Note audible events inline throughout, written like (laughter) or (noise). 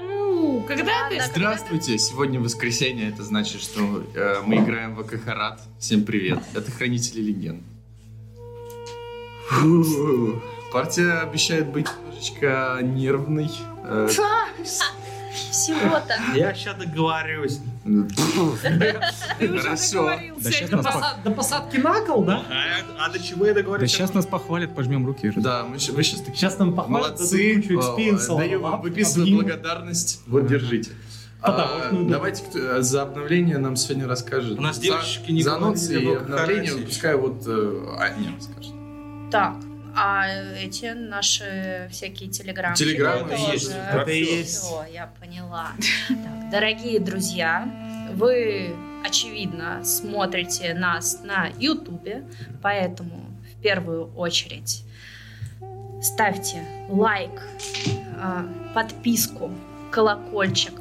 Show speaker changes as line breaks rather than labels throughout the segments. ну,
Когда ты?
Здравствуйте! Сегодня воскресенье, это значит, что э, мы играем в АКХ Рад. Всем привет! Это Хранители Легенд. Фу. Партия обещает быть немножечко нервной. Э,
Всего-то.
Я сейчас договорюсь.
Ты уже
Хорошо.
договорился.
Да щас
это
нас
пос-
До посадки на кол, да? А, а до чего я
Да
договорюсь?
сейчас нас похвалят, пожмем руки.
Да, мы щ- вы сейчас такие «А,
Сейчас нам похвалят
молодцы.
дадут кучу экспиенса,
Э, Даю вам
лап,
выписываю
обнимут.
благодарность. Вот, держите. А,
Подарочную
давайте кто- э, за обновление нам сегодня расскажет.
У нас
За-
девочки не
за
говорили
анонсы и
много
обновления,
хорошего.
пускай вот э, Аня расскажет.
Так, а эти наши всякие телеграммы.
Телеграммы
есть,
Это
это и есть.
Все, я поняла. Так, дорогие друзья, вы, очевидно, смотрите нас на Ютубе, поэтому в первую очередь ставьте лайк, а, подписку, колокольчик,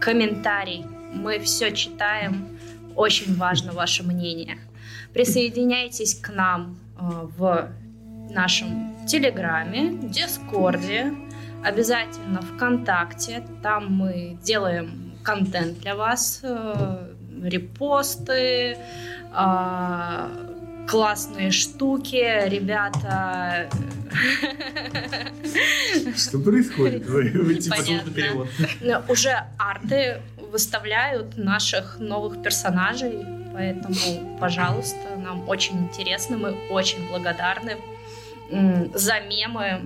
комментарий. Мы все читаем. Очень важно ваше мнение. Присоединяйтесь к нам а, в нашем Телеграме, Дискорде, обязательно ВКонтакте. Там мы делаем контент для вас, э, репосты, а, классные штуки. Ребята, (laughs)
Что происходит? Вы, вы типа-
Понятно.
перевод.
Ну, уже арты выставляют наших новых персонажей, поэтому, пожалуйста, нам очень интересно, мы очень благодарны. М, За мемы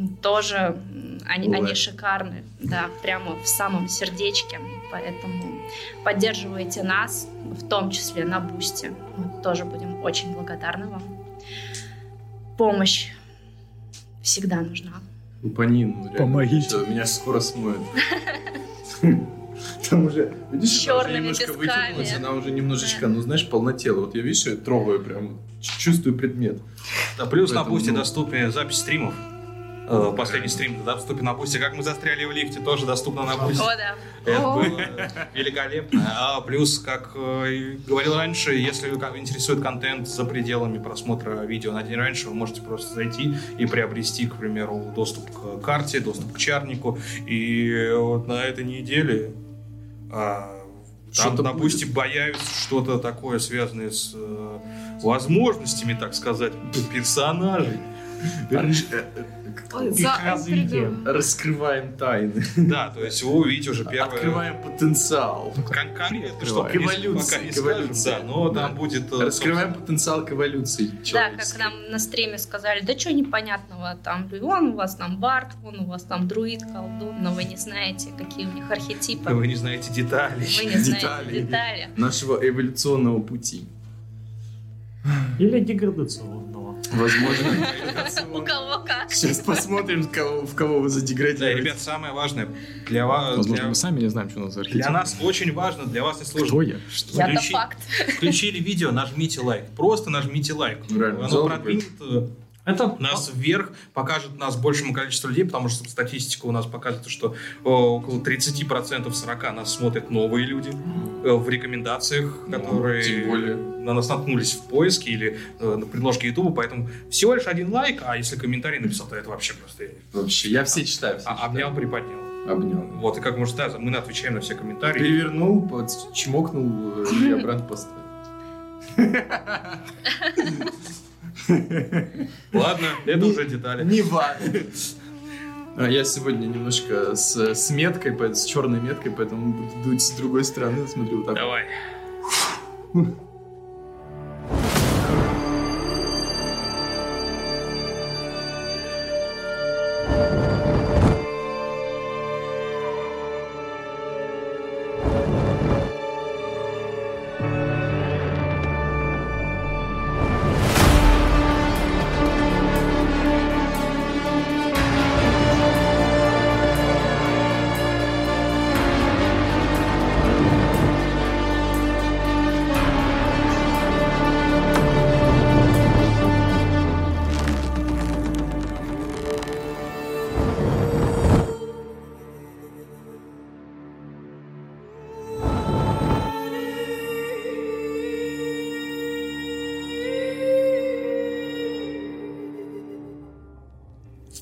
м, тоже м, они,
Бывает.
они шикарны, да, прямо в самом сердечке, поэтому поддерживайте нас, в том числе на Бусти, мы тоже будем очень благодарны вам. Помощь всегда нужна.
Ну, Панин, ну, реально,
Помогите.
всё, меня скоро
(laughs)
смоет. Там уже, видишь, она уже
Чёрными
немножко
песками.
вытянулась, она уже немножечко, ну знаешь, полнотела. Вот я, видишь, я трогаю прям, ч- чувствую предмет.
Да, плюс на
Поэтому,
Бусти
ну,
доступна запись стримов. Э, Последний стрим доступен на Бусти. Как мы застряли в лифте, тоже доступно на Бусти.
О, да.
Это было великолепно. А плюс, как э, и говорил раньше, если ка- интересует контент за пределами просмотра видео на день раньше, вы можете просто зайти и приобрести, к примеру, доступ к карте, доступ к чарнику. И вот на этой неделе а, там,
Что-то
допустим, появится что-то такое, связанное с э, возможностями, так сказать, персонажей.
Ой, за интригу.
э, Раскрываем тайны,
Да, то есть вы увидите уже первое...
открываем потенциал.
Кон- Конкретно,
Открывай.
чтобы не- пока
Эволюция,
не скажем,
эволюция.
да, но там
Да.
будет... э,
Раскрываем потенциал к эволюции
Да, как
человеческой.
нам на стриме сказали, да что непонятного, там он у вас там бард, он у вас там друид, колдун, но вы не знаете, какие у них архетипы,
собственно, Вы не знаете деталей.
вы не знаете
детали.
детали.
Нашего эволюционного пути.
Или деградационного.
Возможно.
У кого как. (laughs)
Сейчас посмотрим, в кого- в кого вы
(laughs) Да, и,
задеградировали.
ребят, самое важное для вас...
Возможно,
Для,
мы сами не знаем, что у нас за архетип.
для нас очень важно, для вас не
Кто
сложно.
я?
Что?
Я-то
Включи-
факт.
Включили видео, нажмите лайк. Просто нажмите лайк.
Ну, реально,
Оно
зал
продвинет э,
Это
нас вверх, покажет нас большему количеству людей, потому что статистика у нас показывает, что э, около 30% 40 нас смотрят новые люди э, в рекомендациях,
Ну,
которые
тем более.
на нас наткнулись в поиске или э, на предложке Ютуба, поэтому всего лишь один лайк, а если комментарий написал, то это вообще просто я
Вообще, я все читаю. все
а- обнял, приподнял.
читаю. Обнял.
Вот, и как можно, да, мы отвечаем на все комментарии.
Перевернул, под- чмокнул э, и обратно поставил.
Ладно, это
Не-
уже детали.
Не важно. А я сегодня немножко с, с меткой, поэ- с черной меткой, поэтому буду дуть с другой стороны, смотрю вот так.
Давай.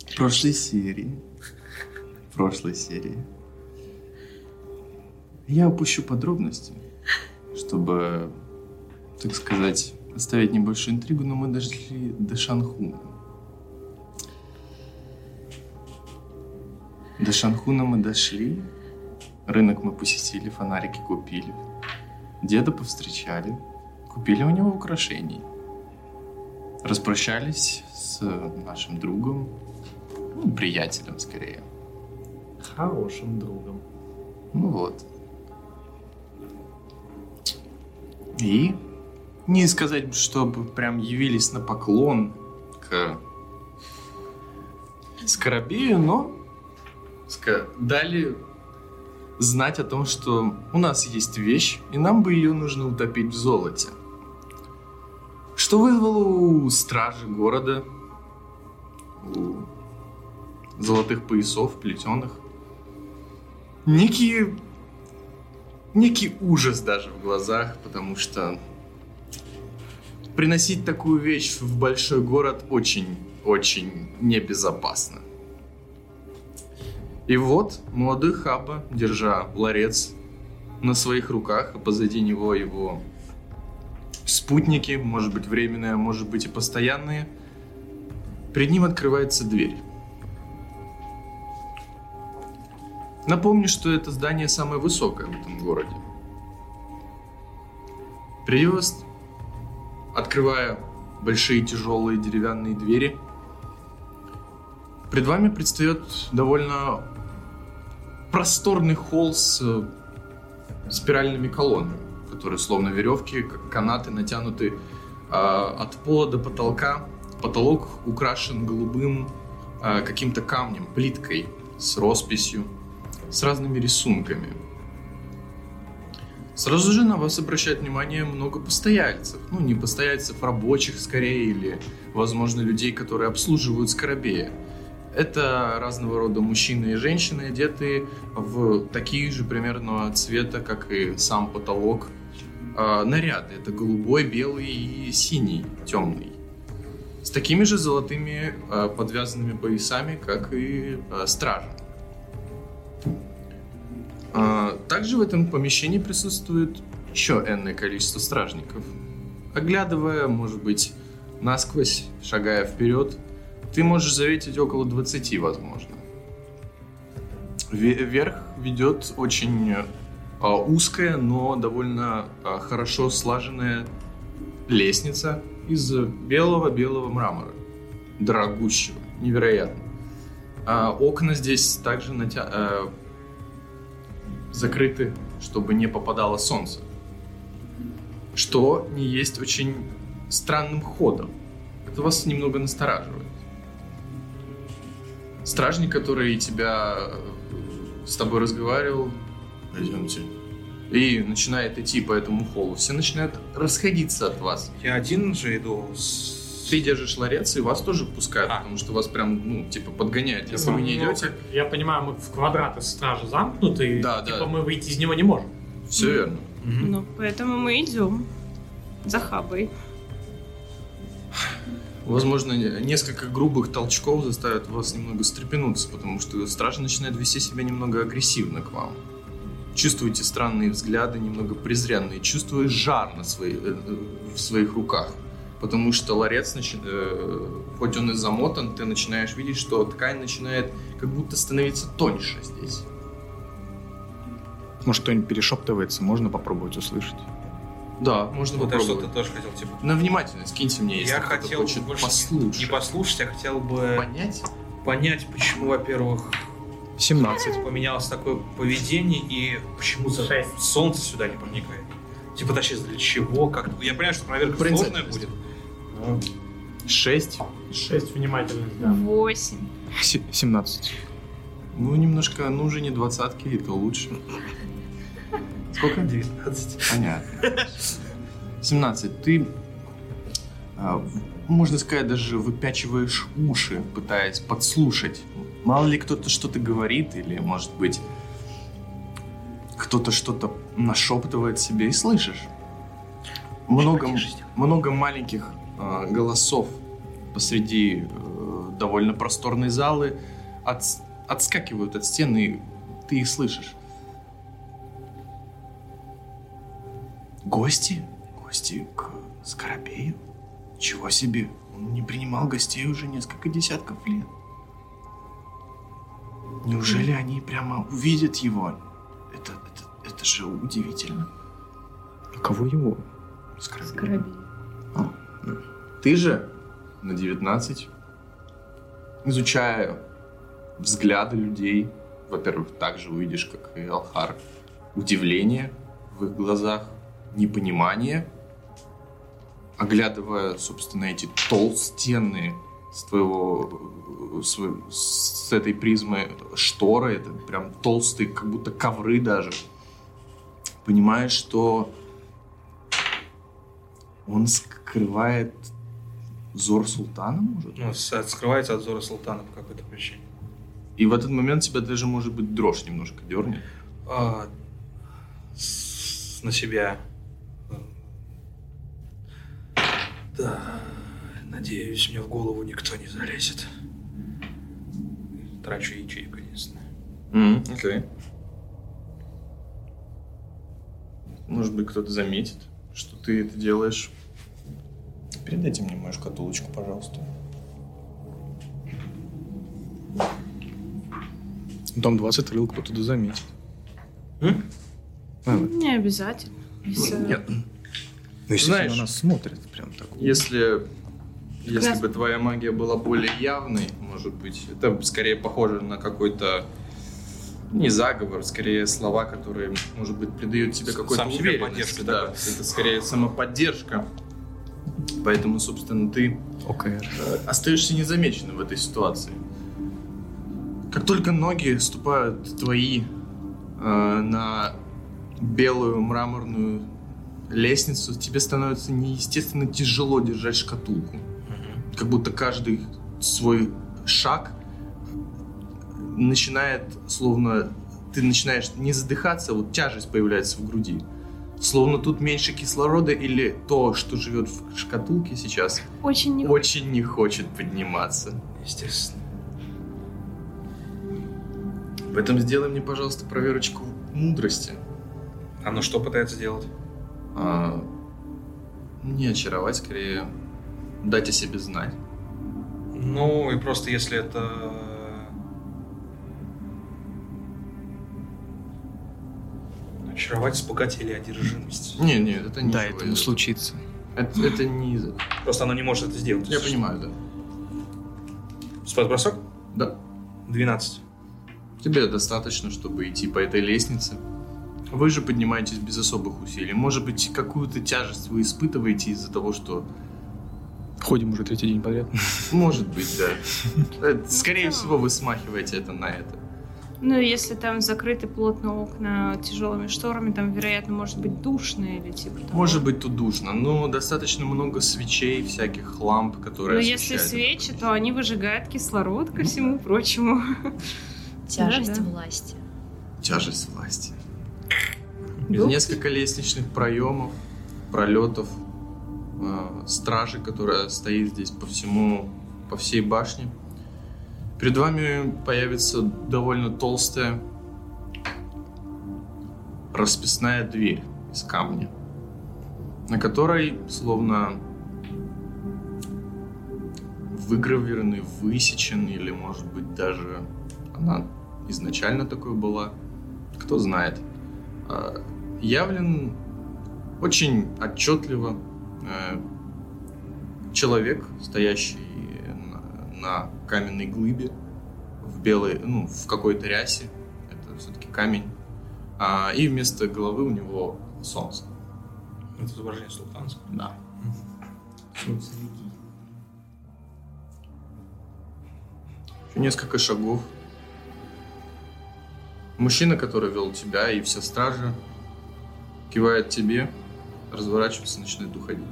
В прошлой серии. В прошлой серии. Я упущу подробности, чтобы, так сказать, оставить небольшую интригу, но мы дошли до Шанхуна. До Шанхуна мы дошли, рынок мы посетили, фонарики купили, деда повстречали, купили у него украшений, распрощались с нашим другом, ну, приятелем скорее.
Хорошим другом.
Ну вот. И не сказать, чтобы прям явились на поклон к Скоробею, но ска- дали знать о том, что у нас есть вещь, и нам бы ее нужно утопить в золоте. Что вызвало у стражи города, у золотых поясов, плетеных, некий, некий ужас даже в глазах, потому что приносить такую вещь в большой город очень-очень небезопасно. И вот молодой Хаба, держа ларец на своих руках, а позади него его спутники, может быть временные, а может быть и постоянные, перед ним открывается дверь. Напомню, что это здание самое высокое в этом городе. Приезд, открывая большие тяжелые деревянные двери, пред вами предстает довольно просторный холл с э, спиральными колоннами, которые словно веревки, как канаты, натянуты э, от пола до потолка. Потолок украшен голубым э, каким-то камнем, плиткой с росписью с разными рисунками. Сразу же на вас обращает внимание много постояльцев. Ну, не постояльцев, рабочих скорее, или, возможно, людей, которые обслуживают скоробея. Это разного рода мужчины и женщины, одетые в такие же примерно цвета, как и сам потолок, а, наряды. Это голубой, белый и синий, темный. С такими же золотыми а, подвязанными поясами, как и а, стражи. А, Также в этом помещении присутствует еще энное количество стражников. Оглядывая, может быть, насквозь, шагая вперед, ты можешь заметить около 20, возможно. Ве- Вверх ведет очень э, а, узкая, но довольно а, хорошо слаженная лестница из белого-белого мрамора. Дорогущего, невероятно. А, окна здесь также натя... э, закрыты, чтобы не попадало солнце. Что не есть очень странным ходом. Это вас немного настораживает. Стражник, который тебя э, с тобой разговаривал, пойдемте. И начинает идти по этому холлу. Все начинают расходиться от вас.
Я один же иду с...
Ты держишь ларец, и вас тоже пускают,
А.
потому что вас прям, ну, типа, подгоняют. Если вы не
Ну,
идете,
Я понимаю, мы в квадраты стражи замкнуты, и,
Да,
типа
да.
мы выйти из него не можем.
все верно.
Ну, поэтому мы идем за хабой.
Возможно, не- несколько грубых толчков заставят вас немного стрепенуться, потому что стража начинает вести себя немного агрессивно к вам. Чувствуете странные взгляды, немного презренные, чувствуя жар на свои- э, э, в своих руках. Потому что ларец, начи- э, хоть он и замотан, ты начинаешь видеть, что ткань начинает как будто становиться тоньше здесь.
Может, кто-нибудь перешептывается, можно попробовать услышать.
Да, можно
Вот я
попробовать.
что-то тоже хотел, типа...
На внимательность киньте мне, если
я
кто-то
хотел
хочет
больше не-
послушать.
не послушать, я хотел бы
Понять?
понять, почему, во-первых,
17.
поменялось такое поведение и почему за-
Шесть.
солнце сюда не проникает. Типа, точнее, для чего? Как... Я понимаю, что проверка
Принцип.
сложная будет. Ну,
6.
Шесть внимательность, да.
Восемь.
Се- 17.
Ну, немножко, ну уже не двадцатки, это лучше. Сколько?
19.
Понятно. (laughs) 17. Ты, а, можно сказать, даже выпячиваешь уши, пытаясь подслушать. Мало ли кто-то что-то говорит, или, может быть, кто-то что-то нашептывает себе и слышишь. Много, много маленьких а, голосов посреди э, довольно просторной залы отс- отскакивают от стены, и ты их слышишь. Гости? Гости к Скоробею? Чего себе? Он не принимал гостей уже несколько десятков лет. Неужели они прямо увидят его? Это, это, это же удивительно.
А кого его?
Скоробей. ну,
А,
Ты же на 19, изучая взгляды людей, во-первых, так же увидишь, как и Алхар, удивление в их глазах, непонимание, оглядывая, собственно, эти толстенные с твоего э, с, с этой призмы шторы, это прям толстые, как будто ковры даже, понимаешь, что он скрывает взор султана, может?
Ну, с- от- скрывается от взора султана по какой-то причине.
И в этот момент тебя даже, может быть, дрожь немножко дернет.
А, с- на себя. Да, надеюсь, мне в голову никто не залезет. Трачу ячейку, единственное.
Окей. Может быть, кто-то заметит, что ты это делаешь. Передайте мне мою шкатулочку, пожалуйста.
дом 20 рыл кто-то да заметит.
М?
А, вот.
Не обязательно. Если-
Нет.
Ну, естественно,
Знаешь-
на нас смотрят прям так.
Если, если
Крас-
бы твоя магия была более явной, может быть, это скорее похоже на какой-то не заговор, скорее слова, которые, может быть, придают тебе
С-
какой-то
сам себе
уверенности.
поддержка
да.
такая.
Это скорее самоподдержка. Поэтому, собственно, ты
ОКР.
э, остаешься незамеченным в этой ситуации. Как только ноги ступают твои э, на белую мраморную лестницу, тебе становится неестественно тяжело держать шкатулку. Как будто каждый свой шаг начинает, словно ты начинаешь не задыхаться, а вот тяжесть появляется в груди. Словно тут меньше кислорода или то, что живет в шкатулке сейчас,
Очень не...
очень не хочет подниматься.
Естественно.
Поэтому сделай мне, пожалуйста, проверочку мудрости.
Оно А ну что пытается делать?
А, не очаровать, скорее дать о себе знать.
Ну, и просто если это... э, Очаровать, спугать или одержимость.
Не, не, это не
Да,
живое.
это не случится.
Это, это не из этого.
Просто оно не может это сделать.
Я понимаю, да.
Спас бросок?
Да.
12.
Тебе достаточно, чтобы идти по этой лестнице. Вы же поднимаетесь без особых усилий. Может быть, какую-то тяжесть вы испытываете из-за того, что...
Ходим уже третий день подряд.
Может быть,
(laughs)
да. Это, Скорее
да.
всего, вы смахиваете это на это.
Ну, если там закрыты плотно окна тяжелыми шторами, там, вероятно, может быть душно или типа того.
Может быть, тут душно, но достаточно много свечей, всяких ламп,
Но
которые
если
освещают.
свечи, то они выжигают кислород ко всему прочему.
Тяжесть
Да, да.
власти.
Тяжесть власти.
Был
Несколько лестничных проемов, пролетов, э, стражи, которая стоит здесь по всему, по всей башне. Перед вами появится довольно толстая расписная дверь из камня, на которой словно выгравированы, высечен, или, может быть, даже она изначально такой была, кто знает, а, явлен очень отчетливо э, человек, стоящий на, на каменной глыбе, в белой, ну, в какой-то рясе, это все-таки камень, А, и вместо головы у него солнце.
Это изображение султанского.
Да. Еще несколько шагов. Мужчина, который вел тебя и вся стража, кивает тебе, разворачивается и начинает уходить.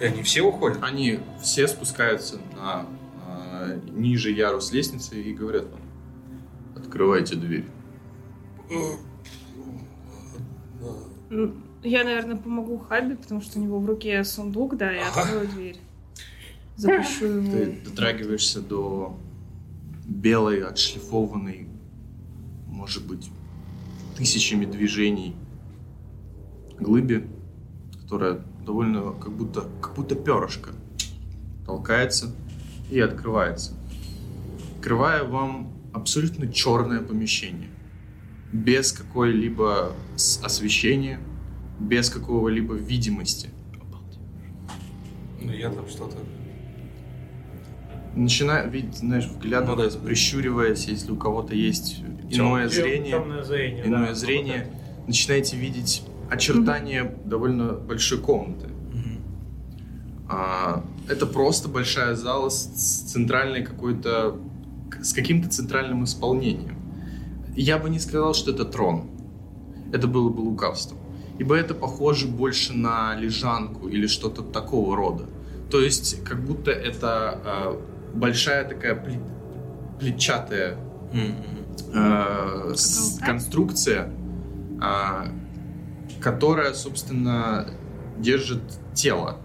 И они все уходят?
Они все спускаются на э, ниже ярус лестницы и говорят вам, открывайте дверь.
Ну, Я, наверное, помогу Хаби, потому что у него в руке сундук, да, я
Ага.
открою дверь. Запишу его.
Ты дотрагиваешься до белой, отшлифованной, может быть, тысячами движений глыбе, которая довольно как будто, как будто перышко толкается и открывается, открывая вам абсолютно черное помещение, без какой-либо с- освещения, без какого-либо видимости.
Ну, я там что-то...
Начинаю видеть, знаешь,
Ну
взглядом,
да,
прищуриваясь, если у кого-то есть иное зрение,
Темное зрение.
иное
да.
зрение, начинаете видеть очертания довольно большой комнаты. А, это просто большая зала с, с центральной какой-то... к- с каким-то центральным исполнением. Я бы не сказал, что это трон. Это было бы лукавством. Ибо это похоже больше на лежанку или что-то такого рода. То есть, как будто это а, большая такая пле- плечатая э, с-
Потолка?
конструкция, а, которая, собственно, держит тело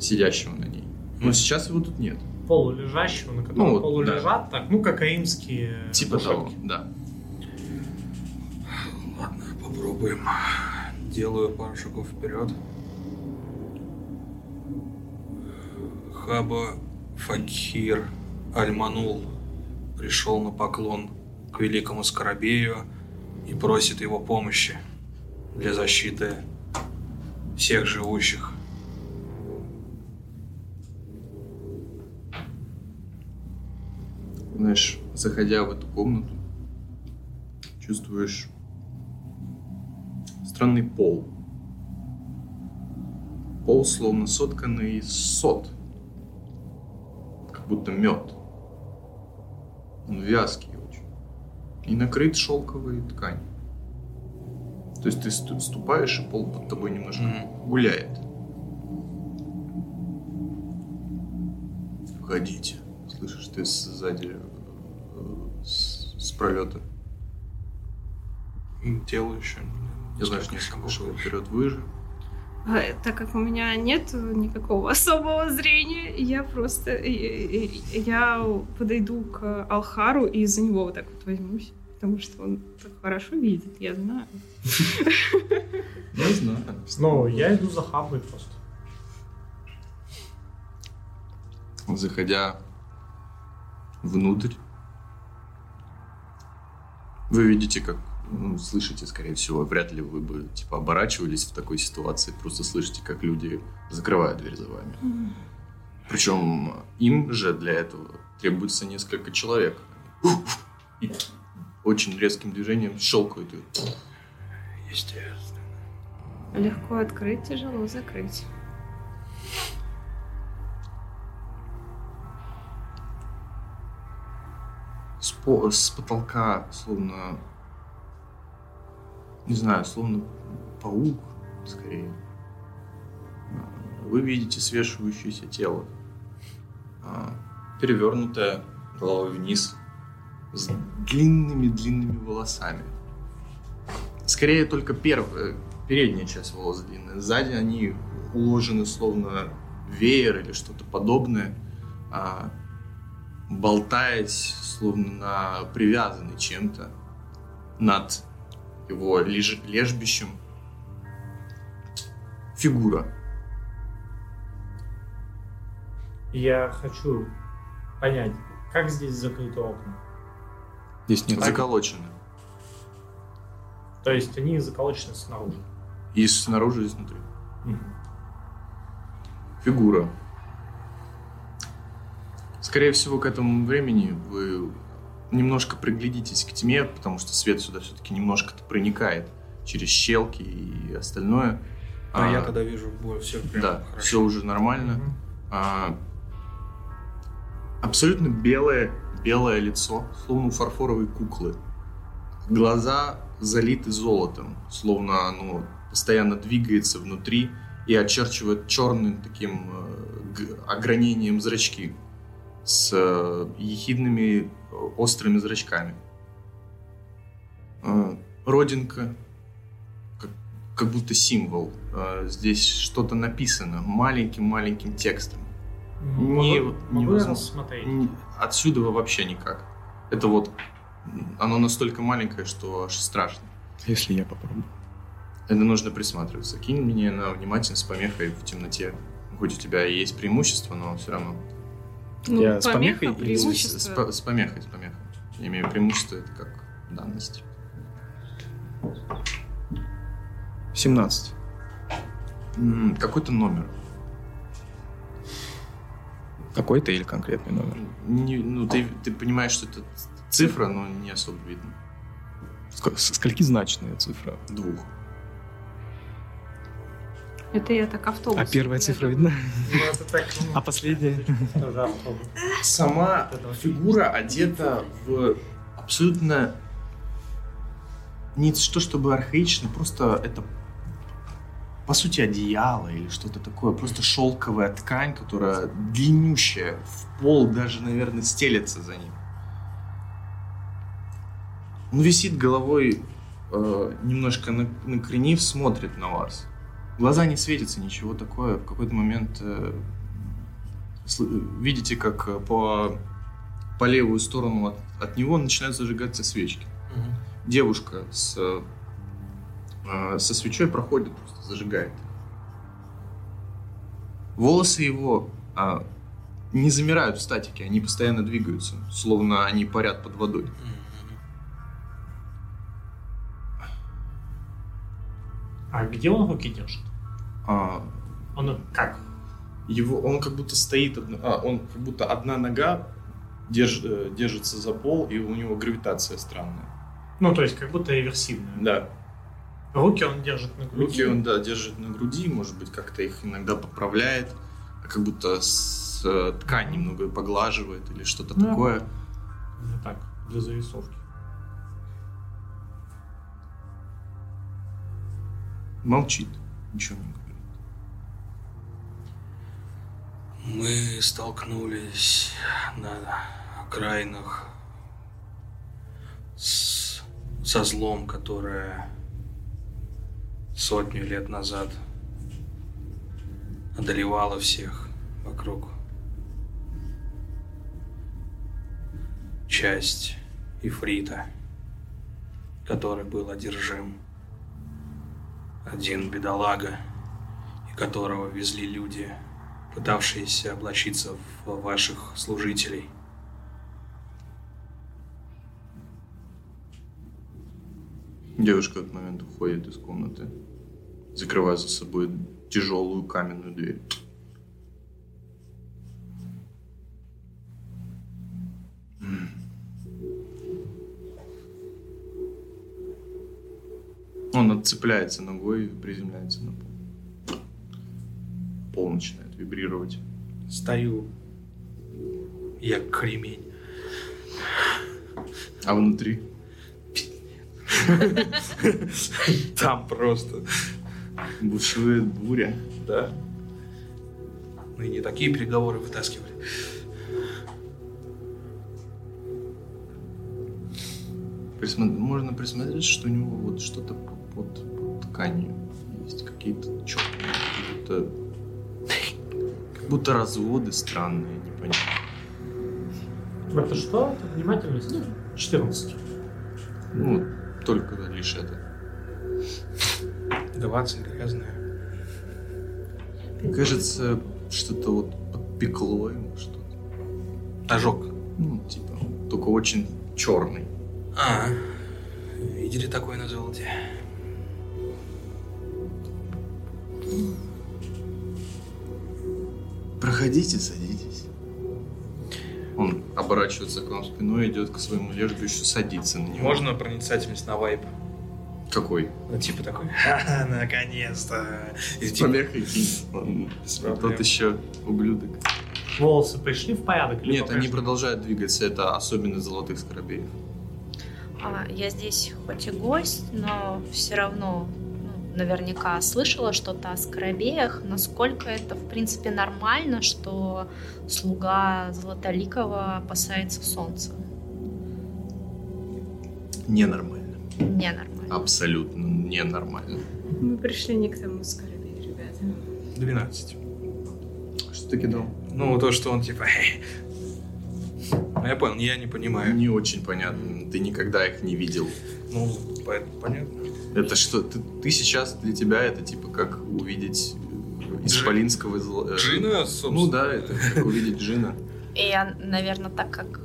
сидящего на ней. Но сейчас его тут нет.
Полулежащего, на котором
Ну, вот,
полу
да.
лежат, так, ну, как аимские
Типа того,
лошадки.
да.
Ладно, попробуем. Делаю пару шагов вперед. Хаба Факир Альманул пришел на поклон к великому Скоробею и просит его помощи для защиты всех живущих.
Знаешь, заходя в эту комнату, чувствуешь странный пол. Пол словно сотканный из сот. Как будто мед. Он вязкий очень. И накрыт шелковой тканью. То есть ты сту- ступаешь, и пол под тобой немножко гуляет. Входите. Слышишь ты сзади э, с, с пролета.
Делаю еще.
Я знаю, что
несколько
несколько шагов
шагов.
вперед выше.
А, Так как у меня нет никакого (laughs) особого зрения, я просто э, э, э, я подойду к Алхару и за него вот так вот возьмусь, потому что он так хорошо видит, я знаю.
Я знаю.
Ну, я иду за хабой просто.
Заходя внутрь, вы видите, как ну, слышите, скорее всего, вряд ли вы бы типа оборачивались в такой ситуации, просто слышите, как люди закрывают дверь за вами. Причем им же для этого требуется несколько человек. И очень резким движением щелкают ее.
Естественно.
Легко открыть, тяжело закрыть.
с, по- с потолка, словно, не знаю, словно паук, скорее. А, Вы видите свешивающееся тело, а, перевернутое головой вниз, с длинными-длинными волосами. Скорее только первая, передняя часть волос длинная. Сзади они уложены словно веер или что-то подобное. А, болтаясь, словно на- привязанный чем-то над его леж- лежбищем фигура.
Я хочу понять, как здесь закрыты окна?
Здесь нет.
Заколочена.
То есть они заколочены снаружи.
И снаружи, и изнутри.
Мгм.
Фигура. Скорее всего, к этому времени вы немножко приглядитесь к тьме, потому что свет сюда все-таки немножко-то проникает через щелки и остальное.
А,
А,
я тогда вижу боль, все прям
да,
хорошо.
все уже нормально.
Мгм.
а, абсолютно белое, белое лицо, словно у фарфоровой куклы. Глаза залиты золотом, словно оно постоянно двигается внутри и очерчивает черным таким э, г- огранением зрачки с э, ехидными э, острыми зрачками. Э, Родинка, как, как будто символ. Э, Здесь что-то написано маленьким-маленьким текстом. Не-
Могу- могу я
невозможно.
рассмотреть?
Н- Отсюда вообще никак. Это вот м, оно настолько маленькое, что аж страшно.
А Если я попробую.
Это нужно присматриваться. Кинь мне на внимательность с помехой в темноте. Хоть у тебя и есть преимущество, но все равно.
Ну,
Я с
помеха,
помехой или без?
преимущество.
С, с по- с помехой, с помехой. Я имею преимущество, это как данность.
17.
М, Какой-то номер.
Какой-то или конкретный номер?
Не- ну, ты, ты понимаешь, что это цифра, но не особо видно.
Ск- с- скольки значная цифра?
Двух.
Это я так автобус.
А первая
Да.
цифра видна?
Ну, это так, ну,
А последняя?
тоже автобус.
Сама Э, фигура одета в абсолютно не что чтобы архаично, просто это по сути одеяло или что-то такое, просто шелковая ткань, которая длиннющая, в пол даже, наверное, стелется за ним. Он висит головой э, немножко на- накренив, смотрит на вас. Глаза не светятся, ничего такое. В какой-то момент э, сл- видите, как э, по, по левую сторону от, от него начинают зажигаться свечки.
Мгм.
Девушка с, э, э, со свечой проходит, просто зажигает. Волосы его а, не замирают в статике, они постоянно двигаются, словно они парят под водой.
А где он руки держит?
А,
Он их как?
Его, он как будто стоит, одна- а, он как будто одна нога держ- э, держится за пол, и у него гравитация странная.
Ну, то есть, как будто реверсивные.
Да,
Руки он держит на груди.
руки он, да, держит на груди, может быть, как-то их иногда поправляет, а как будто с, э, ткань немного поглаживает или что-то
Да.
такое.
Ну, так, для зарисовки.
Молчит, ничего не говорит.
Мы столкнулись на окраинах с, со злом, которое сотню лет назад одолевало всех вокруг. Часть Ифрита, который был одержим. Один бедолага, и которого везли люди – пытавшиеся облачиться в ваших служителей.
Девушка в этот момент уходит из комнаты, закрывая за собой тяжелую каменную дверь. М. Он отцепляется ногой и приземляется на пол. Пол начинает вибрировать.
Стою. Я кремень.
А внутри?
(laughs) Там просто.
Бушует буря.
Да. Мы не такие переговоры вытаскивали.
Присма- Можно присмотреть, что у него вот что-то п- под, под тканью есть. Какие-то черные, как будто... (laughs) Как будто разводы странные, непонятно.
Это что? Это внимательность? 14.
Ну, только лишь это.
20, как я знаю.
Кажется, что-то вот подпекло ему что-то.
Ножок.
Ну, типа, только очень черный.
А, видели такое на золоте?
Проходите, садитесь. Он оборачивается к вам спиной, идет к своему лежбищу, садится на него.
Можно проницательность на вайп?
Какой?
Ну, типа такой, «Ха-ха, наконец-то. И типа,
Помехой кинь. Он-
без
Тот
проблем.
еще ублюдок.
Волосы пришли в порядок? или
Нет, они
по-прежнему?
продолжают двигаться, это особенность золотых скоробеев.
А, я здесь хоть и гость, но все равно ну, наверняка слышала что-то о скоробеях. Насколько это, в принципе, нормально, что слуга Золотоликова опасается солнца?
Ненормально.
Ненормально.
Абсолютно ненормально.
Мы пришли не к тому скоробею, ребята.
12.
Что ты кидал?
Ну, то, что он типа... «Хе». я понял, я не понимаю.
Не очень понятно. Ты никогда их не видел.
Ну, поэтому понятно.
Это что? Ты, ты сейчас для тебя это типа как увидеть э, исполинского зла- э,
Джина,
Ну
собственно.
да, это как увидеть Джина.
И я, наверное, так как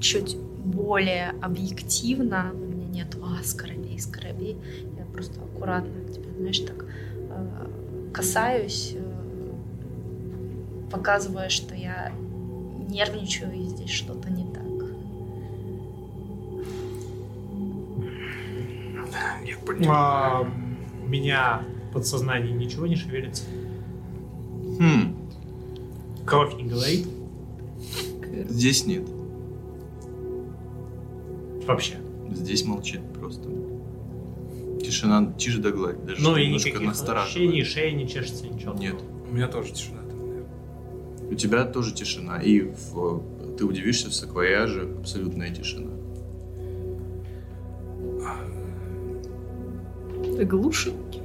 чуть более объективно, у меня нет «а, скоробей, скоробей», я просто аккуратно, типа, знаешь, так э, касаюсь, э, показывая, что я нервничаю и здесь что-то не так.
Я
А, у меня в подсознании ничего не шевелится.
Хм,
Кровь не говорит
здесь нет.
вообще.
Здесь молчит просто. Тишина, тише да гладь. Даже
ну
что
и
немножко
никаких
настораживает.
ощущений, шея не чешется, ничего.
Нет.
У меня тоже тишина. там, наверное.
У тебя тоже тишина. И в- ты удивишься, в саквояже абсолютная тишина.
А,
Глушилки.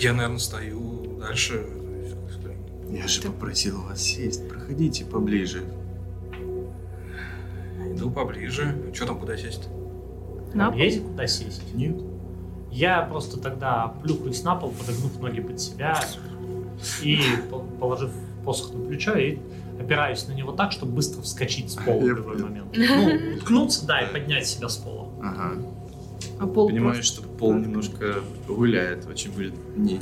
Я, наверное, стою дальше.
Я же
Ты-
попросил вас сесть. Проходите поближе.
Иду поближе. Что там, куда сесть?
На
Там
Ну.
есть куда сесть?
Нет.
Я просто тогда плюхаюсь на пол, подогнув ноги под себя и по- положив посох на плечо и опираюсь на него так, чтобы быстро вскочить с пола
Я
в любой
понял.
момент. Ну, уткнуться, да, и поднять себя с пола.
Ага.
А пол
Понимаю, что пол
так.
немножко гуляет, очень будет не,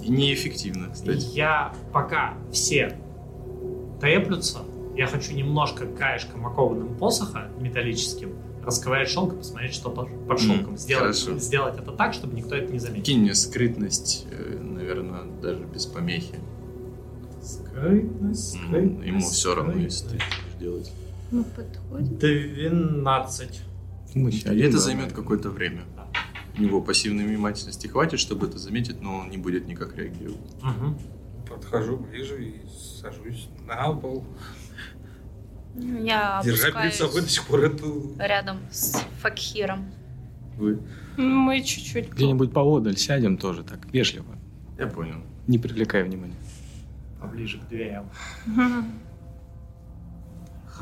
не- неэффективно,
И
кстати.
Я пока все треплются, я хочу немножко краешком окованным посоха металлическим расковырять шелк и посмотреть, что под, под шелком. Сделать,
хорошо.
сделать это так, чтобы никто это не заметил.
Кинь мне скрытность, э, наверное, даже без помехи.
Скрытность,
М, Ему все равно, если ты будешь делать.
Ну, подходит.
12.
И это займет какое-то время. У него пассивной внимательности хватит, чтобы это заметить, но он не будет никак реагировать.
Мгм.
Подхожу ближе и сажусь на пол.
Ну, Я
Держать перед собой до
опускаюсь
сих пор это...
рядом с Факхиром.
Вы?
Ну, мы чуть-чуть...
Где-нибудь поодаль сядем тоже так, вежливо,
Я понял.
не привлекая внимания.
Поближе к дверям.
Мгм.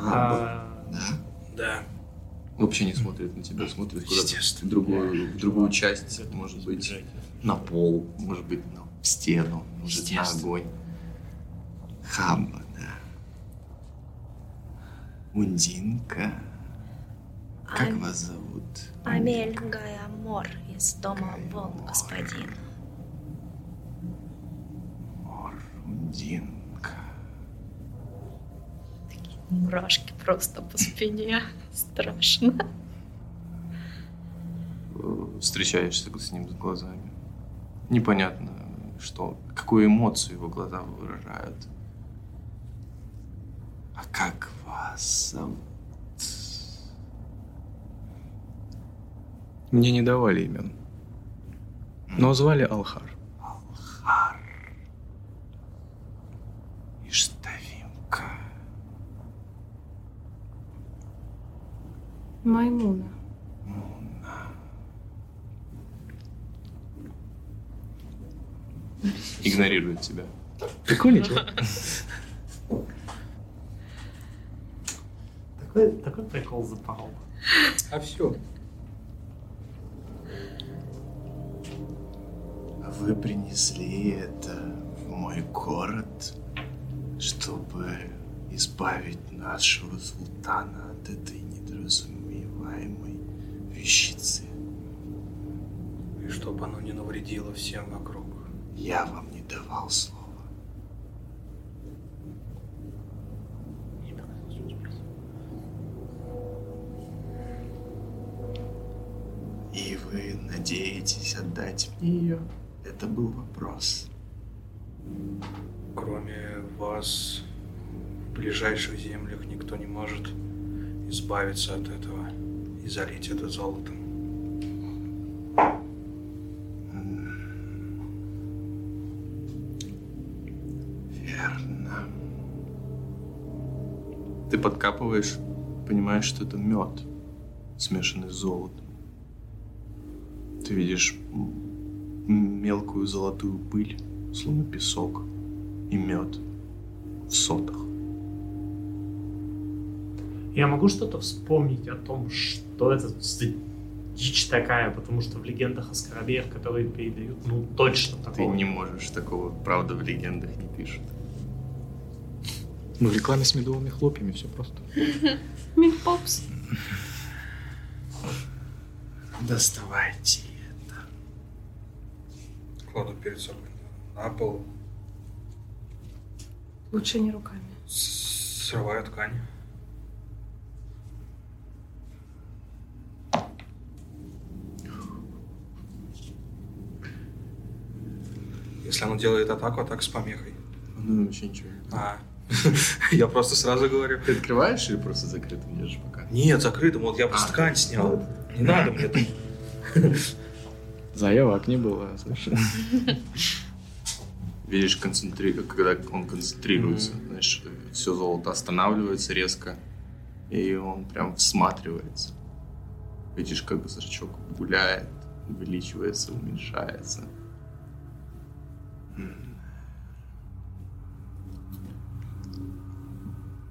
А,
Да.
Вообще не смотрит на тебя, смотрит куда-то в
Естественно.
другую, в другую часть,
это
может
будет
быть,
бежать.
на пол, может быть, на стену, может, на
Естественно.
огонь. Хабба, да. Ундинка. Как
Ам-
вас зовут?
Амель Гайамор из дома
Гайамор.
Волн, господин.
Мор, Ундинка.
Мурашки просто по спине. (laughs) Страшно.
Э, Встречаешься с ним с глазами. Непонятно, что, какую эмоцию его глаза выражают. А как вас зовут?
Мне не давали имен. Но звали Алхар.
Алхар. Иштавимка.
Маймуна.
Игнорирует тебя.
Прикольный чувак.
Такой, такой прикол запорол.
А все.
А Вы принесли это в мой город, чтобы избавить нашего султана от этой недоразумеваемой вещицы.
И чтобы оно не навредило всем вокруг.
Я вам не давал слова. И вы надеетесь отдать мне ее? Это был вопрос.
Кроме вас, в ближайших землях никто не может избавиться от этого и залить это золотом.
Верно. Ты подкапываешь, понимаешь, что это мед, смешанный с золотом. Ты видишь м, м, мелкую золотую пыль, словно песок, и мед в сотах.
Я могу что-то вспомнить о том, что это за дичь такая, потому что в легендах о скоробеях, которые передают, ну, точно
Ты
такого
не можешь такого, правда, в легендах не пишут.
Ну, в рекламе с медовыми хлопьями все просто.
Мифпопс.
Доставайте.
Кладу перед собой на пол,
Лучше не руками.
с- срываю ткань. Если оно делает атаку, атака с помехой.
Ну, вообще ничего. не-
А, (laughs) я просто сразу говорю.
Ты открываешь или просто закрыто держишь пока?
Нет, закрыто, вот я просто
А.
ткань снял. Не надо мне тут.
Заявок не было, а, слышно.
Видишь, концентри... когда он концентрируется,
Мгм.
знаешь, все золото останавливается резко, и он прям всматривается. Видишь, как зрачок гуляет, увеличивается, уменьшается. М.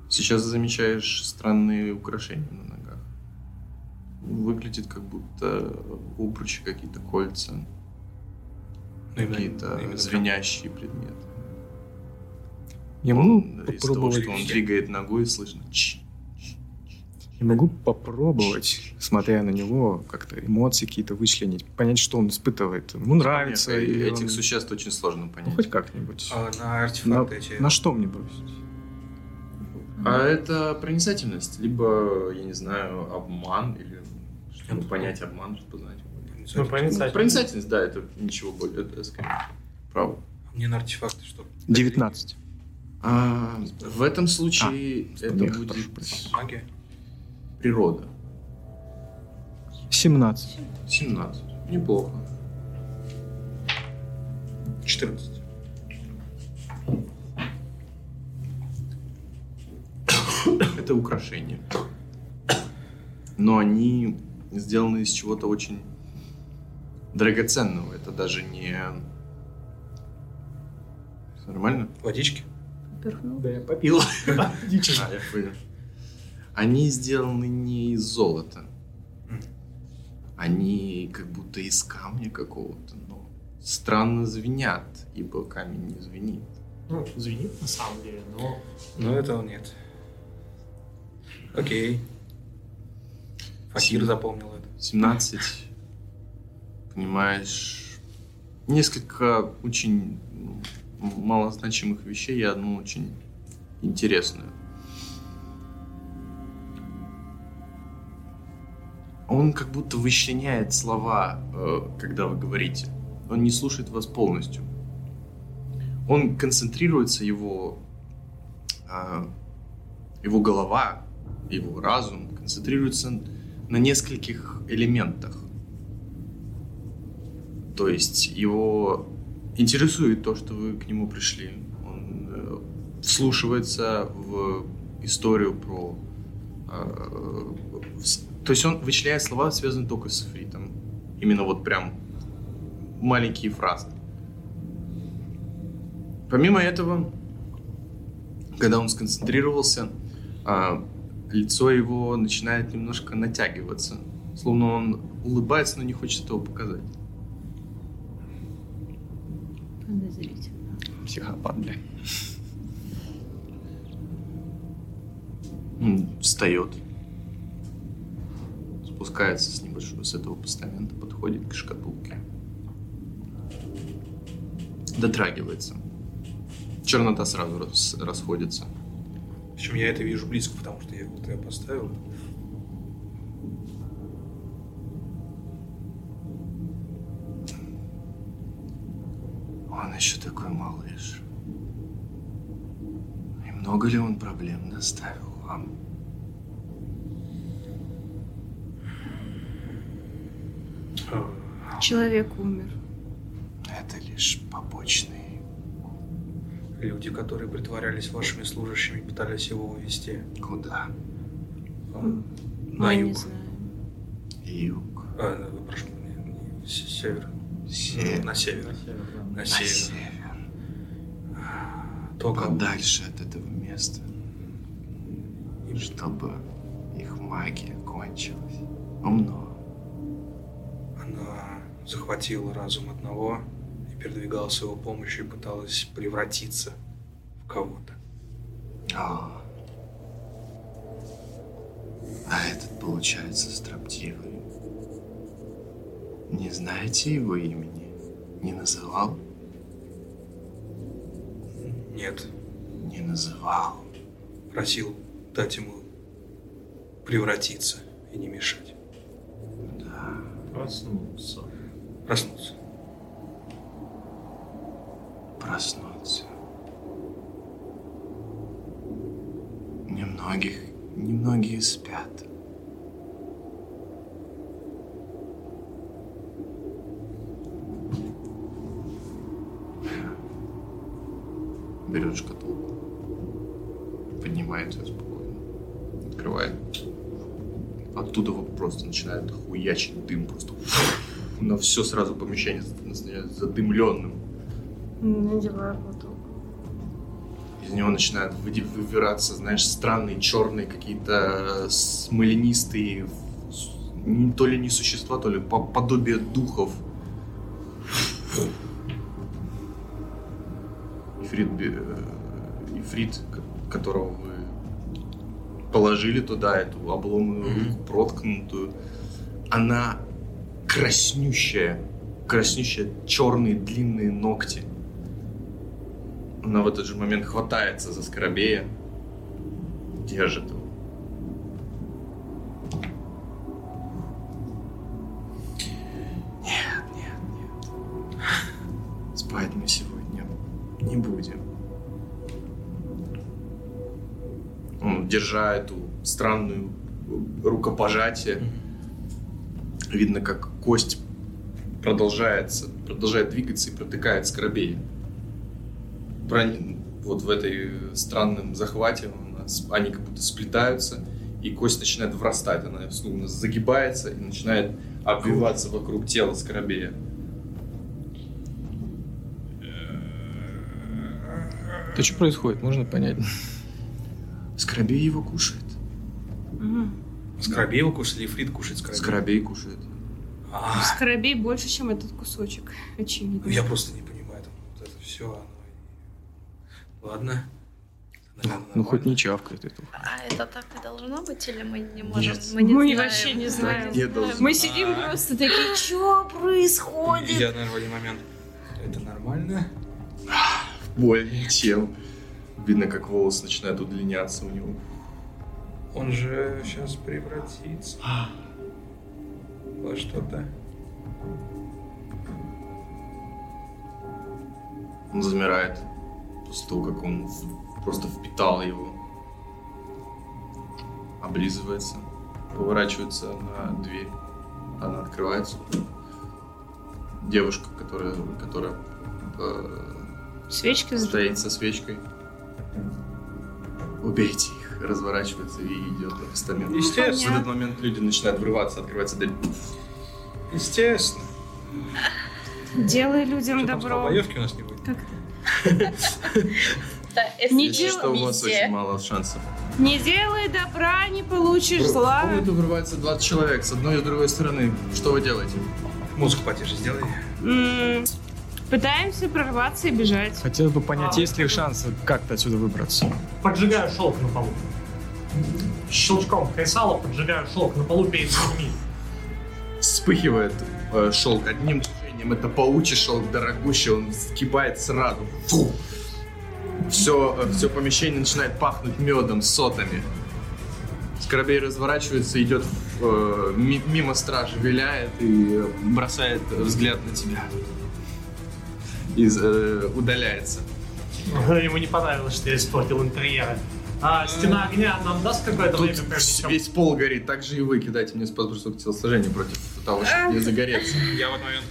Сейчас замечаешь странные украшения на ногах. Выглядит как будто обручи, какие-то кольца,
Ну, именно-
какие-то
именно прям-
звенящие предметы.
Я могу
Он, э, из того,
попробовать.
что он двигает ногой, слышно. «Чш».
Я могу попробовать, смотря на него, как-то эмоции какие-то вычленить, понять, что он испытывает. Ему нравится.
Понятно,
или
Этих
он-
существ очень сложно
Ну,
понять.
хоть как-нибудь.
А, на артефакты эти. Ну,
На что мне бросить?
А это проницательность, либо, я не знаю, обман, или чтобы
Нет.
понять обман, чтобы знать.
Ну,
Ну,
проницательно.
проницательность, да, это ничего более, это скорее право.
Мне на артефакты что?
19.
А, в этом случае это
помех,
будет
прошу прощения.
Магия?
природа.
17.
17. Неплохо.
14.
(coughs) Это украшения. Но они сделаны из чего-то очень драгоценного. Это даже не... Всё Нормально?
Водички?
(laughs) Да, я попил. Дичь.
А, я понял. Они сделаны не из золота.
Мгм.
Они как будто из камня какого-то, но странно звенят, ибо камень не звенит.
Ну, звенит на самом деле, но...
Ну, этого нет. Окей. Факир
Сильно.
запомнил это.
17, понимаешь, несколько очень ну, м- малозначимых вещей и одну очень интересную. Он как будто вычленяет слова, э, когда вы говорите. Он не слушает вас полностью. Он концентрируется, его, а, его голова, его разум концентрируется на нескольких элементах. То есть его интересует то, что вы к нему пришли. Он э, вслушивается в историю про... э, с- то есть он вычленяет слова, связанные только с эфритом. Именно вот прям маленькие фразы. Помимо этого, когда он сконцентрировался, а, лицо его начинает немножко натягиваться. Словно он улыбается, но не хочет этого показать.
Подозрительно.
Психопат, бля.
Он встает. Спускается с небольшого с этого постамента, подходит к шкатулке. Дотрагивается. Чернота сразу рас- расходится.
Причем я это вижу близко, потому что я вот ее поставил.
Он еще такой малыш. И много ли он проблем доставил вам?
Человек умер.
Это лишь побочный
Люди, которые притворялись вашими служащими, пытались его увести.
Куда?
На
Я не
юг.
знаю.
Юг.
А, э, прошу, не- не, с- север.
Север.
На север. На
На
север.
север.
То, как
Подальше от этого места. Чтобы магия кончилась. Ну, Умно.
Она захватила разум одного и передвигалась с его помощью и пыталась превратиться в кого-то.
А, а этот получается строптивый. Не знаете его имени? Не называл?
Нет,
Не называл.
просил дать ему превратиться и не мешать.
Да.
Проснулся.
Проснуться.
проснуться. Немногих, немногие спят. Берет шкатулку, поднимает ее спокойно, открывает. Оттуда вот просто начинает хуячить дым просто. На все сразу помещение становится задымленным.
Надеваю платок.
Из него начинают выди- выбираться, знаешь, странные черные какие-то э, смоленистые, в- с- н- то ли не существа, то ли по- подобие духов. Ифрит, бе- э, Ифрит, к- которого вы положили туда, эту обломную руку, проткнутую, она краснющая, краснющая, черные длинные ногти. Она в этот же момент хватается за скоробея, держит его. Нет, нет, нет. Спать мы сегодня не будем. Он, держа эту странную рукопожатие, видно, как кость продолжается, продолжает двигаться и протыкает скоробея прони- вот в этой э, странном захвате, у нас они как будто сплетаются, и кость начинает врастать, она словно загибается и начинает обвиваться вокруг тела скоробея.
Да что происходит, можно понять?
Скоробей его кушает.
Скоробей его кушать или Фрид кушать скоробей?
Скоробей кушает.
А,
Скоробей больше, чем этот кусочек,
ну
очевидно.
я просто не понимаю. Там, вот это все. Оно... и- Ладно. Наверное,
Ну хоть
нормально.
не чавкает этого.
А это так и должно быть, или мы не можем?
Нет.
Мы, не
Мы
знаем.
вообще не знаем.
не должно.
Мы сидим
А.
просто такие, что происходит?
Я, наверное, в один момент. Это нормально?
Более чем. Видно, как волосы начинают удлиняться у него.
Он же сейчас превратится
А.
во что-то.
Он замирает после того, как он в- просто впитал его. Облизывается, поворачивается на дверь. Она открывается. Девушка, которая, которая э,
Свечки зажигают.
стоит со свечкой. Убейте их. Разворачивается и идет на постамент. В
Естественно.
этот момент люди начинают врываться, открывается дверь.
Естественно.
Делай людям
Ну,
Что там,
добро.
столбоевки у нас не будет?
Да, это
Не
Если
дело
что, у вас
везде.
очень мало шансов.
Не делай добра, не получишь
В
зла.
комнату врывается 20 человек с одной и с другой стороны. Что вы делаете?
Музыку потише сделай.
М, Пытаемся прорваться и бежать.
Хотелось бы понять,
А.
есть ли шансы как-то отсюда выбраться.
Поджигаю шелк на полу. Щелчком кресала поджигаю шелк на полу перед людьми.
Вспыхивает э, шелк одним движением. Это паучий шелк дорогущий, он сгибает сразу. Фу! Все, все помещение начинает пахнуть медом, сотами. Скоробей разворачивается, идет э, ми- мимо стражи, виляет и э, бросает взгляд на тебя. И э, удаляется.
Ему не понравилось, что я испортил интерьеры. А стена огня нам даст какое-то
Тут
время, прежде
вс-
чем...
весь пол горит, так же и вы кидайте мне спас бросок телосложения против того, чтобы не загореться.
(laughs)
Я в этот момент...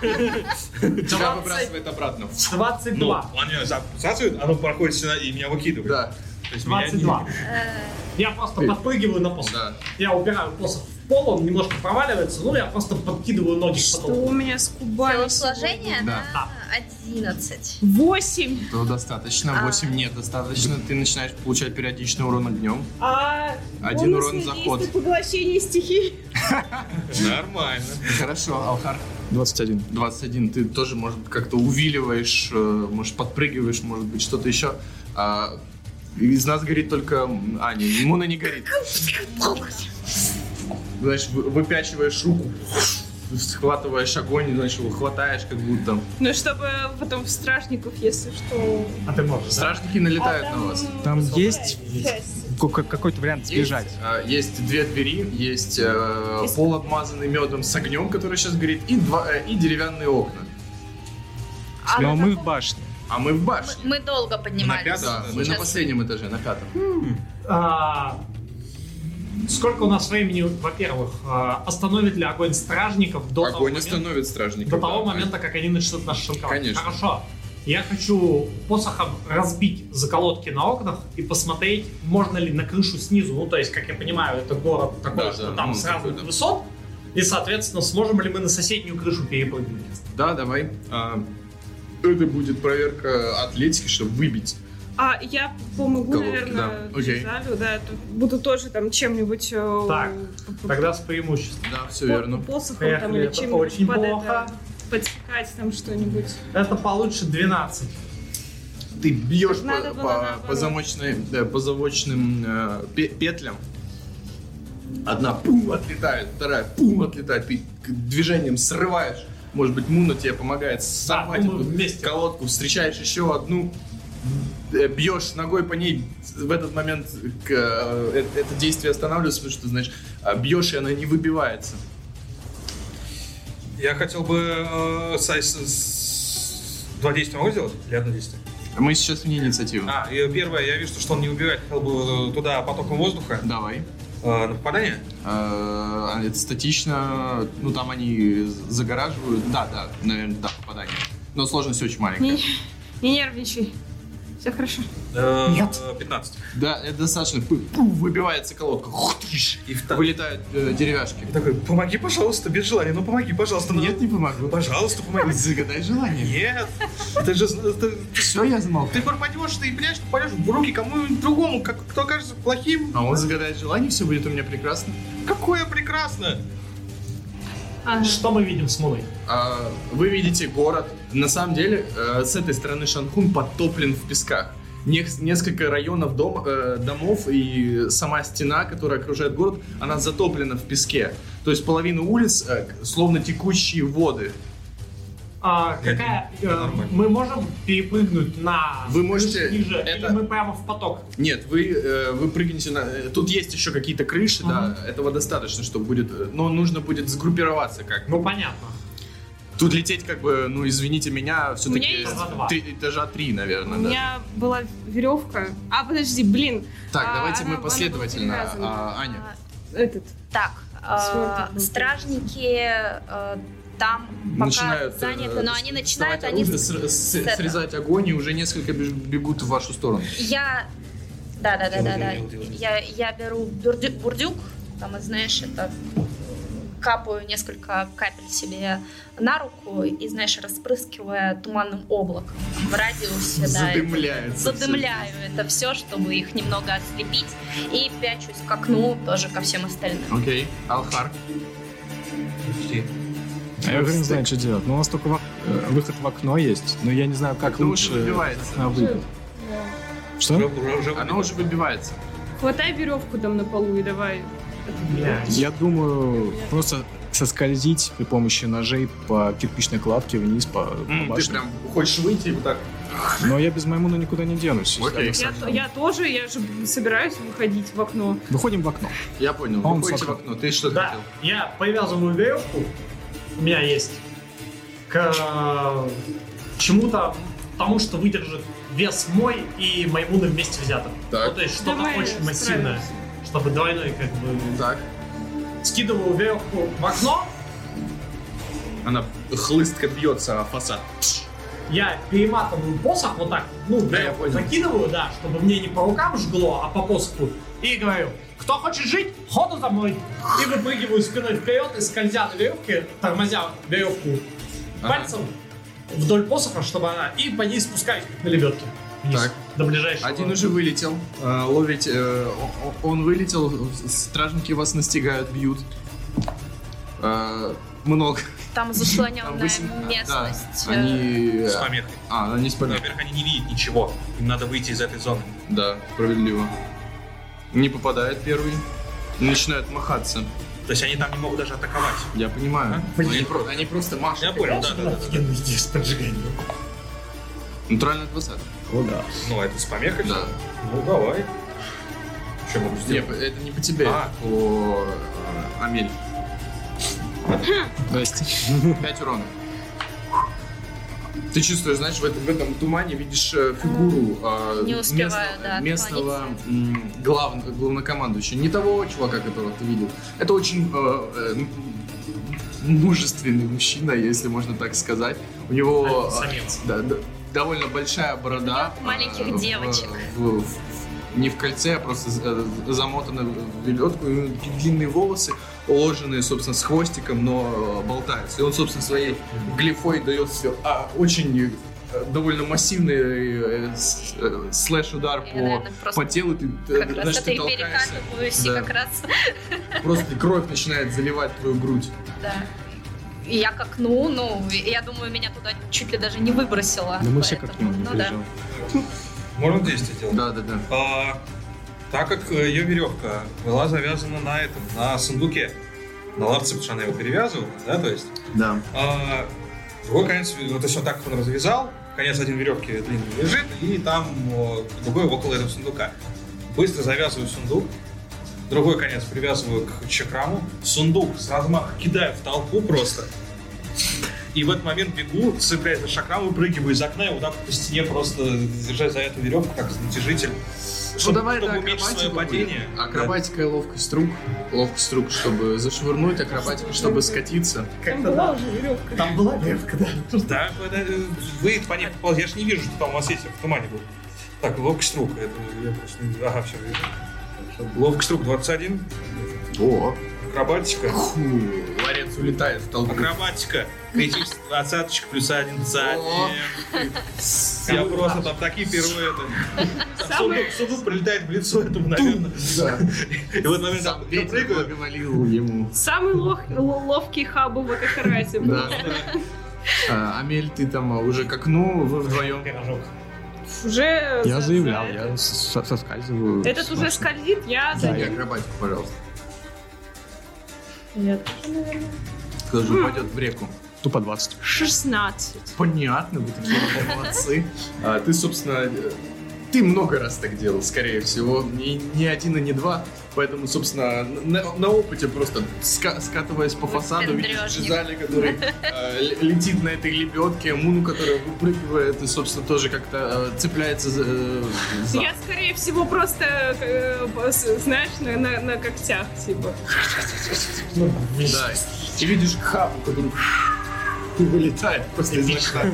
Тебя выбрасывает обратно. (laughs)
22.
он меня засасывает, Ну, оно проходит сюда и меня выкидывает.
Да,
То есть меня не-
22. Э. Я просто
Ты-
подпрыгиваю на посох.
да.
Я убираю посох в пол, он немножко проваливается, ну я просто подкидываю ноги к
Что
потолку.
у меня с кубами?
Телосложение
Да.
на 11.
Восемь!
То ну достаточно,
А.
8 нет, достаточно. Ты начинаешь получать периодичный урон огнем.
А бонусное
Один урон за
действие
ход.
поглощение стихий.
Нормально.
Хорошо, Алхар.
21.
21, ты тоже, может, быть, как-то увиливаешь, э, может, подпрыгиваешь, может быть, что-то еще. А из нас горит только Аня, Муна не горит. Знаешь, вы- выпячиваешь руку, схватываешь огонь, значит, его хватаешь, как будто.
Ну, чтобы потом в стражников, если что... А
А ты можешь, да?
Стражники налетают на вас.
Там
высокая
есть-
часть.
Ка- Какой-то вариант сбежать.
Есть, э, есть две двери, есть э,
Есть.
пол, обмазанный медом с огнем, который сейчас горит, и, два, э, и деревянные окна.
А на
Но Ну, мы в
каком-
башне.
А мы в башне.
Мы долго поднимались.
Да,
пятом?
мы на
Сейчас.
последнем этаже, на пятом.
А, сколько у нас времени, во-первых, а, остановит ли огонь стражников до того
Огонь
момента-
остановит стражников.
До того
да.
момента, как они начнут нас шинковать.
Конечно.
Хорошо. Я хочу посохом разбить заколотки на окнах и посмотреть, можно ли на крышу снизу. Ну, то есть, как я понимаю, это город такой,
Да,
что
да,
там
ну,
с разных
такой, да.
высот. И, соответственно, сможем ли мы на соседнюю крышу перепрыгнуть?
Да, давай. А, это будет проверка атлетики, чтобы выбить.
А я помогу,
Головки,
наверное,
да. Окей.
Жизалю, да, тут буду тоже там чем-нибудь... э,
Так,
п- п-
Тогда с преимуществом.
Да, все
по-
верно.
Посохом там
Поехали,
или
это очень
чем-нибудь под
плохо.
это... Подсекать там что-нибудь.
Это получше 12.
Ты бьешь
Надо
по,
было
по-
наоборот.
по замочной- да, по замочным э, пе- петлям. Одна пум отлетает, вторая пум отлетает. Ты к- движением срываешь. Может быть, Муна тебе помогает сорвать
Да, ну мы
эту
вместе.
колодку. Встречаешь еще одну, э, бьешь ногой по ней. В этот момент к, э, э, это действие останавливается, потому что, знаешь, а, бьешь, и она не выбивается.
Я хотел бы э, со- с- с- два действия могу сделать? Или одно действие?
Мы сейчас вне инициативы.
А, и первое, я вижу, что он не убивает, хотел бы э, туда потоком воздуха
Давай.
э, на попадание.
Э, Это статично, ну там они загораживают, да, да, наверное, да, попадание. Но сложность очень маленькая.
Не, не нервничай. Все хорошо.
Э,
Нет.
э, 15.
Да, это достаточно. Пы- пу, Выбивается колодка. Хух, тыщ.
И второе.
Вылетают э, деревяшки.
И такой, помоги, пожалуйста, без желания, ну помоги, пожалуйста. ну,
Нет, не помогу.
Пожалуйста, помоги.
Загадай желание.
Нет, ты же... зна- Ты,
Все, я знал.
ты пропадешь, ты, блядь, попадешь в руки кому-нибудь другому, как, кто окажется плохим.
А он загадает желание, все будет у меня прекрасно.
Какое прекрасно!
А,
Что мы видим с Муной?
А, Вы видите город. На самом деле, э, с этой стороны Шанхун подтоплен в песках. Нех- Несколько районов дом- э, домов и сама стена, которая окружает город, она затоплена в песке. То есть половина улиц э, к- словно текущие воды.
А, какая, э,
нормально.
мы можем перепрыгнуть на
Вы можете-
ниже,
это-
или мы прямо в поток?
Нет, вы, э, вы прыгнете на... э, Тут есть еще какие-то крыши, да, этого достаточно, что будет... э, Но нужно будет сгруппироваться как.
Ну, понятно.
Тут лететь как бы, ну извините меня, все-таки
есть-
Этажа два.
этажа три,
У
наверное, да.
меня была веревка. А, подожди, блин,
Так,
А,
давайте
она-
мы
она была
последовательно.
перевязана.
А, Аня.
этот.
Так, э,
Свёрток был.
стражники э, там пока
начинают
заняты,
э,
но они начинают,
доставать
они...
оружие, ср- с-
этого.
срезать огонь и уже несколько беж- бегут в вашу сторону.
Я... Да, да, да, да, да.
Делай, делай, делай.
Я, я беру бурдю- бурдюк, там, знаешь, это капаю несколько капель себе на руку и, знаешь, распрыскивая туманным облаком в радиусе, да, это-
Задымляется.
задымляю это все, чтобы их немного ослепить, и пячусь к окну тоже ко всем остальным.
всё. Окей, Алхар.
Почти.
А я уже не знаю, что делать. Но у нас только в ок- э, выход в окно есть. Но я не знаю, как
Окно уже
лучше...
выбивается.
а, вы-
Уже-
Что?
уже- уже-
Оно уже выбивается.
Хватай веревку там на полу и давай.
Я думаю, просто соскользить при помощи ножей по кирпичной кладке вниз по, по
М, Ты
башне.
прям
А,
хочешь выйти и вот так.
Но я без Маймуна никуда не денусь.
Окей.
Я, то- я тоже, я же собираюсь выходить в окно.
Выходим в окно.
Я понял.
Он
Выходите в
сошел.
окно. Ты что
Да,
хотел?
я привязываю веревку, у меня есть, к э, чему-то, тому, что выдержит вес мой и маймуны вместе взятым.
Так.
Ну, то есть что-то
Давай,
очень массивное,
справимся.
чтобы двойной как бы...
Так.
Скидываю веревку в окно,
Она хлыстка бьется о фасад.
я перематываю посох вот так, ну,
Да,
прям
я понял.
закидываю, да, чтобы мне не по рукам жгло, а по посоху, и говорю, кто хочет жить, ходу за мной. И выпрыгиваю спиной вперед и скользя на веревке, тормозя веревку
Ага.
пальцем вдоль посоха, чтобы она, и по ней спускаюсь как на лебедке. Вниз,
Так.
До ближайшего.
Один уже вылетел. А, Ловить... э, о- о- Он вылетел, стражники вас настигают, бьют. А, Много.
Там заслоненная
А восемь- а, да,
местность. э,
Они...
С помехой.
А, они спали.
Во-первых, они не видят ничего. Им надо выйти из этой зоны.
Да, справедливо. Не попадает первый. Начинают махаться.
То есть они там не могут даже атаковать.
Я понимаю.
А?
Они, про- они просто машут.
Я понял, да, да, да, да.
Офигенная идея с поджиганием.
Натурально 20.
Ну, это с помехой?
Да.
Ну, давай. Что могу
Не,
сделать?
это не по тебе,
А.
по э, Амель.
Здрасте.
5 урона. Ты чувствуешь, знаешь, в этом, в этом тумане видишь э, фигуру э,
Не успеваю,
местного,
да,
местного, м, глав- главнокомандующего. Не того чувака, которого ты видел. Это очень э, э, м- мужественный мужчина, если можно так сказать. У него э,
Самец.
да, да, довольно большая борода.
Ну, маленьких
э, в-
девочек.
в- в- не в кольце, а просто э, замотана в веревку. У него такие длинные волосы, уложенные, собственно, с хвостиком, но э, болтаются. И он, собственно, своей глифой дает все. А очень э, довольно массивный э, с- э, слэш-удар
Я,
по,
наверное, ну, просто
по телу. Ты, э,
как раз
знаешь,
это
ты
и
толкаешься.
перекатываюсь, и
Да.
как раз,
Просто кровь начинает заливать твою грудь.
да. И Я к окну, ну, и я думаю, меня туда чуть ли даже не выбросило.
Да мы все как
поэтому,
нему не
Ну да.
переживаем.
Можно действие делать?
Да, да, да.
А, так как ее веревка была завязана на этом, на сундуке, на лапце, потому что она его перевязывала, да, то есть.
Да.
а, другой конец, ну, то есть он так он развязал, конец один веревки длинный лежит, и там о, другой около этого сундука. Быстро завязываю сундук, другой конец привязываю к чакраму, сундук с размаха кидаю в толпу просто. И в этот момент бегу, цепляясь за шакрам, выпрыгиваю из окна и вот так по стене просто держась за эту веревку, как натяжитель.
Ну
Чтобы,
давай
чтобы
это
уменьшить
акробатику
свое
будет.
падение.
Акробатика и ловкость рук. Ловкость рук, чтобы зашвырнуть, акробатика, чтобы скатиться.
Там была уже веревка.
Там была веревка, да.
Да, когда, э, вы по ней попал- я же не вижу, что там у вас есть в тумане был. Так, ловкость рук, это я просто не- Ага, все, вижу. Ловкость рук 21,
О!
акробатика.
Фу, ларец улетает в толпу.
Акробатика, критическая двадцаточка, плюс один
О.
царь. (laughs) Я просто там такие первые это. Сундук, сундук прилетает в лицо этому, наверное.
Да.
И в этот момент
Сам
там я
ветер
прыгаю.
благоволил ему.
Самый лох- л- ловкий хабу в Акахарате. был.
Да. А, Амель, ты там а, уже к окну, вы вдвоем.
Пирожок.
Уже...
Я
за-
заявлял,
за
я со- соскальзываю. Ну,
Этот
с
уже
лошади.
скользит, я за
Да,
И
ним.
акробатику, пожалуйста.
Я тоже, наверное.
Кто же упадет в реку?
Тупо 20.
16.
Понятно, вы такие молодцы. А, ты, собственно, э, ты много раз так делал, скорее всего. Не, не один и не два. Поэтому, собственно, на, на опыте просто ска- скатываясь по фасаду, видишь
Выпендрежник.
Жизали, который
(laughs)
э, л- летит на этой лебедке, Муну, которая выпрыгивает и, собственно, тоже как-то э, цепляется за... э, за-
Я, скорее всего, просто, э, б- с- знаешь, на, на- на когтях, типа.
Да. И видишь хапу, который (laughs) вылетает после из окна.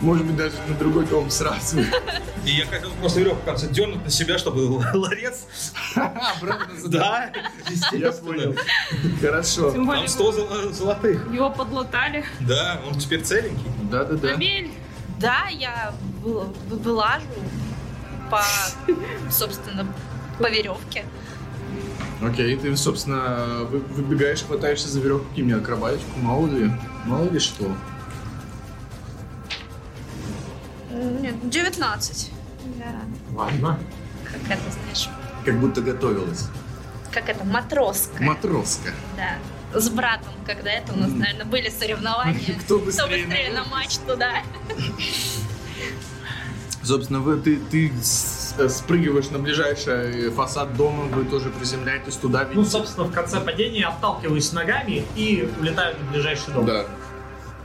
Может быть, даже на другой дом сразу.
И я хотел просто веревку в конце дернуть на себя, чтобы л- ларец.
А,
(laughs)
Обратно задавай.
Да,
Я
естественно.
понял. Хорошо.
Тем более,
Там 100 золо- золотых.
его подлатали.
Да, он теперь целенький.
Да-да-да.
Амель,
Да, я вы- вы- вылажу по, собственно, по веревке.
Окей, ты, собственно, вы- выбегаешь, хватаешься за веревку и мне акробатику, мало ли, мало ли что.
Нет, 19. Я,
Ладно.
как это, знаешь,
Как будто готовилась.
как это, матроска,
Матроска.
да. С братом, когда это у нас,
Мгм.
наверное, были соревнования.
Кто
Кто
быстрее?
быстрее на матч туда.
Собственно, вы, ты, ты с- э, спрыгиваешь на ближайший фасад дома, вы тоже приземляетесь туда,
Ну,
видите?
собственно, в конце падения отталкиваюсь ногами и улетаю на ближайший дом.
Да.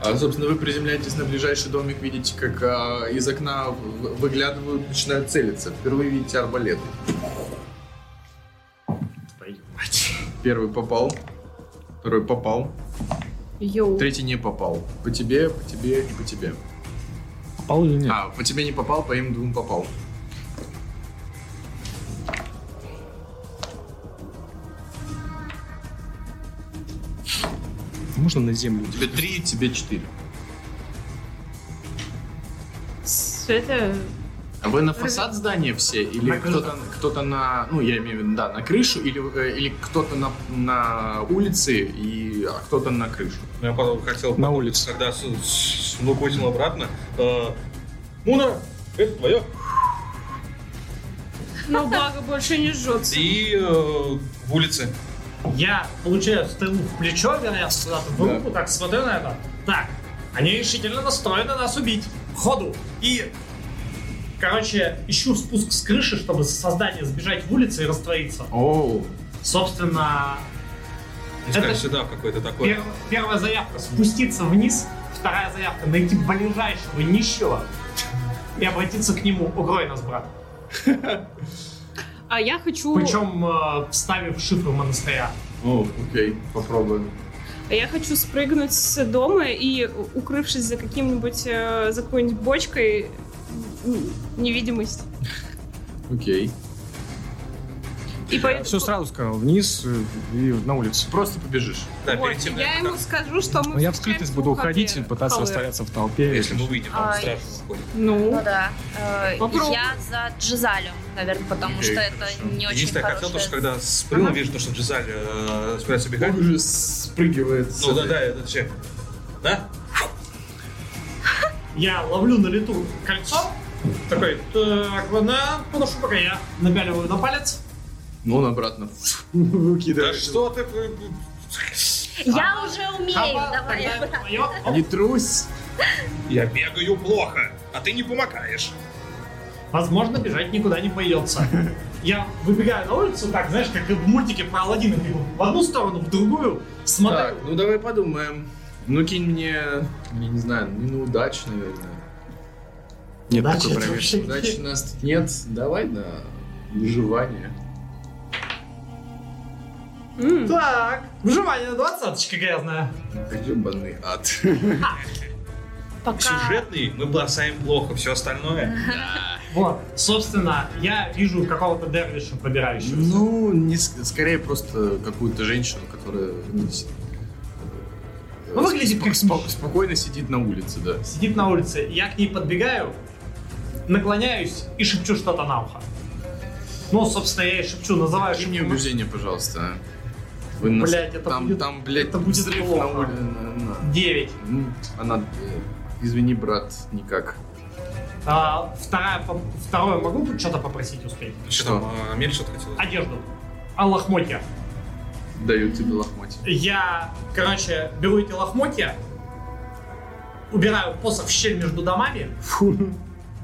А, собственно, вы приземляетесь на ближайший домик, видите, как а, из окна в- выглядывают, начинают целиться. Впервые видите арбалеты.
Твою мать.
Первый попал, второй попал.
Йоу.
Третий не попал. По тебе, по тебе и по тебе.
Попал или нет?
А, по тебе не попал, по им двум попал.
Можно на землю?
Тебе три, тебе четыре.
Все это...
А Вы на фасад здания все? Или
На крышу.
кто-то кто на... Ну, я имею в виду, да, на крышу, или, э, или кто-то на, на улице, и, а кто-то на крышу.
Ну, Я потом хотел...
На
потом,
улице.
Когда с- с- сундук вытянул обратно. э, Муна, это твое.
Но ну, благо больше не жжется.
И э, в улице.
Я получаю стрелу в плечо, вероятно, куда-то в руку, так смотрю на это. Так, они решительно настроены нас убить. К Ходу. И, короче, ищу спуск с крыши, чтобы со здания сбежать в улицу и раствориться.
Оу.
Собственно,
Не знаю,
Это-
сюда в какой-то такой...
пер- первая заявка спуститься вниз, вторая заявка найти ближайшего нищего и обратиться к нему. Угрой нас, брат.
А я хочу...
Причем э, вставив шифры монастыря.
О, окей, попробуем.
А я хочу спрыгнуть с дома и, укрывшись за каким-нибудь, э, за какой-нибудь бочкой, м, невидимость.
Окей.
И пойду-
Все сразу сказал, вниз э, и на улицу.
Просто побежишь.
Да,
Вот,
перед тем,
я
как-
ему скажу, что мы
Но Ну, я в скрытость буду уходить и пытаться
оставить.
растворяться в толпе.
Если мы выйдем, там
Ай.
страж выходит.
Ну,
Ну да. Э,
Попробуй.
Я за Джизалю, наверное, потому
Окей,
что это
хорошо.
не очень
Единственное, я хотел, то,
хорошая
что когда спрыгнул, вижу, то, что Джизаль э, собирается убегать.
уже спрыгивает.
Ну да, да, это все. Да?
Я ловлю на лету кольцо, такой, так, ладно, подошу пока я напяливаю на палец.
Ну, он обратно. Выкидывает.
Да что ты... э,
Я уже умею,
Хаба,
давай.
тогда это моё. Оп.
Не трусь.
Я бегаю плохо, а ты не помогаешь.
Возможно, бежать никуда не пойдется. Я выбегаю на улицу, так, знаешь, как в мультике про Аладдина, бегу в одну сторону, в другую, смотрю.
Так, ну давай подумаем. Ну, кинь мне, я не знаю, не на удачу, наверное.
Нет
Удачи,
такой
это
проверки.
вообще-
Удачи у нас тут нет. Давай на выживание.
м,
Так, выживание на двадцаточке грязная.
Гребаный ад.
Пока
Сюжетный мы бросаем плохо, все остальное.
Вот, собственно, я вижу какого-то дервиша пробирающегося.
Ну, не, ск- скорее просто какую-то женщину, которая... не с-
Ну, выглядит
спо-
как
спо-
мышь.
Спокойно сидит на улице, да.
Сидит на улице, я к ней подбегаю, наклоняюсь и шепчу что-то на ухо. Ну, собственно, я и шепчу, называю
Дайте мне
шепчу.
убеждение, пожалуйста. а. Вы нас-
Блядь, это
там,
будет-
там, блядь,
это будет
взрыв
плохо.
на улице. на- на-
Девять.
Ну, Она... э, Извини, брат, никак.
А, вторая, по- второе могу что-то попросить успеть?
Что там, а, Мель что-то хотел?
Одежду. А лохмотья.
Даю тебе лохмоть.
Я, короче, беру эти лохмотья, убираю посох в щель между домами,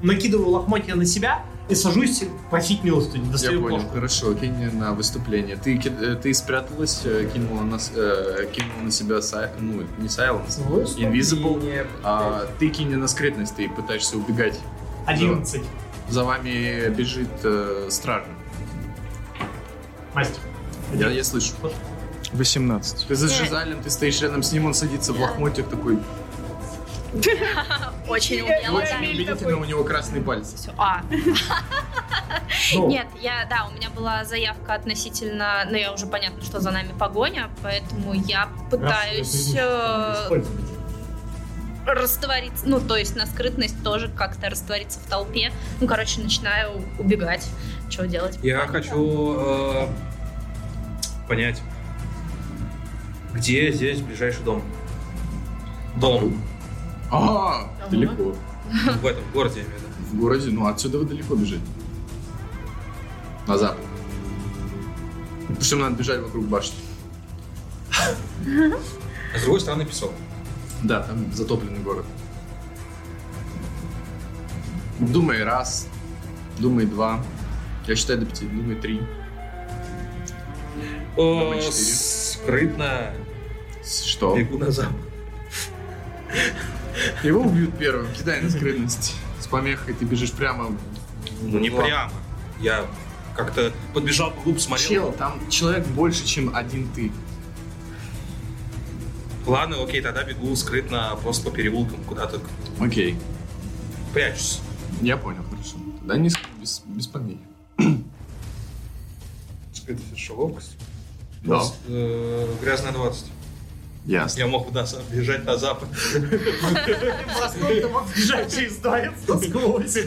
накидываю лохмотья на себя и сажусь просить милостыню.
Я
Достаю
понял,
ложку.
хорошо, кинь мне на выступление. Ты, ки- э, ты спряталась, э, кинула на, с- э, кинула на себя, сай- ну, не Silence, Invisible. А, ты кинь на скрытность, ты пытаешься убегать.
11.
За вами бежит э, стражник.
Мастер.
Я, я слышу.
18.
Ты за Жизалем, ты стоишь рядом с ним, он садится в лохмотьях такой.
очень умела, да.
Убедительно у него красные пальцы.
Всё. А,
Ну,
нет, я, да, у меня была заявка относительно, ну, я уже понятно, что за нами погоня, поэтому я
раз
пытаюсь
это имущество
э,
использовать.
раствориться, ну, то есть на скрытность тоже как-то раствориться в толпе. Ну, короче, начинаю убегать. Что делать?
Я хочу э, понять, где здесь ближайший дом? Дом
А,
Ага.
далеко.
в этом городе, я имею в виду.
В городе, ну отсюда вы далеко бежите. На запад. Причем надо бежать вокруг башни.
А с другой стороны песок.
Да, там затопленный город. Думай раз, думай два. Я считаю до пяти, думай три. Дома
Э,
четыре.
Скрытно
С- Что?
бегу на запад.
Его убьют первым, кидай на скрытность. С помехой ты бежишь прямо.
Ну, не
Ладно.
прямо. Я как-то подбежал поглубже, смотрел.
Чел, там человек больше, чем один ты.
Ладно, окей, тогда бегу скрытно просто по переулкам куда-то к-
Окей,
прячусь.
я понял, хорошо. Да не с- без, без помех.
Это же ловкость.
Да.
Плюс, э, грязная 20.
Ясно.
Я мог бы на за- бежать на запад.
Ты мог бежать через дворец насквозь.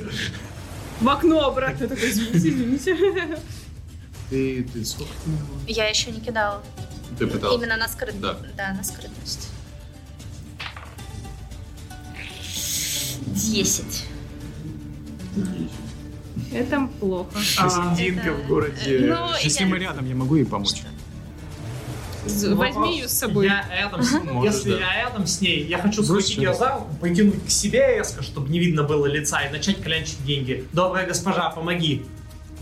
В окно обратно такой, извините, извините.
Ты, ты сколько ты назвал?
Я еще не кидала.
Ты пытался?
Именно на скрытность.
Да.
на скрытность. Десять.
Это плохо.
а,
Шестинка в городе.
Ну,
Если
я-
мы рядом, я могу ей помочь.
Ну,
З- Возьми
а,
ее с собой.
Я рядом с-
Можешь,
Если
да.
я рядом с ней, я хочу
Брось
схватить ее за руку, потянуть к себе резко, чтобы не видно было лица, и начать клянчить деньги. Добрая госпожа, помоги.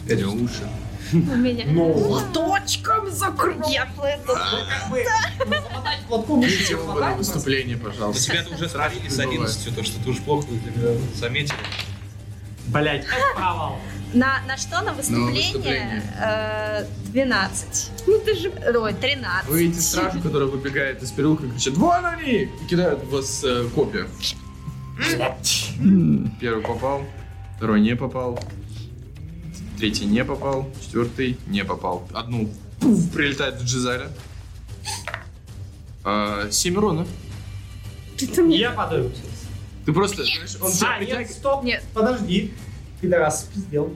Это лучше.
У меня.
Ну.
Лоточком закрыл. Я
Ну, как бы, ну, хватать платком,
Видите его
хватать,
выступление,
Но
пожалуйста.
тебя-то уже сравнили с
Бывает.
11, то что ты уже плохо э, заметили.
Блять,
(laughs)
как провал.
На, на что? На выступление?
выступление.
Э, 12.
Ну ты же...
Ой, 13.
Вы видите стражу, которая выбегает из переулка и кричит «Вон они!» и кидают в вас э, копья. Первый попал, второй не попал, третий не попал, четвертый не попал. Одну пуф, прилетает в Джизаря. А, семь урона.
Ты мне...
Я падаю.
Ты просто, знаешь, он тебя
а,
притягивает.
нет, стоп,
Нет.
подожди. Пидорас, пиздел.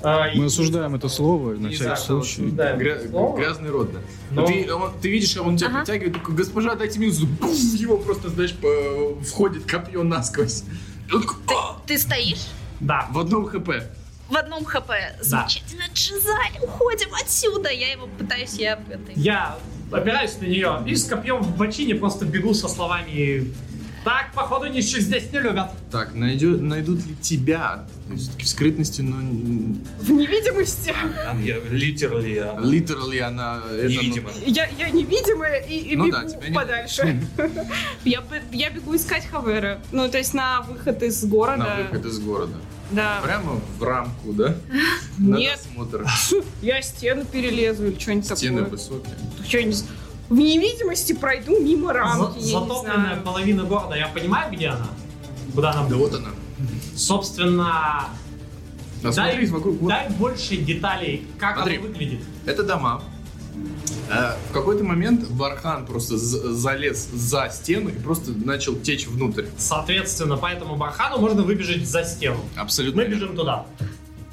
А,
Мы осуждаем это слово на
Не
всякий
знаю,
случай.
Да,
Гря- грязный рот, да.
Но-
Ты, он- ты видишь, он тебя
Ага.
притягивает, только госпожа, дайте минуту, Пуф, его просто, знаешь, по- входит копье насквозь. И он такой, «А!»
Ты стоишь
Да.
В одном хп.
в одном хп. Замечательно, Джизаль, уходим отсюда. Я его пытаюсь, я... это-
Я опираюсь на нее и с копьем в бочине просто бегу со словами «Так, походу, ничего здесь не любят».
Так, найдё- найдут ли тебя? То есть таки ну, в скрытности, но н-
В невидимости.
Да, Я литерли, а, я
literally она... это, ну,
невидимо.
Я, я невидимая и, и
Ну
бегу
да, тебя не-
подальше. я, б- я бегу искать Хавера. Ну, то есть на выход из города.
На выход из города.
Да.
Прямо в рамку, да?
Нет.
На досмотр.
Я стену перелезу или что-нибудь
Стены
такое.
высокие.
Что-нибудь... В невидимости пройду мимо рамки,
За-
я не
затопленная
знаю.
половина города. Я понимаю, где она? Куда нам
Да вот она.
Собственно,
Да, смотрись вокруг. вот.
дай больше деталей, как
Смотри.
она выглядит.
Это дома. Э, В какой-то момент Бархан просто з- залез за стену и просто начал течь внутрь.
Соответственно, по этому бархану можно выбежать за стену.
Абсолютно.
Мы бежим туда.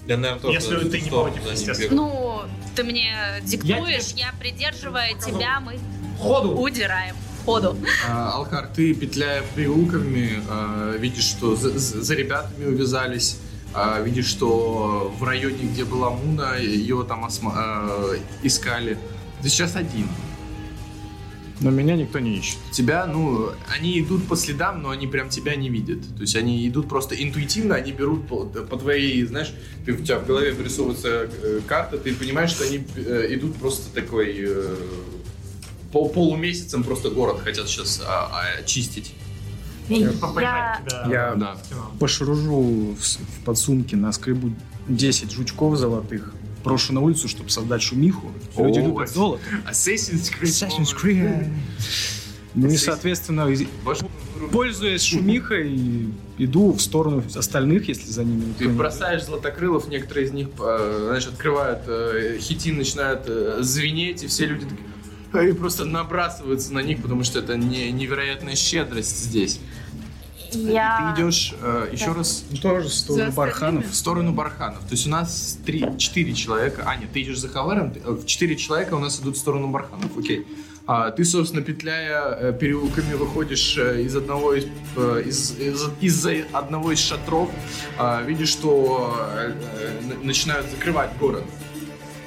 Я, наверное, тоже
Если
в ту
ты не
сторону
против,
за ним
естественно.
бегу.
Ну, ты мне диктуешь, я, придерживая тебя, мы
Ходу.
удираем. Ходу.
А, Алхар, ты, петляя переулками, а, видишь, что за, за- за ребятами увязались, а, видишь, что в районе, где была Муна, ее там осма- а, искали. Ты сейчас один.
Но меня никто не ищет.
Тебя, ну, они идут по следам, но они прям тебя не видят. То есть они идут просто интуитивно, они берут по, по твоей, знаешь, ты, у тебя в голове вырисовывается э, карта, ты понимаешь, что они э, идут просто такой э, пол- полумесяцем просто город хотят сейчас очистить.
Поймать тебя.
Я
Да.
Стена.
пошружу в, с- в подсумке на скребу 10 жучков золотых, брошу на улицу, чтобы создать шумиху. Люди
О,
любят
а-
золото.
Assassin's Creed.
Ну и, соответственно, из-
Ваш-
пользуясь шумихой, иду в сторону остальных, если за ними никто
Ты
не
бросаешь златокрылов, некоторые из них, э, знаешь, открывают э, хитин, начинают э, звенеть, и все люди такие... а, И просто набрасываются на них, потому что это не, невероятная щедрость здесь. И
Я...
ты идешь э, еще раз
идут. Тоже в сторону
За
барханов.
в сторону барханов. То есть у нас три, четыре человека. Аня, ты идешь за Хаваром, ты- э, четыре человека у нас идут в сторону барханов. Окей. А, ты, собственно, петляя э, переулками, выходишь э, из одного из, э, из, за одного из шатров, а, видишь, что э, э, на- начинают закрывать город.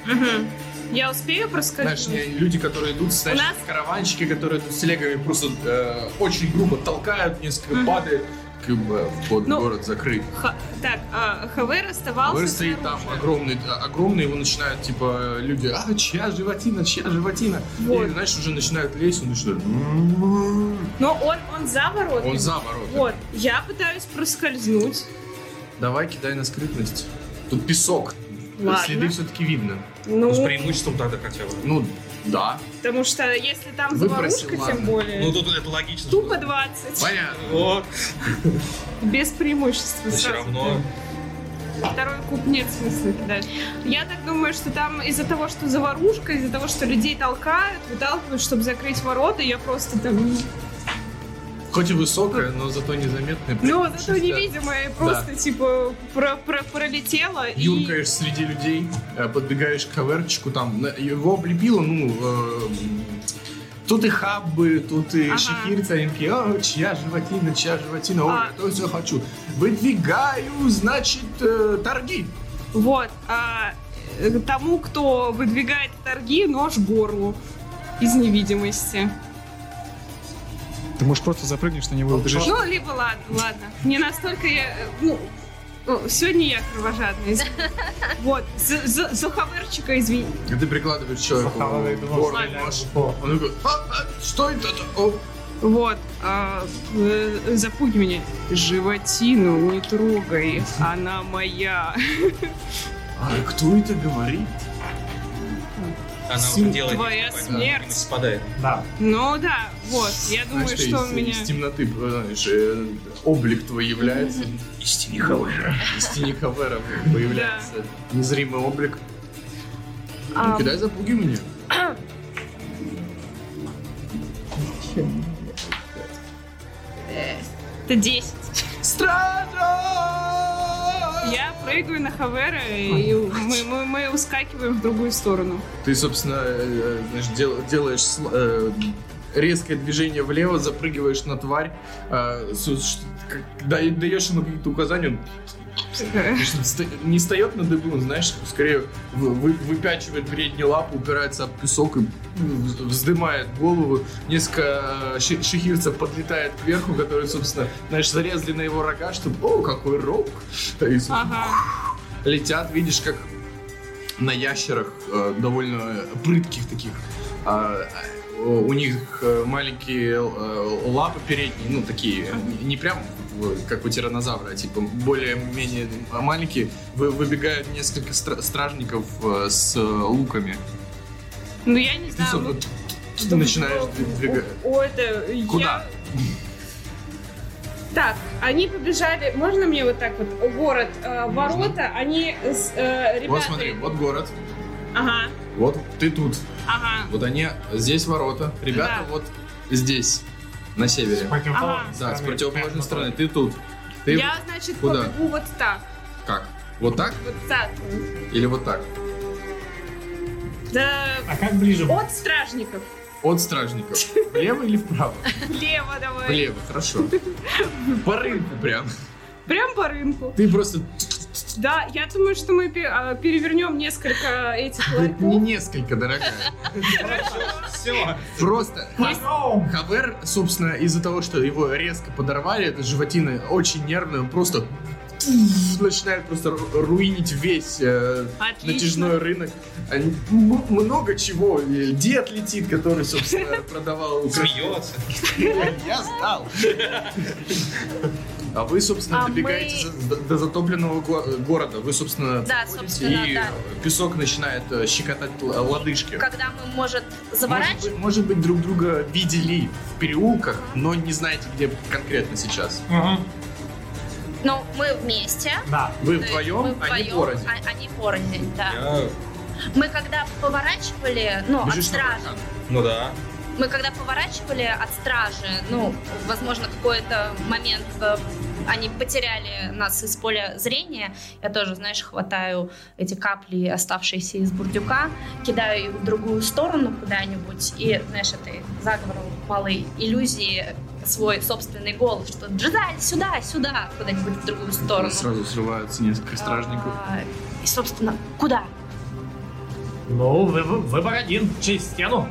Мгм. Я успею
Знаешь,
проскользнуть?
э, люди, которые идут, знаешь,
У нас-
караванщики, которые тут с телегами просто э, очень грубо толкают, несколько
Мгм.
падает. Как бы вход в
Ну,
город закрыт.
Ха- Так, а, Хавер оставался
Вы стоит там
снаружи.
огромный, а, огромный, его начинают, типа, люди, а, чья животина, чья животина?
Вот.
И, знаешь, уже начинают лезть, он начинает...
Но он, он за воротами.
Он за ворота.
Вот, я пытаюсь проскользнуть.
Давай кидай на скрытность. Тут песок.
Ладно.
Следы все-таки видно.
Ну,
С преимуществом тогда хотя бы.
Ну, Да.
Потому что если там
Выбросил,
заварушка, тем
ладно.
более,
Ну, тут это логично.
тупо 20.
Понятно.
О,
Без преимущества
но все
сразу.
равно.
Второй куб нет смысла кидать. Я так думаю, что там из-за того, что заварушка, из-за того, что людей толкают, выталкивают, чтобы закрыть ворота, я просто там... ну,
Хоть и высокая, но зато незаметная.
Ну,
Прям
зато
чисто
невидимое просто, типа, про- про- пролетело и...
Юркаешь среди людей, э, подбегаешь к коверчику, там на- его облепило, ну, э, м, тут и хаббы, тут и
Ага.
шахир, царинки, «О, чья животина, чья животина, ой,
А.
я то все хочу. Выдвигаю, значит, э, торги.
Вот. а, э, тому, кто выдвигает торги, нож в горло из невидимости.
Ты, может, просто запрыгнешь на него и убежишь?
Ну, либо ладно, ладно. Не настолько я... э, Ну, ну, сегодня я кровожадная. извини. Вот. за- за- За хаверчика, извини.
И ты прикладываешь человеку
Захавывает нож.
горло нож. Он такой, «А, а, что это? О,
Вот. а, э, Запугивание. Животину не трогай, она моя.
а кто это говорит?
Она
Сын
делает
твоя
такое, да,
смерть.
не спадает.
Да.
Ну да, вот. Я думаю,
Знаешь,
что у
из,
меня...
из темноты, знаешь, э, облик твой является.
Из тени Хауэра.
Из тени хавера появляется незримый облик. Ну,
Ам.
кидай запугивание.
Это 10.
Стража!
Я прыгаю на Хавера, и мы, мы- мы ускакиваем в другую сторону.
Ты, собственно, э, э, значит, дел- делаешь сл- э, резкое движение влево, запрыгиваешь на тварь, э, с- ш- как- да- даешь ему какие-то указания, он ст- не встает на дыбу, он, знаешь, скорее вы- вы- выпячивает передние лапы, упирается об песок и вз- вздымает голову. Несколько э, ши- шихирцев подлетает кверху, которые, собственно, знаешь, зарезали на его рога, чтобы, о, какой рог! И, собственно,
Ага.
летят, видишь, как на ящерах э, довольно прытких таких. э, э, у них э, маленькие э, лапы передние, ну такие, э, не прям в- как у тиранозавра, а типа более-менее маленькие. Вы, выбегают несколько стра- стражников э, с э, луками.
Ну я не
Ты,
знаю.
собственно,
ну,
ты начинаешь двигать.
О, о, это я-
Куда?
Так, они побежали. Можно мне вот так вот город, э, ворота? Они с, э, ребята.
Вот смотри, вот город,
Ага,
вот ты тут,
ага.
вот они, здесь ворота, ребята
Да.
вот здесь, на севере.
Ага.
Да, с противоположной стороны. Ты тут. Ты
Я значит
куда?
побегу вот так,
как? Вот так
вот так. вот.
или вот так?
Да,
А как ближе?
от стражников.
От стражников. (laughs) Влево или вправо?
Влево давай.
Влево, (laughs) хорошо. По рынку прям.
Прям по рынку.
Ты просто типа,
Да, я думаю, что мы пе- а, перевернем несколько
(laughs)
этих
не
ларьков.
несколько, дорогая.
Все.
Просто Хавер, собственно, из-за того, что его резко подорвали, эта животина очень нервная, он просто начинает просто ру- руинить весь э,
Отлично.
натяжной рынок. Они- м- много чего. Э, Дед летит, который, собственно, продавал
Смеется.
Я сдал. А вы, собственно,
А
добегаете
мы-
за- до затопленного го- города. Вы, собственно,
Да,
подходите,
собственно,
и
да.
песок начинает э, щекотать л- лодыжки.
Когда мы, может,
Может
заворачиваем,
быть, может быть, друг друга видели в переулках, но не знаете, где конкретно сейчас.
но Ну, мы вместе.
Да.
Вы
То есть
вдвоем,
мы
они
вдвоем,
порознь.
а- Они порознь, да.
Я-
Мы когда поворачивали, ну, от
Бежишь на
стражи,
бархан.
Ну да.
мы когда поворачивали от стражи, ну, возможно, какой-то момент э, они потеряли нас из поля зрения. Я тоже, знаешь, хватаю эти капли, оставшиеся из бурдюка, кидаю их в другую сторону куда-нибудь, и, знаешь, этой заговором малой иллюзии свой собственный голос, что «Джедаль, сюда, сюда!» куда-нибудь в другую сторону.
Сразу срываются несколько стражников.
А, И, собственно, куда?
Ну, вы- вы- выбор один. Через стену.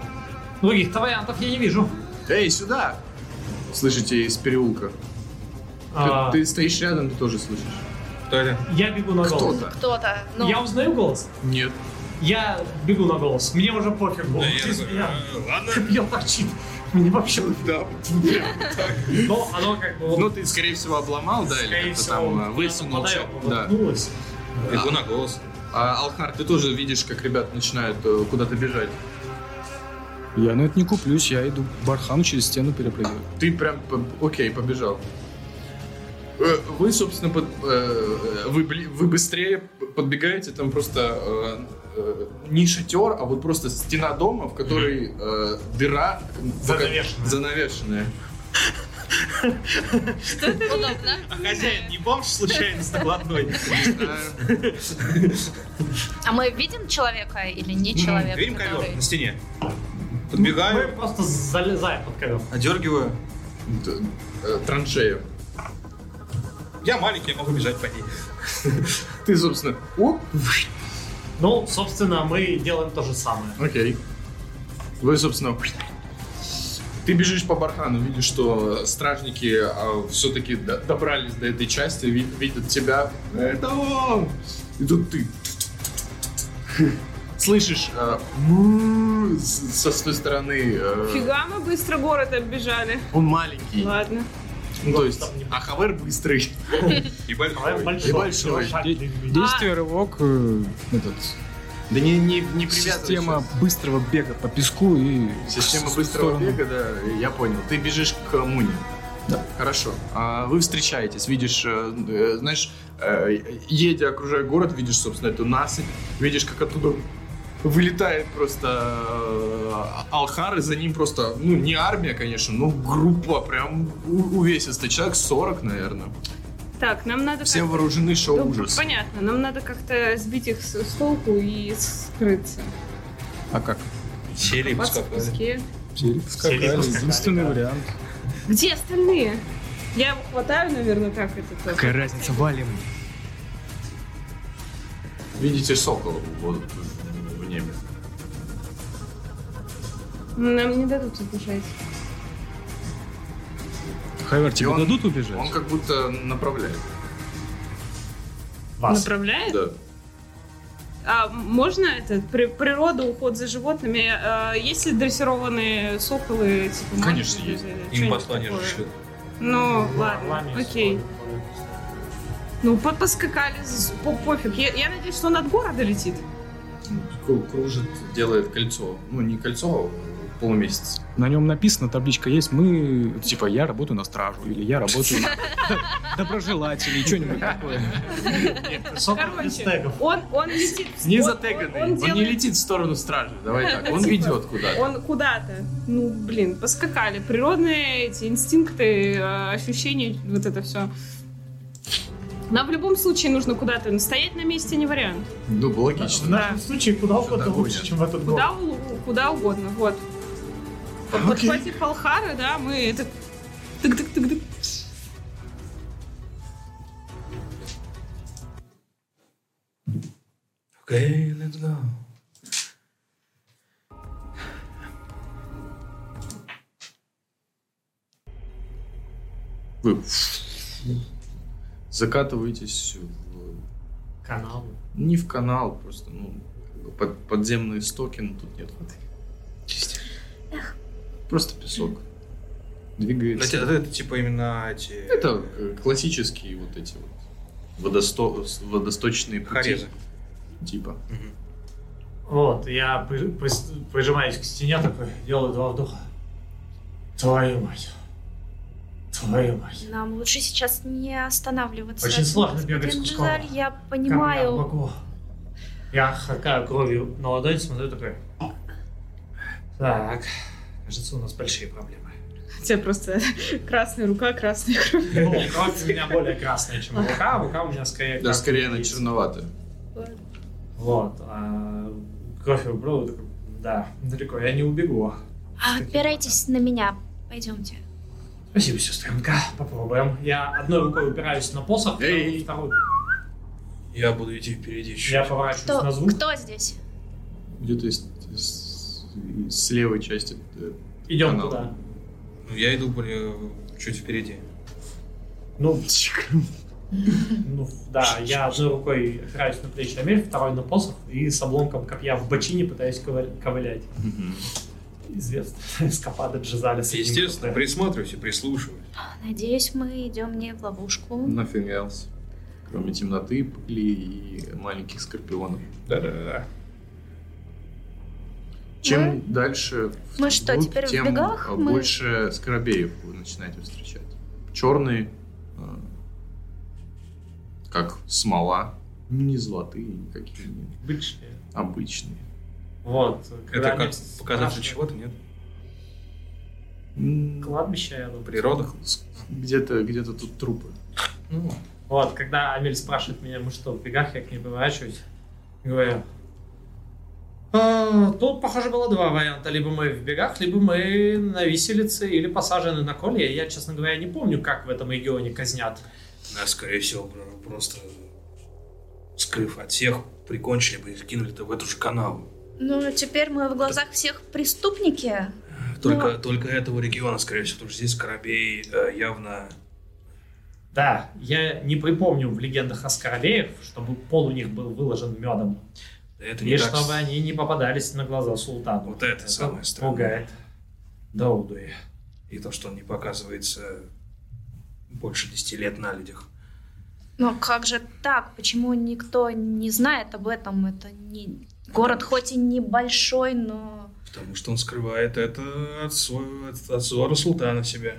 Других-то вариантов я не вижу.
Эй, сюда! Слышите из переулка. Ты-
А,
Ты стоишь рядом, ты тоже слышишь.
Кто это?
Я бегу на голос.
Кто-то.
Кто-то, ну,
Я узнаю голос?
Нет.
Я бегу на голос. Мне уже похер голос.
Да, я
Из
такой,
меня
«Э,
(laughs)
Ладно.
Копье торчит. Мне вообще...
Да,
Но оно как бы... вот,
Ну, ты, скорее всего, обломал, да, или как-то
скорее всего,
там
куда-то
э, высунулся.
подает,
Да.
воткнулось.
Бегу на голос.
А, Алхар, ты тоже видишь, как ребята начинают э, куда-то бежать.
Я на это не куплюсь, я иду бархану через стену перепрыгиваю.
Ты прям, п- окей, побежал. Э, Вы, собственно, под- э, вы, бли- вы быстрее подбегаете, там просто э, э, не шатер, а вот просто стена дома, в которой э, дыра в-
Занавешенная. (laughs)
занавешенная.
Удобно.
А хозяин не бомж случайно с накладной?
Э,
А мы видим человека или не человека?
Видим ковер
который-
на стене?
А
Мы
Подбегаю,
просто залезаем под ковер.
одергиваю.
Д- э, Траншея.
Я маленький, я могу бежать по ней.
Ты, собственно, оп,
Ну, собственно, мы делаем то же самое.
Окей. Вы, собственно, ты бежишь по бархану, видишь, что стражники все-таки добрались до этой части, ви- видят тебя. Это он! И тут ты. Слышишь э, «му» с- со своей стороны. э,
Фига мы быстро город оббежали.
Он маленький.
Ладно.
Ну, то есть, а Хавер быстрый.
И
Давай
большой.
большой.
И большой.
шаг
Де-
длинный.
Действие, рывок, э, этот,
Да не, не, не привязывайся.
система быстрого бега по песку и...
Система
в
быстрого
сторону.
бега, да, я понял. Ты бежишь к э, Муне. Да. Хорошо. А вы встречаетесь, видишь, э, э, знаешь, э, едя, окружая город, видишь, собственно, эту насыпь, видишь, как оттуда вылетает просто э, Алхар, и за ним просто, ну, не армия, конечно, но группа, прям у- увесистый человек, 40, наверное.
Так, нам надо
Все
как-то-
вооружены, шоу
Ну,
ужас.
Понятно, нам надо как-то сбить их с, с толку и скрыться.
А как?
Сели и
Ну,
Копаться в
поскакали.
песке.
Серии
Скакали,
поскакали,
единственный
да.
вариант.
Где остальные? Я его хватаю, наверное, так это тоже.
Какая разница, валим.
Видите сокола вот в небе.
Нам не дадут убежать.
Хавер,
И
тебе
он-
дадут убежать?
Он как будто направляет.
Вас.
Направляет?
Да.
А можно это? при- природа, уход за животными. а, есть ли дрессированные соколы? Типа,
Конечно,
мальчики
есть.
или
Им
что-нибудь
послание
такое?
шлют.
Ну,
Ну,
ладно,
лами
окей.
сходит.
Ну, по- поскакали, с- по- пофиг. Я, я надеюсь, что он от города летит.
Кру- кружит, делает кольцо. Ну, не кольцо, а полумесяц.
На нем написано, табличка есть, мы... Типа, я работаю на стражу, или я работаю на... (laughs) Доброжелателей, что-нибудь такое.
Нет, сокол без
Короче.
тегов.
Он, он летит.
Не
он-
затеганный.
Он,
Он,
он делает-
не летит в сторону стражи. Давай так.
(laughs)
Он
Типа.
ведет куда-то.
он куда-то. Ну, блин, поскакали. Природные эти инстинкты, э, ощущения, вот это все. Нам в любом случае нужно куда-то. Стоять на месте не вариант.
Ну,
В
логично.
нашем случае куда угодно
догонят.
лучше, чем в этот год.
Куда, у- куда угодно, вот. Подхватив Алхара, да, мы это... тык-тык-тык-тык.
Окей, let's go.
Вы закатываетесь в
Канал.
Не в канал, просто, ну, как бы под- подземные стоки, но тут нет воды. Просто песок.
Это,
Двигается.
это- это типа именно эти...
Это э, классические вот эти вот водосто... с- водосточные пути.
Хорезы.
э,
Типа.
Вот, я при- при- прижимаюсь к стене такой, делаю два вдоха. Твою мать. Твою мать.
Нам лучше сейчас не останавливаться.
Очень сложно
Господин
бегать с куском.
Джизаль, Я
Как я
понимаю.
могу? Я хакаю кровью на ладонь, смотрю такой. Так, кажется, у нас большие проблемы.
У тебя просто (laughs) красная рука, красная
(laughs)
кровь.
Ну, кровь у меня более красная, чем рука, а рука у меня скорее
Да,
красная,
скорее она
и-
черноватая.
Вот, а кровь я выбрал, такой, да, далеко я не убегу.
А, Опирайтесь на меня. Пойдемте.
Спасибо, сестренка, попробуем. Я одной рукой упираюсь на посох, а
Эй.
второй
Я буду идти впереди еще.
Я поворачиваюсь на
Кто,
звук
кто здесь?
Где-то из- из- с левой части. э,
Идем
Канал.
туда.
Ну, я иду более чуть впереди.
Ну, ну, да, я одной рукой опираюсь на плечи Амель, второй на посох и с обломком копья в бочине пытаюсь ковы- ковылять. Известная (laughs) эскапада Джизаля. с одним
Естественно,
КП.
присматриваюсь и прислушиваюсь.
Надеюсь, мы идем не в ловушку.
Nothing else. Кроме темноты, пыли и маленьких скорпионов.
Да-да-да.
Чем дальше в
Мы что,
вглубь,
теперь в
тем
бегах?
а,
Мы-
больше скоробеев вы начинаете встречать. Черные, а, как смола, не золотые никакие, не
Обычные.
обычные.
Вот. когда
Это
они
как показатель
спрашивают,
чего-то, нет?
М,
Кладбище, я думаю.
Природа.
с- Где-то где тут трупы.
Ну,
Вот, когда Амель спрашивает меня, мы что, в бегах, я к ней поворачиваюсь. Говорю, «А, тут, похоже, было два варианта. Либо мы в бегах, либо мы на виселице или посажены на колье. Я, честно говоря, не помню, как в этом регионе казнят.
Нас, скорее всего, про- просто скрыв от всех, прикончили бы и кинули-то в эту же канаву.
Ну, теперь мы в глазах всех преступники.
Только,
Ну,
только этого региона, скорее всего, потому что здесь Коробей э, явно...
Да, я не припомню в легендах о скоробеях, чтобы пол у них был выложен медом.
Это
И
не так...
чтобы они не попадались на глаза султану.
Вот это самое странное.
Пугает. Даудуи.
И то, что он не показывается больше 10 лет на людях.
Но как же так? Почему никто не знает об этом? Это не... город хоть и небольшой, но...
Потому что он скрывает это от, своего, от, от зора султана себя.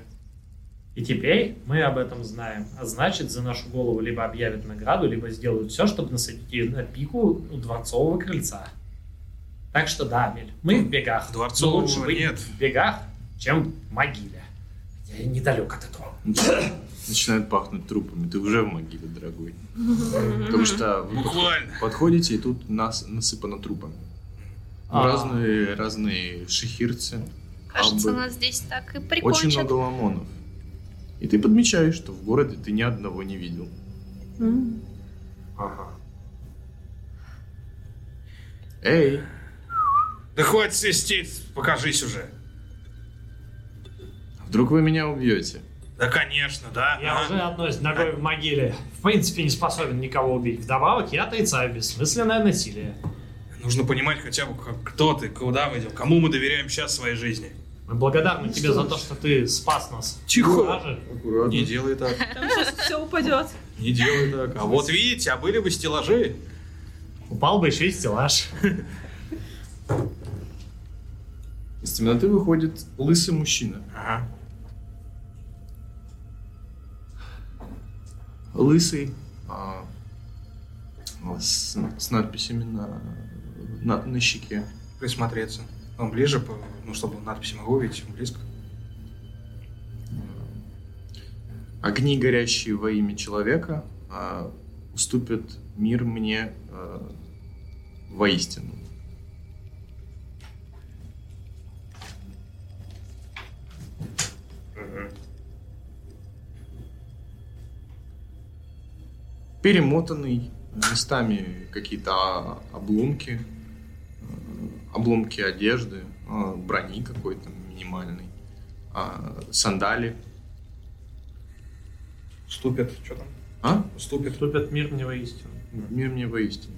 И теперь мы об этом знаем. А значит, за нашу голову либо объявят награду, либо сделают все, чтобы насадить ее на пику у дворцового крыльца. Так что да, Мель, мы в бегах.
Дворцового
Но лучше быть
нет.
в бегах, чем в могиле. Я недалек от этого.
Начинают пахнуть трупами. Ты уже в
(laughs)
могиле, дорогой. Потому что ну, вы
Буквально.
подходите, и тут нас насыпано трупами. Разные, разные шихирцы.
Кажется,
Абы.
нас здесь так и
Очень
прикончат.
много ломонов. И ты подмечаешь, что в городе ты ни одного не видел.
М.
Эй,
Да хватит свистеть, покажись уже.
вдруг вы меня убьете?
Да, конечно, да. А.
Я
ага.
уже одной с ногой в могиле. В принципе, не способен никого убить. Вдобавок, я отрицаю бессмысленное насилие.
Нужно понимать хотя бы, как- кто ты, куда мы идем, кому мы доверяем сейчас своей жизни.
Мы благодарны тебе за то, что ты спас нас.
Тихо.
Даже
Аккуратно.
Не делай так,
Там сейчас все упадет.
(laughs) не делай так. А вот видите, а были бы стеллажи.
Упал бы еще и стеллаж.
Из темноты выходит лысый мужчина.
Ага.
Лысый. а, с, с надписями на, на, на щеке.
Присмотреться. Он ближе, по- ну, чтобы надписи могу увидеть, близко.
Огни, горящие во имя человека, а, уступят мир мне а, воистину. Перемотанный, местами какие-то а, обломки, э, обломки одежды, э, брони какой-то минимальной, а, сандали.
Уступит, что там?
А?
Уступит.
Ступят мир мне воистину.
Мир мне воистину.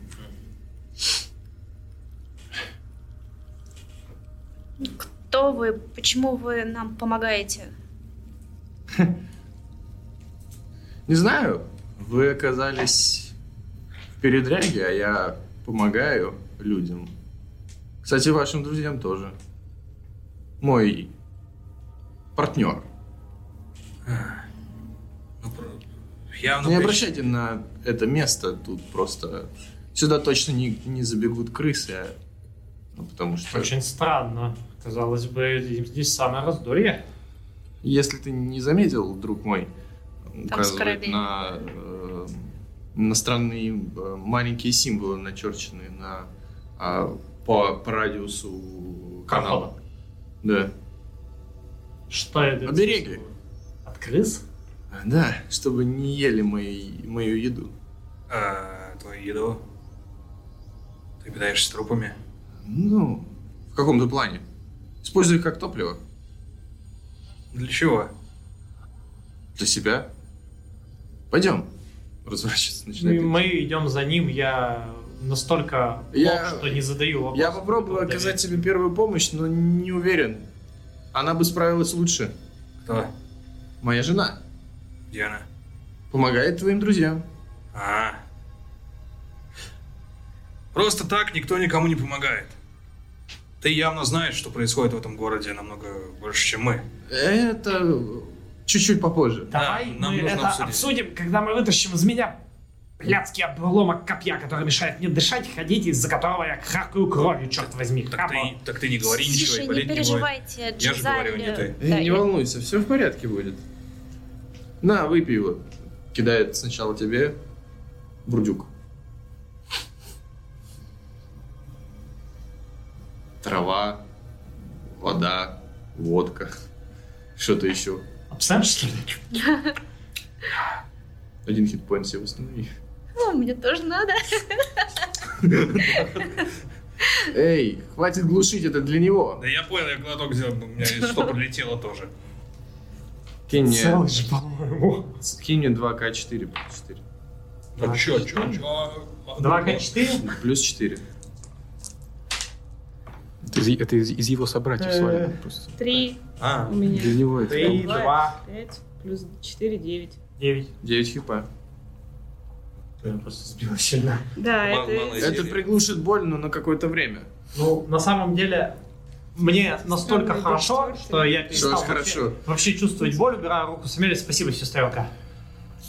Кто вы? Почему вы нам помогаете?
Не знаю, вы оказались в передряге, а я помогаю людям. Кстати, вашим друзьям тоже. Мой партнер.
Ну, про- явно
Не
прич-
обращайте на это место, тут просто... Сюда точно не, не забегут крысы, а- ну, потому что...
Очень странно. Казалось бы, им здесь самое раздолье.
Если ты не заметил, друг мой, указывает
скоробей.
на, э, на странные э, маленькие символы, начерченные на, а, по, по радиусу канала. Да.
Что это?
Обереги.
От крыс?
Да, чтобы не ели мои, мою еду.
А, твою еду. Ты питаешься трупами.
Ну, в каком-то плане. Используй как топливо.
Для чего?
Для себя. Пойдем. Разворачиваться
Ну, И
начинает.
мы идем за ним, я настолько плох,
Я-
что не задаю вопрос.
Я попробую оказать тебе первую помощь, но не уверен. Она бы справилась лучше.
Кто?
Моя жена.
Где она?
Помогает твоим друзьям.
А. Просто так никто никому не помогает. Ты явно знаешь, что происходит в этом городе намного больше, чем мы.
Это чуть-чуть попозже.
Да,
Давай
нам
мы
нужно
это
обсудить.
обсудим, когда мы вытащим из меня блядский обломок копья, который мешает мне дышать, ходить, из-за которого я харкаю кровью, черт возьми.
Так ты, так ты не говори ничего
Тише,
и
не
болеть не будет.
переживайте,
Я же говорю, не
Джизаль,
ты.
Э,
да,
не
я-
волнуйся, все в порядке будет. На, выпей его. Кидает сначала тебе бурдюк. Трава, вода, водка. Что-то еще.
Абсент, что ли?
Один хитпоинт себе восстанови.
О, ну, мне тоже надо.
Эй, хватит глушить, это для него.
Да я понял, я глоток сделал, у меня из что прилетело тоже.
Кинь
Целый
мне,
же, по-моему.
кинь мне 2К4 плюс 4.
А чё, чё, чё? А,
2К4?
Плюс 4.
Это из, это из- из его собратьев
Э.
свалено просто.
Три
А,
у меня.
Для него это...
3,
Бывает.
2,
Пять плюс четыре, девять.
9.
9 хп.
Я просто сбила сильно.
Да,
Мало-
это...
мало
Это приглушит боль, но на какое-то время.
Ну, на самом деле, мне настолько
Странный
хорошо,
дождь,
что я перестал
ж хорошо.
Вообще, вообще чувствовать боль, убираю руку с Амели. Спасибо, сестренка.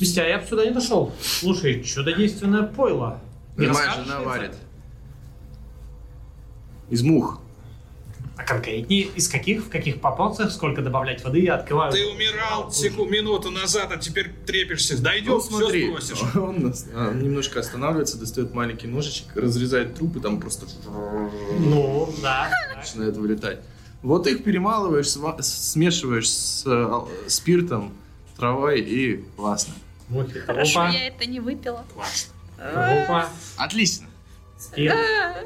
Без тебя а я бы сюда не дошел. Слушай, чудодейственное пойло. Не
Понимаешь,
расскажешь
жена
рецепт?
варит. Из мух.
А конкретнее, из каких, в каких пропорциях, сколько добавлять воды, я открываю.
Ты умирал секу- минуту назад, а теперь трепишься.
Ну,
Дойдем, все
смотри, (laughs)
спросишь.
он нас- а, немножко останавливается, достает маленький ножичек, разрезает трупы, там просто
Ну, да. так.
начинает вылетать. Вот их перемалываешь, сва- смешиваешь с э, ал- спиртом, травой и классно.
Вот это
Хорошо,
опа,
я это не выпила.
Классно.
опа,
Отлично.
спирт,
А,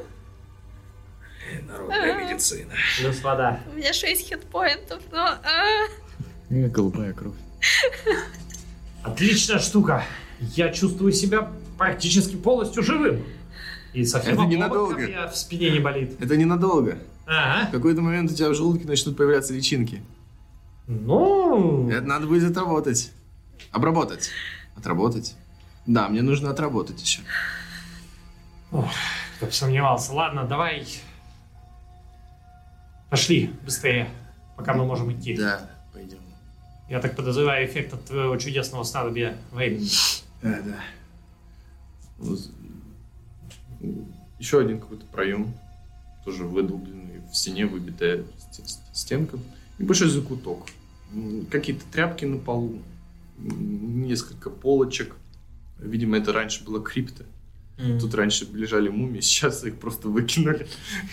Народная медицина.
плюс вода.
У меня 6 хитпоинтов, но... а.
Э, голубая кровь.
Отличная штука. Я чувствую себя практически полностью живым. И совсем
Это
обломок
ненадолго.
копья в спине не болит.
Это ненадолго. В
Ага.
какой-то момент у тебя в желудке начнут появляться личинки.
Ну,
Это надо будет отработать. Обработать. Отработать. Да, мне нужно отработать еще.
кто бы сомневался. Ладно, давай. Пошли быстрее, пока мы можем идти.
Да, пойдем.
Я так подозреваю эффект от твоего чудесного снадобья времени.
Да, да. Еще один какой-то проем, тоже выдолбленный в стене, выбитая ст- ст- стенка. Небольшой закуток. М, Какие-то тряпки на полу, м, несколько полочек. Видимо, это раньше было крипто. Тут раньше лежали мумии, (laughs) сейчас их просто выкинули.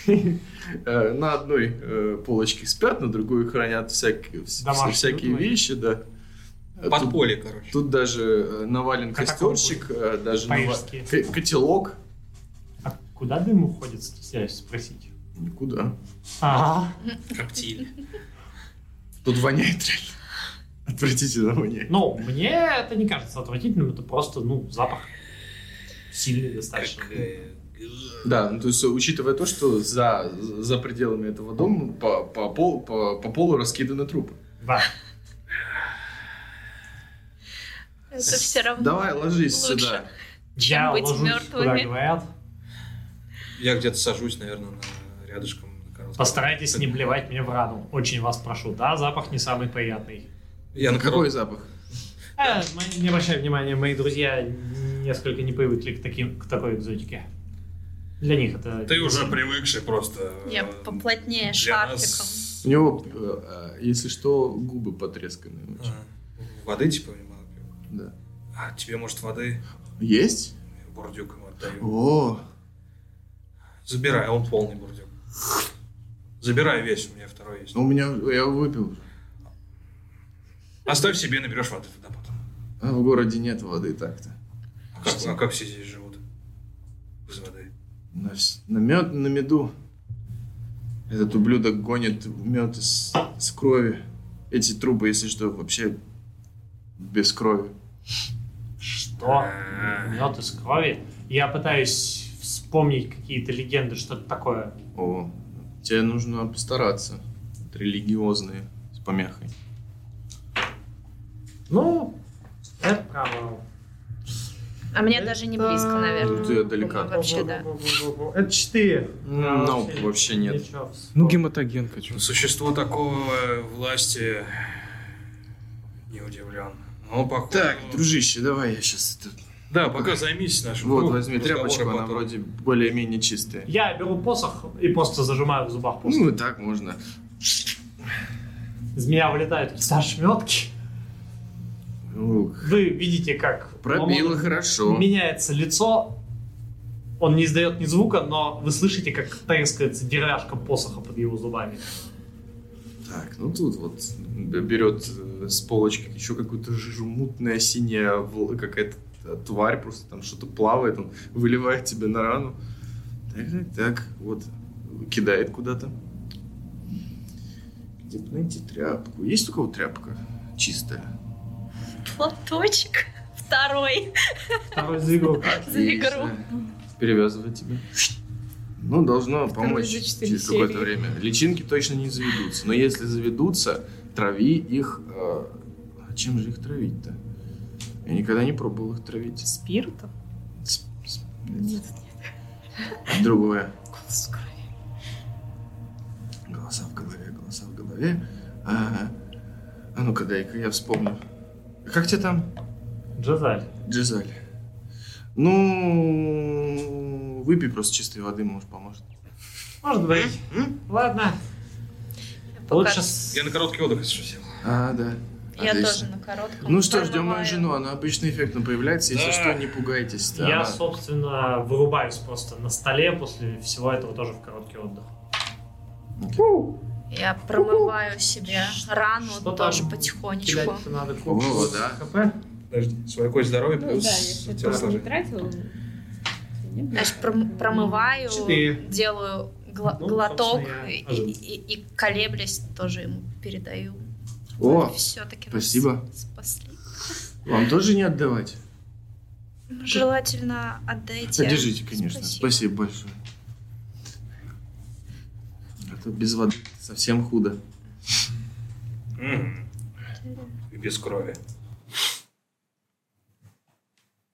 (laughs) Э, На одной э, полочке спят, на другой хранят всякие вс-
Домашние
всякие
твои.
вещи, да. А тут-
Подполье, короче.
Тут даже э, навален
Катакомбы.
костерчик, э, даже нава-
Парижские.
к- котелок.
А куда дым уходит, стесняюсь спросить.
Никуда.
Ага.
Коптиль.
Тут воняет реально. Отвратительно воняет.
Ну, мне это не кажется отвратительным, это просто, ну, запах сильный достаточно.
Да, ну то есть, э, учитывая то, что за, за пределами этого дома по, по, пол- по, по полу раскиданы трупы.
Да.
Это все равно.
Давай, ложись
Лучше.
сюда.
Я
быть
ложусь,
мертвыми.
куда говорят.
Я где-то сажусь, наверное, на- рядышком. на коротком.
Постарайтесь не блевать мне в рану. Очень вас прошу. Да, запах не самый приятный.
Я на
Какой
коротком.
запах?
Э, м- не обращай внимания, мои друзья несколько не привыкли к, таким, к такой экзотике. Для них это...
Ты уже привыкший просто.
Я
э,
поплотнее
для
шарфиком.
нас-
У него, э, э, если что, губы потресканы. очень.
А, Воды типа немного пью.
Да.
А тебе, может, воды?
Есть?
Бурдюк ему отдаю.
О,
Забирай, а он полный бурдюк. Забирай весь, у меня второй есть.
ну у меня, я его выпил. уже.
Оставь себе, наберешь воды туда потом.
А в городе нет воды так-то.
А как, а как все здесь живут? Без воды.
На, вс- на мед, на меду. Этот ублюдок гонит мед из, из крови. Эти трупы, если что, вообще без крови.
Что? Мед из крови? Я пытаюсь вспомнить какие-то легенды, что-то такое.
О, тебе нужно постараться. Это религиозные с помехой.
Ну, это право.
А мне даже не близко, наверное.
Ну, ты далека.
Вообще, да.
Это 4.
Ну, вообще нет.
Ну, гематоген хочу.
Существо такого власти не удивлен. Ну, пока...
Так, дружище, давай я сейчас...
Да, пока займись нашим.
Вот,
кругом
возьми
разговора
тряпочку, она
потом.
вроде более-менее чистая.
Я беру посох и просто зажимаю в зубах посох.
Ну, и так можно.
Из меня вылетают ошметки.
Ух,
Вы видите, как у
пробило
Мамона
хорошо.
меняется лицо. Он не издает ни звука, но вы слышите, как трескается деревяшка посоха под его зубами.
Так, ну тут вот б- берет э, с полочки еще какую-то жижу, мутная синяя вл- какая-то э, тварь, просто там что-то плавает, он выливает тебе на рану. Так, так, так, вот, кидает куда-то. Где бы найти тряпку? Есть у кого тряпка чистая?
Платочек второй.
Второй за игру.
За игру.
Перевязывает тебя. Ну, должно помочь
за четыре
через какое-то
серии.
время. Личинки точно не заведутся. Но если заведутся, трави их... э, А чем же их травить-то? Я никогда не пробовал их травить.
Спиртом?
С- с- Другое.
Голос в крови.
Голоса в голове, голоса в голове. А, а ну-ка, дай-ка я вспомню. Как тебя там?
Джазаль.
Джизаль. Ну, выпей просто чистой воды, может, поможет.
Может быть. Ладно. Лучше с...
Я на короткий отдых если что, сел.
А, да.
Я
Отлично.
тоже на коротком.
Ну что, ждем мою
пожелаю.
жену, она обычно эффектно появляется, если
Да.
что, не пугайтесь. Да,
Я,
она-
собственно, вырубаюсь просто на столе после всего этого тоже в короткий отдых.
Я промываю себе рану
Что там?
А ну, тоже потихонечку.
Кидать-то надо
О,
кучу
да.
хп.
Подожди, свою кость здоровья
Ну
плюс
да, если
тело
ты не
сложить.
тратил, то не было.
Значит, пром- промываю,
Четыре.
делаю гла-
Ну,
глоток
собственно, я
и,
ожил.
и- и колеблясь тоже ему передаю.
О,
все-таки
спасибо.
спасли.
Вам тоже не отдавать?
Желательно отдайте.
Содержите, конечно. Спасибо. большое. А то без воды совсем худо.
М. И без крови.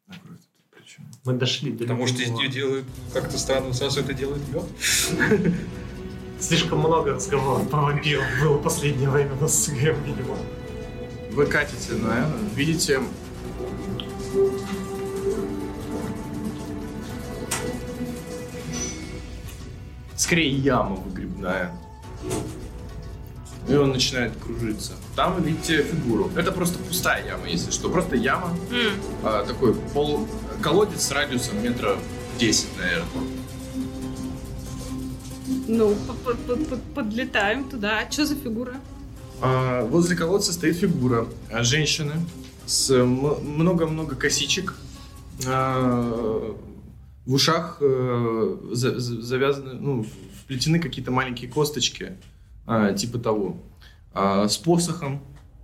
Накрой тут причем.
Мы дошли до
Потому что из
любимого.
нее делают как-то странно высасывают и делают мед.
Слишком много разговоров про вампиров было в последнее время у нас с Игорем, видимо.
Вы катите, наверное. Видите, скорее яма выгребная. И он начинает кружиться. Там вы видите фигуру. Это просто пустая яма, если что. Просто яма. а, такой пол... колодец с радиусом метра 10, наверное.
Ну, по- по- по- по- подлетаем туда. Что за фигура?
А, возле колодца стоит фигура а, женщины с э, м- много-много косичек. А, в ушах э, за- за- завязаны, ну, вплетены какие-то маленькие косточки, а, типа того. А, с посохом,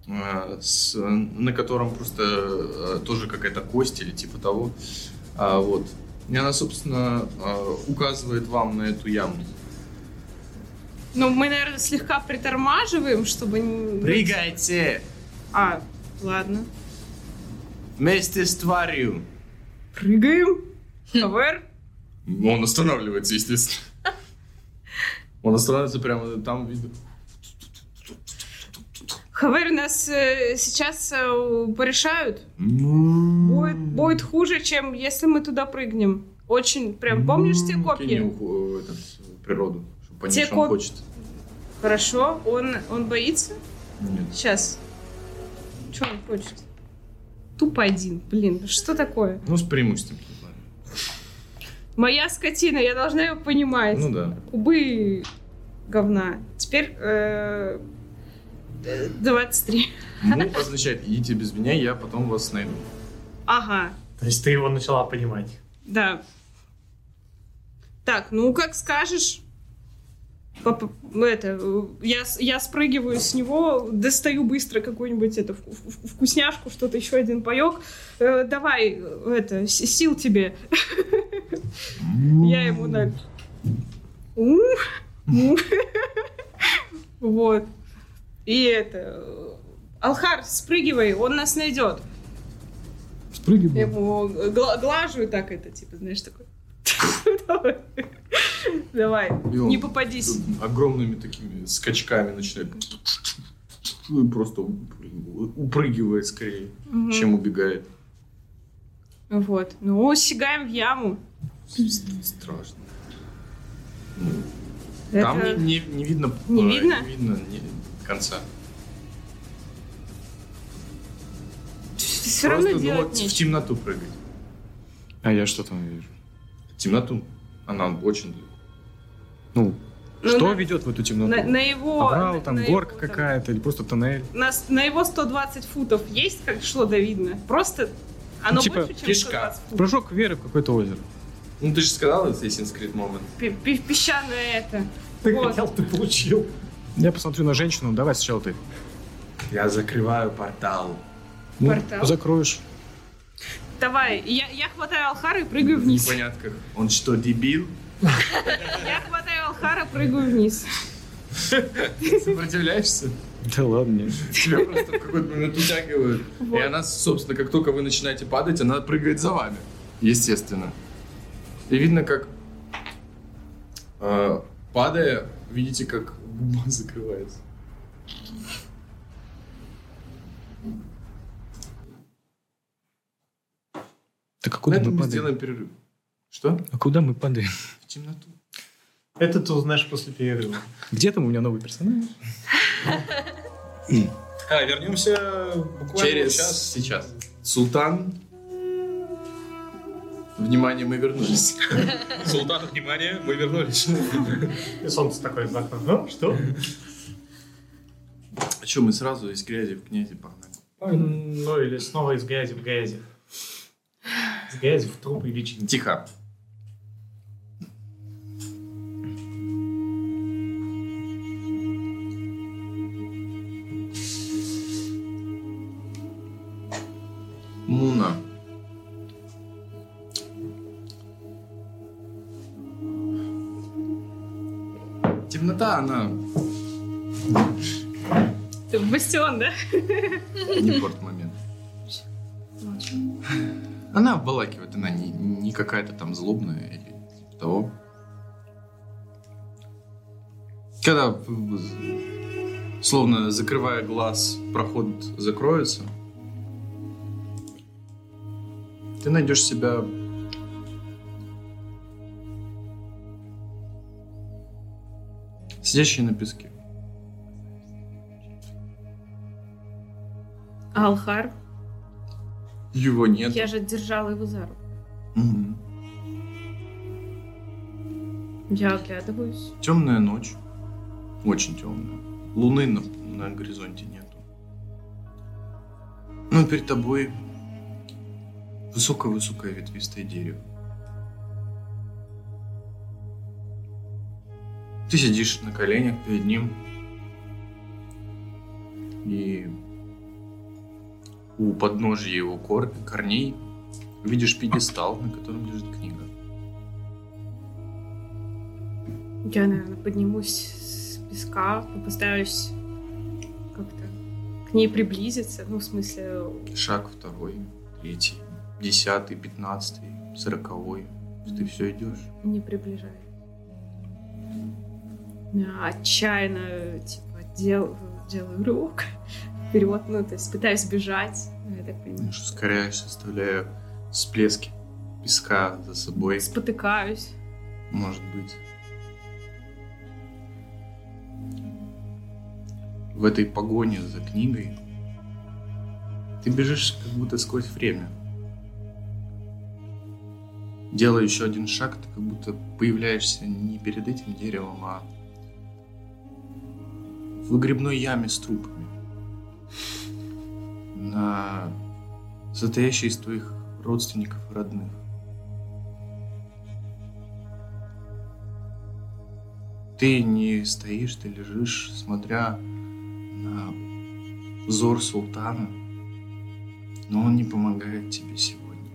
а, с- на котором просто э, тоже какая-то кость или типа того. А, вот. И она, собственно, а, указывает вам на эту яму.
Ну, мы, наверное, слегка притормаживаем, чтобы... не-
Прыгайте
А, ладно.
вместе с тварью!
Прыгаем. Хавер.
Ну, Он останавливается, естественно.
(laughs)
Он останавливается прямо там, видно.
Хавер нас э, сейчас э, у- порешают. Будет, будет хуже, чем если мы туда прыгнем. Очень прям... Помнишь те
М, кинь
копья?
уху- э, этот, в природу, чтобы понять,
Те
что он
коп-
хочет.
Хорошо. Он, он боится?
Ну, нет.
Сейчас. Что он хочет? Тупо один. Блин, что такое?
Ну, с преимуществом. тут, ладно.
Моя скотина, я должна ее понимать.
Ну да.
Кубы говна. Теперь э, э, 23.
Ну, означает, идите без меня, я потом вас найду.
Ага,
То есть ты его начала понимать.
да. Так, ну как скажешь. Пап- ну, это, э, я, с- я спрыгиваю с него, достаю быстро какую-нибудь это, вку- вку- вкусняшку, что-то еще один паек. Э, давай, э, это, с- сил тебе. Я ему на... У, у. Вот. И это... э, Алхар, спрыгивай, он нас найдет. Я
Подпрыгиваю.
ему гла- глажу и так это, типа, знаешь, такой. Давай. Давай.
И он
Не попадись.
огромными такими скачками начинает (laughs) ну, и просто упрыгивает- упрыгивает скорее,
Мгм.
чем убегает.
Вот. Ну, сигаем в яму.
Страшно. Ну, Там
Это-
не, не- не видно.
Не
э,
видно?
Не видно не- конца.
Все равно
Просто, ну,
делать
вот в
нечего.
темноту прыгать.
А я что там вижу?
Темноту. Она очень далеко.
Ну,
Ну,
что
на-
ведет в эту темноту?
На, на его...
Оврал,
на-
там
на
горка
его, там,
какая-то или просто тоннель.
На, с- на его 120 футов есть как что-то видно? Просто оно
Ну, типа,
больше, чем
кишка.
120 футов.
Прыжок вверх в какое-то озеро.
Ну ты же сказал, это Assassin's Creed Moment.
Пе- пе- Песчаное это.
Ты
Вот.
хотел, ты получил.
Я посмотрю на женщину, давай сначала ты.
Я закрываю портал.
Ну,
Портал.
закроешь.
Давай, я, я хватаю Алхара и прыгаю вниз.
непонятках. Он что, дебил?
Я хватаю Алхара, прыгаю вниз.
Сопротивляешься?
Да ладно. нет.
Тебя просто в какой-то момент утягивают. И
Вот.
она, собственно, как только вы начинаете падать, она прыгает за вами. Естественно. И видно, как э, падая, видите, как губа закрывается.
Так а
На
куда
этом
мы
мы
падаем?
сделаем перерыв. Что?
А куда мы падаем?
В темноту.
Это ты узнаешь после перерыва.
Где там у меня новый персонаж?
А, вернемся буквально
Через
сейчас.
сейчас. Султан. Внимание, мы вернулись.
Султан, внимание, мы вернулись.
И солнце такое в окно. Ну, что?
А что, мы сразу из грязи в князи погнали?
Ну, или снова из грязи в грязи. Из грязи в трупы личинки.
Тихо. Муна. Темнота, она
Ты в бастион, да?
не порт момент. Она обволакивает, она не, не какая-то там злобная или типа того. Когда в- в- словно закрывая глаз, проход закроется, ты найдешь себя сидящий на песке.
А Алхар?
Его нет.
Я же держала его за руку.
Мгм.
Я оглядываюсь.
Темная ночь. Очень темная. Луны на, на горизонте нету. Но перед тобой высокое-высокое ветвистое дерево. Ты сидишь на коленях перед ним. И у подножия его кор- корней видишь пьедестал, на котором лежит книга.
Я, наверное, поднимусь с песка, попытаюсь как-то к ней приблизиться. Ну, в смысле,
Шаг второй, третий, десятый, пятнадцатый, сороковой. Ты все идешь.
не приближаюсь. Я отчаянно, типа, дел- делаю (laughs) рывок вперед, ну, то есть пытаюсь бежать, ну, я так понимаю.
Знаешь, ускоряешься, оставляя всплески песка за собой,
Спотыкаюсь.
может быть. В этой погоне за книгой ты бежишь как будто сквозь время. Делая еще один шаг, ты как будто появляешься не перед этим деревом, а в выгребной яме с трупами. На состоящей из твоих родственников и родных. Ты не стоишь, ты лежишь, смотря на взор султана, но он не помогает тебе сегодня.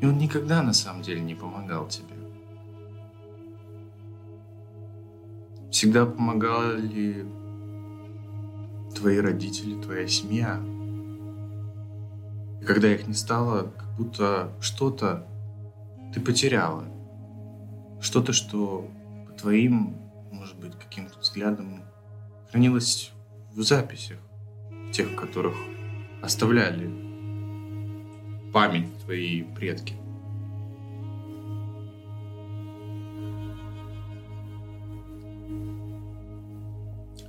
И он никогда на самом деле не помогал тебе. Всегда помогали твои родители, твоя семья. И Когда их не стало, как будто что-то ты потеряла. Что-то, что по твоим, может быть, каким-то взглядом хранилось в записях тех, которых оставляли память твои предки.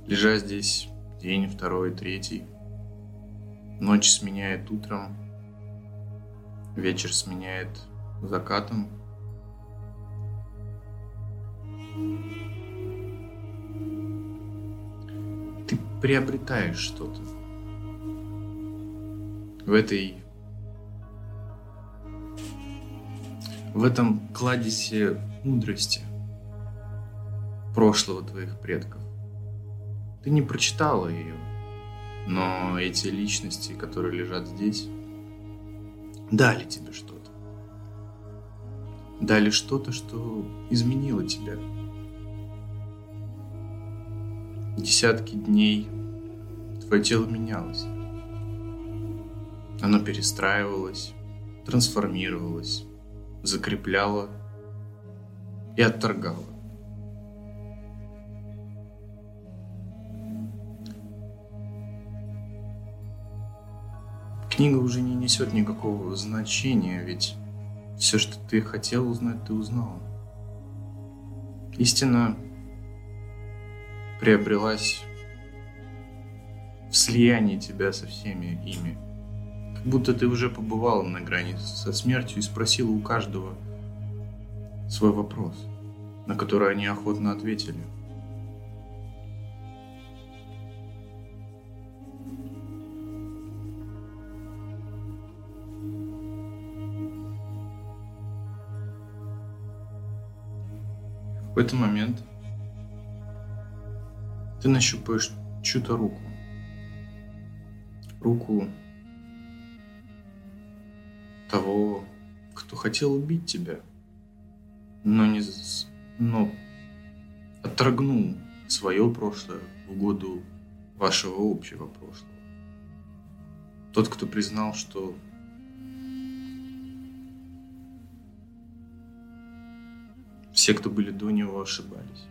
Лежа здесь день, второй, третий, ночь сменяет утром, вечер сменяет закатом. Ты приобретаешь что-то в этой в этом кладезе мудрости прошлого твоих предков. Ты не прочитала ее, но эти личности, которые лежат здесь, дали тебе что-то. Дали что-то, что изменило тебя. Десятки дней твое тело менялось. Оно перестраивалось, трансформировалось, закрепляло и отторгало. Книга уже не несет никакого значения, ведь все, что ты хотел узнать, ты узнал. Истина приобрелась в слиянии тебя со всеми ими. Как будто ты уже побывала на грани со смертью и спросила у каждого свой вопрос, на который они охотно ответили. В какой-то момент ты нащупаешь чью-то руку. Руку того, кто хотел убить тебя, но не с- но отторгнул свое прошлое в угоду вашего общего прошлого. Тот, кто признал, что все, кто были до него, ошибались.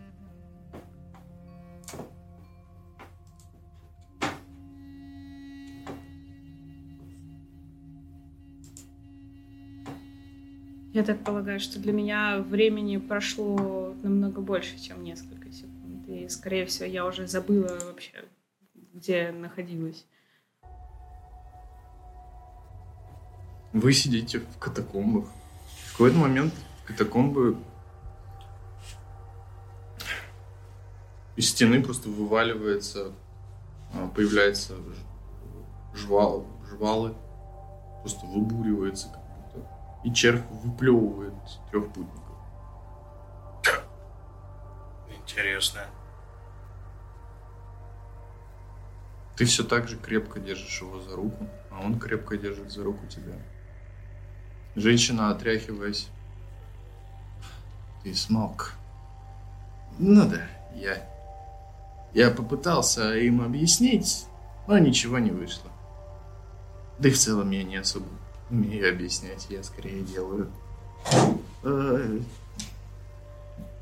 Я так полагаю, что для меня времени прошло намного больше, чем несколько секунд. И, скорее всего, я уже забыла вообще, где находилась.
Вы сидите в катакомбах. В какой-то момент катакомбы из стены просто вываливается, а, появляется ж- жвал, жвалы, просто выбуривается как будто. И червь выплевывает трех путников.
Интересно.
Ты все так же крепко держишь его за руку, а он крепко держит за руку тебя. Женщина, отряхиваясь, ты смог. Ну да, я... Я попытался им объяснить, но ничего не вышло. Да и в целом я не особо умею объяснять, я скорее делаю... э,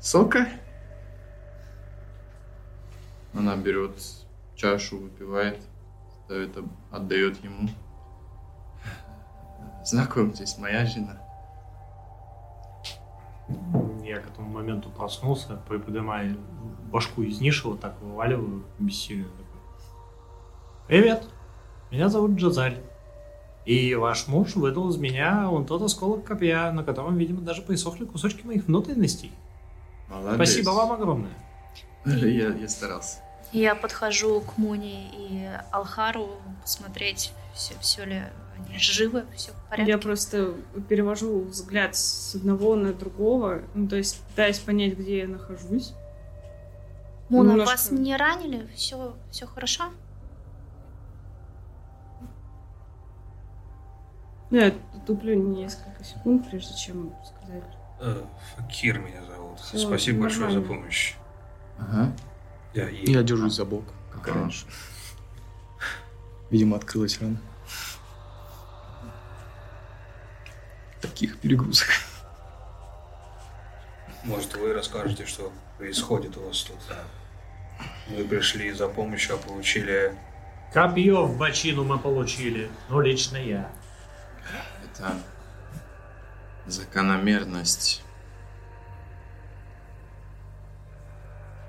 Сока? Она берет чашу выпивает, ставит, об- отдает ему. Знакомьтесь, моя жена.
Я к этому моменту проснулся, приподнимая башку из ниши, вот так вываливаю, бессильный такой. Привет, меня зовут Джазаль. И ваш муж выдал из меня вон тот осколок копья, на котором, видимо, даже присохли кусочки моих внутренностей.
Молодец. Э,
Спасибо вам огромное.
Я, я старался.
Я подхожу к Муни и Алхару посмотреть, все, ли они живы, все в порядке.
Я просто перевожу взгляд с одного на другого, ну, то есть пытаясь понять, где я нахожусь.
Муна,
немножко-
вас не ранили? Все, все хорошо?
Ну, я туплю несколько секунд, прежде чем сказать.
Э, Факир меня зовут.
Всё,
Спасибо большое за
нормально.
помощь.
Ага.
Я, и-
Я держусь за бок, как
Ага.
раньше. Видимо, открылась рана. таких перегрузок.
Может, вы расскажете, что происходит у вас тут. Вы пришли за помощью, а получили...
Копье в бочину мы получили. Ну, лично я.
Это закономерность.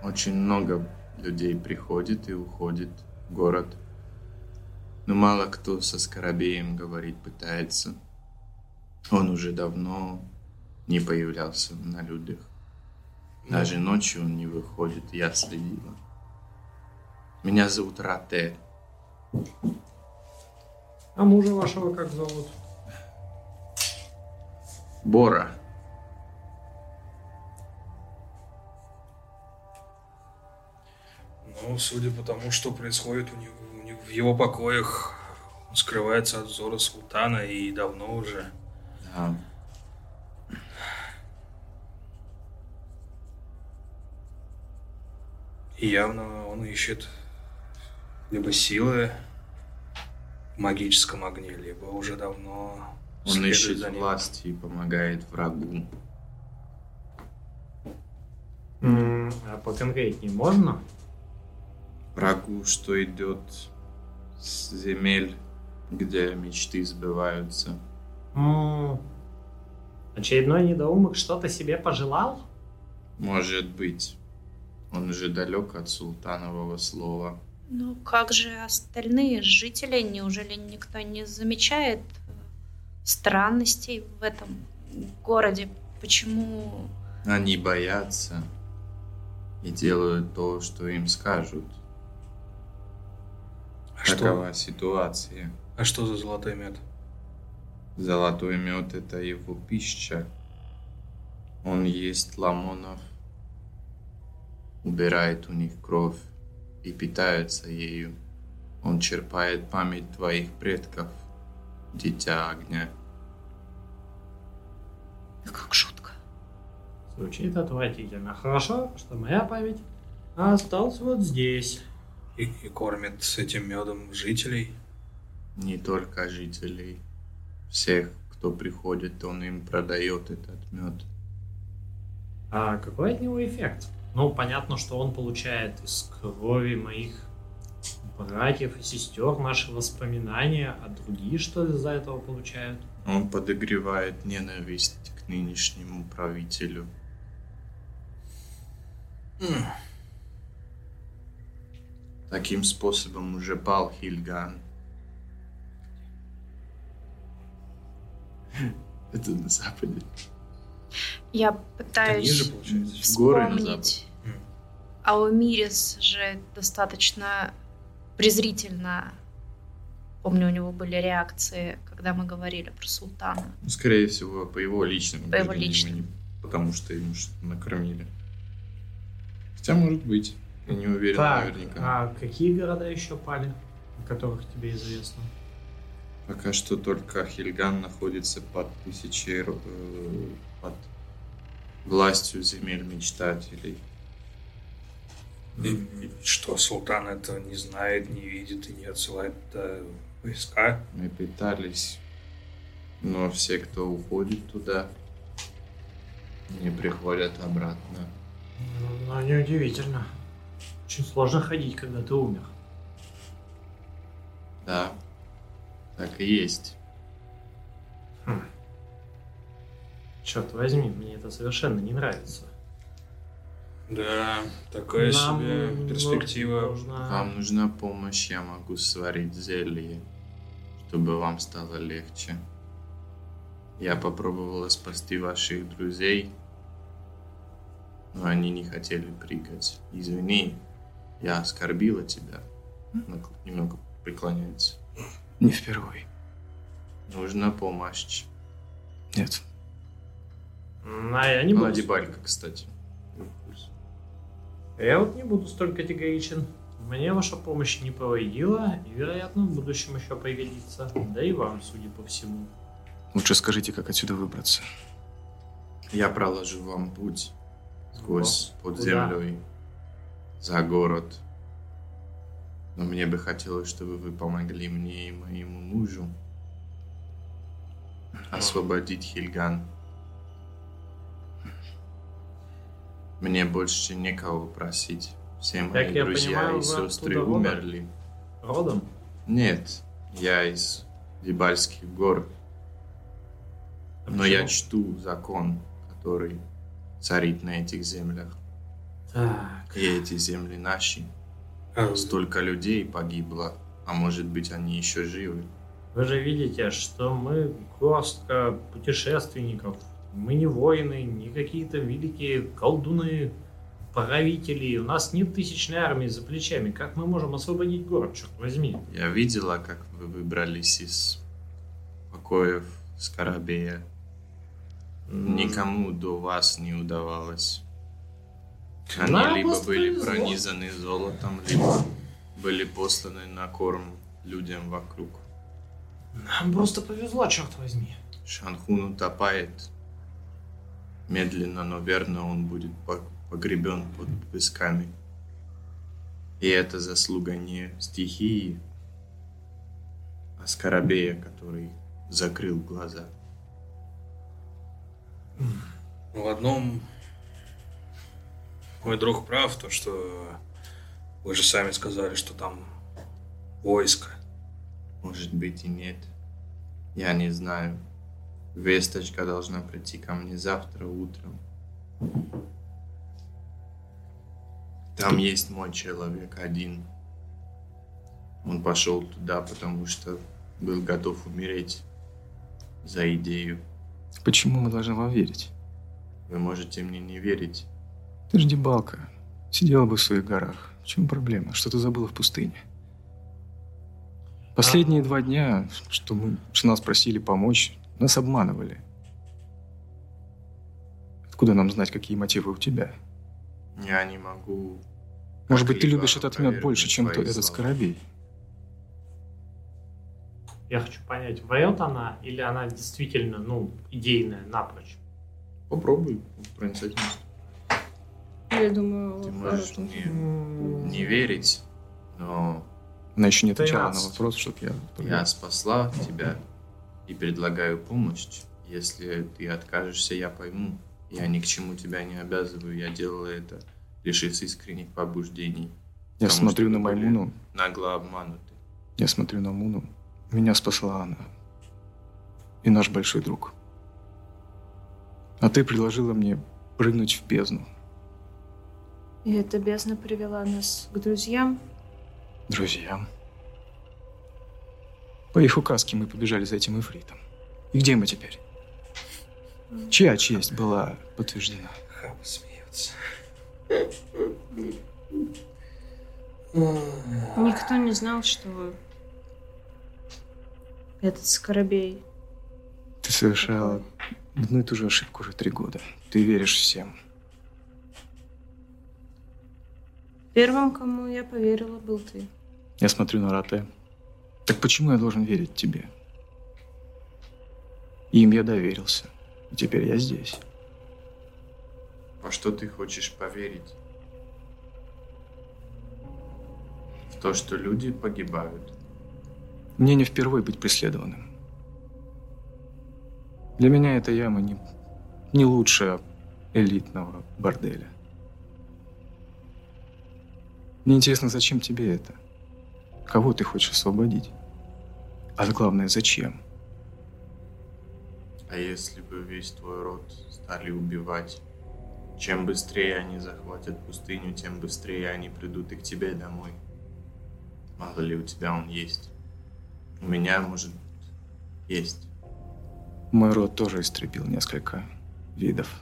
Очень много людей приходит и уходит в город. Но мало кто со Скоробеем говорить пытается. Он уже давно не появлялся на людях. Даже ночью он не выходит, я следила. Меня зовут Рате.
А мужа вашего как зовут?
Бора.
Ну, судя по тому, что происходит у него, у него- в его покоях, он скрывается от взора султана и давно уже.
Да.
И явно он ищет либо силы в магическом огне, либо уже давно
Он
следует
ищет
за ним.
власть и помогает врагу.
М, А поконкретнее можно?
Врагу, что идет с земель, где мечты сбываются.
М, Очередной недоумок что-то себе пожелал?
Может быть, он уже далек от султанового слова.
Ну как же остальные жители? Неужели никто не замечает э, странностей в этом городе? Почему
Они боятся и делают то, что им скажут.
А что,
Такова ситуация.
а что за золотой мед?
Золотой мед – это его пища. Он ест ламонов, убирает у них кровь и питается ею. Он черпает память твоих предков, дитя огня.
как шутка?
Звучит отвратительно. Хорошо, что моя память осталась вот здесь.
И, и кормит с этим медом жителей.
Не только жителей, всех, кто приходит, он им продает этот мед.
А какой от него эффект? Ну, понятно, что он получает из крови моих братьев и сестер наши воспоминания, а другие что из-за этого получают?
Он подогревает ненависть к нынешнему правителю. Хм.
М.
Таким способом уже пал Хильган. (laughs) Это на западе.
Я
Это
пытаюсь
ниже, получается.
Горы на
вспомнить.
Мгм.
А у Мирис же достаточно презрительно. Помню, у него были реакции, когда мы говорили про султана.
Ну, Скорее всего, по его личным.
По его
убеждениям,
личным.
а не Потому что ему что-то накормили. Хотя, может быть. Я не уверен
так,
наверняка.
а какие города еще пали, о которых тебе известно?
Пока что только Хильган находится под тысячей... ро- э, под властью земель мечтателей.
И- и Что султан это не знает, не видит и не отсылает э, войска.
Мы пытались, но все, кто уходит туда, не приходят обратно.
Ну, неудивительно. Очень сложно ходить, когда ты умер.
Да, так и есть.
Черт возьми, мне это совершенно не нравится.
Да, такая
Нам
себе перспектива.
нужна-
Вам нужна помощь, я могу сварить зелье, чтобы вам стало легче. Я попробовала спасти ваших друзей, но они не хотели прыгать. Извини, я оскорбила тебя. Нак- Немного преклоняется.
Не впервые.
Нужна помощь.
Нет.
А я не буду.
Она дебалька, кстати.
Я вот не буду столь категоричен. Мне ваша помощь не повредила и, вероятно, в будущем еще пригодится. Да и вам, судя по всему.
Лучше скажите, как отсюда выбраться.
Я проложу вам путь сквозь под
куда?
землей за город. Но мне бы хотелось, чтобы вы помогли мне и моему мужу. освободить Хильган. Мне больше некого просить. Все мои
я
друзья
понимаю,
и
вы
сестры
оттуда родом?
умерли.
Родом?
Нет, я из Дебальских гор,
А
но
почему?
я чту закон, который царит на этих землях.
Так.
И эти земли наши.
А,
Столько людей погибло, а может быть они еще живы.
Вы же видите, что мы горстка путешественников. Мы не воины, не какие-то великие колдуны, правители. У нас нет тысячной армии за плечами. Как мы можем освободить город, черт возьми?
Я видела, как вы выбрались из покоев Скоробея. Никому до вас не удавалось. Они
Нам
либо
просто
были
повезло.
пронизаны золотом, либо были посланы на корм людям вокруг.
Нам просто повезло, черт возьми.
Шанхун утопает. Медленно, но верно он будет по- погребен под песками. И это заслуга не стихии, а скоробея, который закрыл глаза.
В одном мой друг прав, то что вы же сами сказали, что там войско.
Может быть и нет. Я не знаю. Весточка должна прийти ко мне завтра утром. Там есть мой человек один. Он пошел туда, потому что был готов умереть за идею.
Почему мы должны вам верить?
Вы можете мне не верить.
Ты же дебалка. Сидела бы в своих горах. В чем проблема? Что ты забыла в пустыне? Последние два дня, что, мы, что нас просили помочь, нас обманывали. Откуда нам знать, какие мотивы у тебя?
Я не могу.
Может быть, ты
как-либо
любишь этот мед больше,
опровергнуть
чем
твои
ты- этот
слова.
скоробей?
Я хочу понять, врет она или она действительно, ну, идейная, напрочь?
Попробуй, проницательность.
Я думаю,
Ты
Алхару
можешь
тоже.
мне не верить, но
Она еще не отвечала на
Тринадцать.
вопрос, чтобы я...
Я спасла тебя и предлагаю помощь. Если ты откажешься, я пойму. Я ни к чему тебя не обязываю. Я делала это лишь из искренних побуждений.
Я
потому
смотрю
что
на
вы были-
Маймуну,
Нагло обмануты.
я смотрю на Муну. Меня спасла она. И наш большой друг. А ты предложила мне прыгнуть в бездну.
И эта бездна привела нас к друзьям.
друзьям. По их указке мы побежали за этим эфритом. И где мы теперь? Чья честь была подтверждена?
Хаба смеется.
Никто не знал, что этот скоробей.
Ты совершала одну и ту же ошибку уже три года. Ты веришь всем.
Первым, кому я поверила, был ты.
Я смотрю на Рате. Так почему я должен верить тебе? Им я доверился. И теперь я здесь.
Во что ты хочешь поверить? В то, что люди погибают.
Мне не впервые быть преследованным. Для меня эта яма не, не лучше элитного борделя. Мне интересно, зачем тебе это? Кого ты хочешь освободить? А главное, зачем?
А если бы весь твой род стали убивать? Чем быстрее они захватят пустыню, тем быстрее они придут и к тебе домой. Мало ли у тебя он есть. У меня, может, есть.
Мой род тоже истребил несколько видов.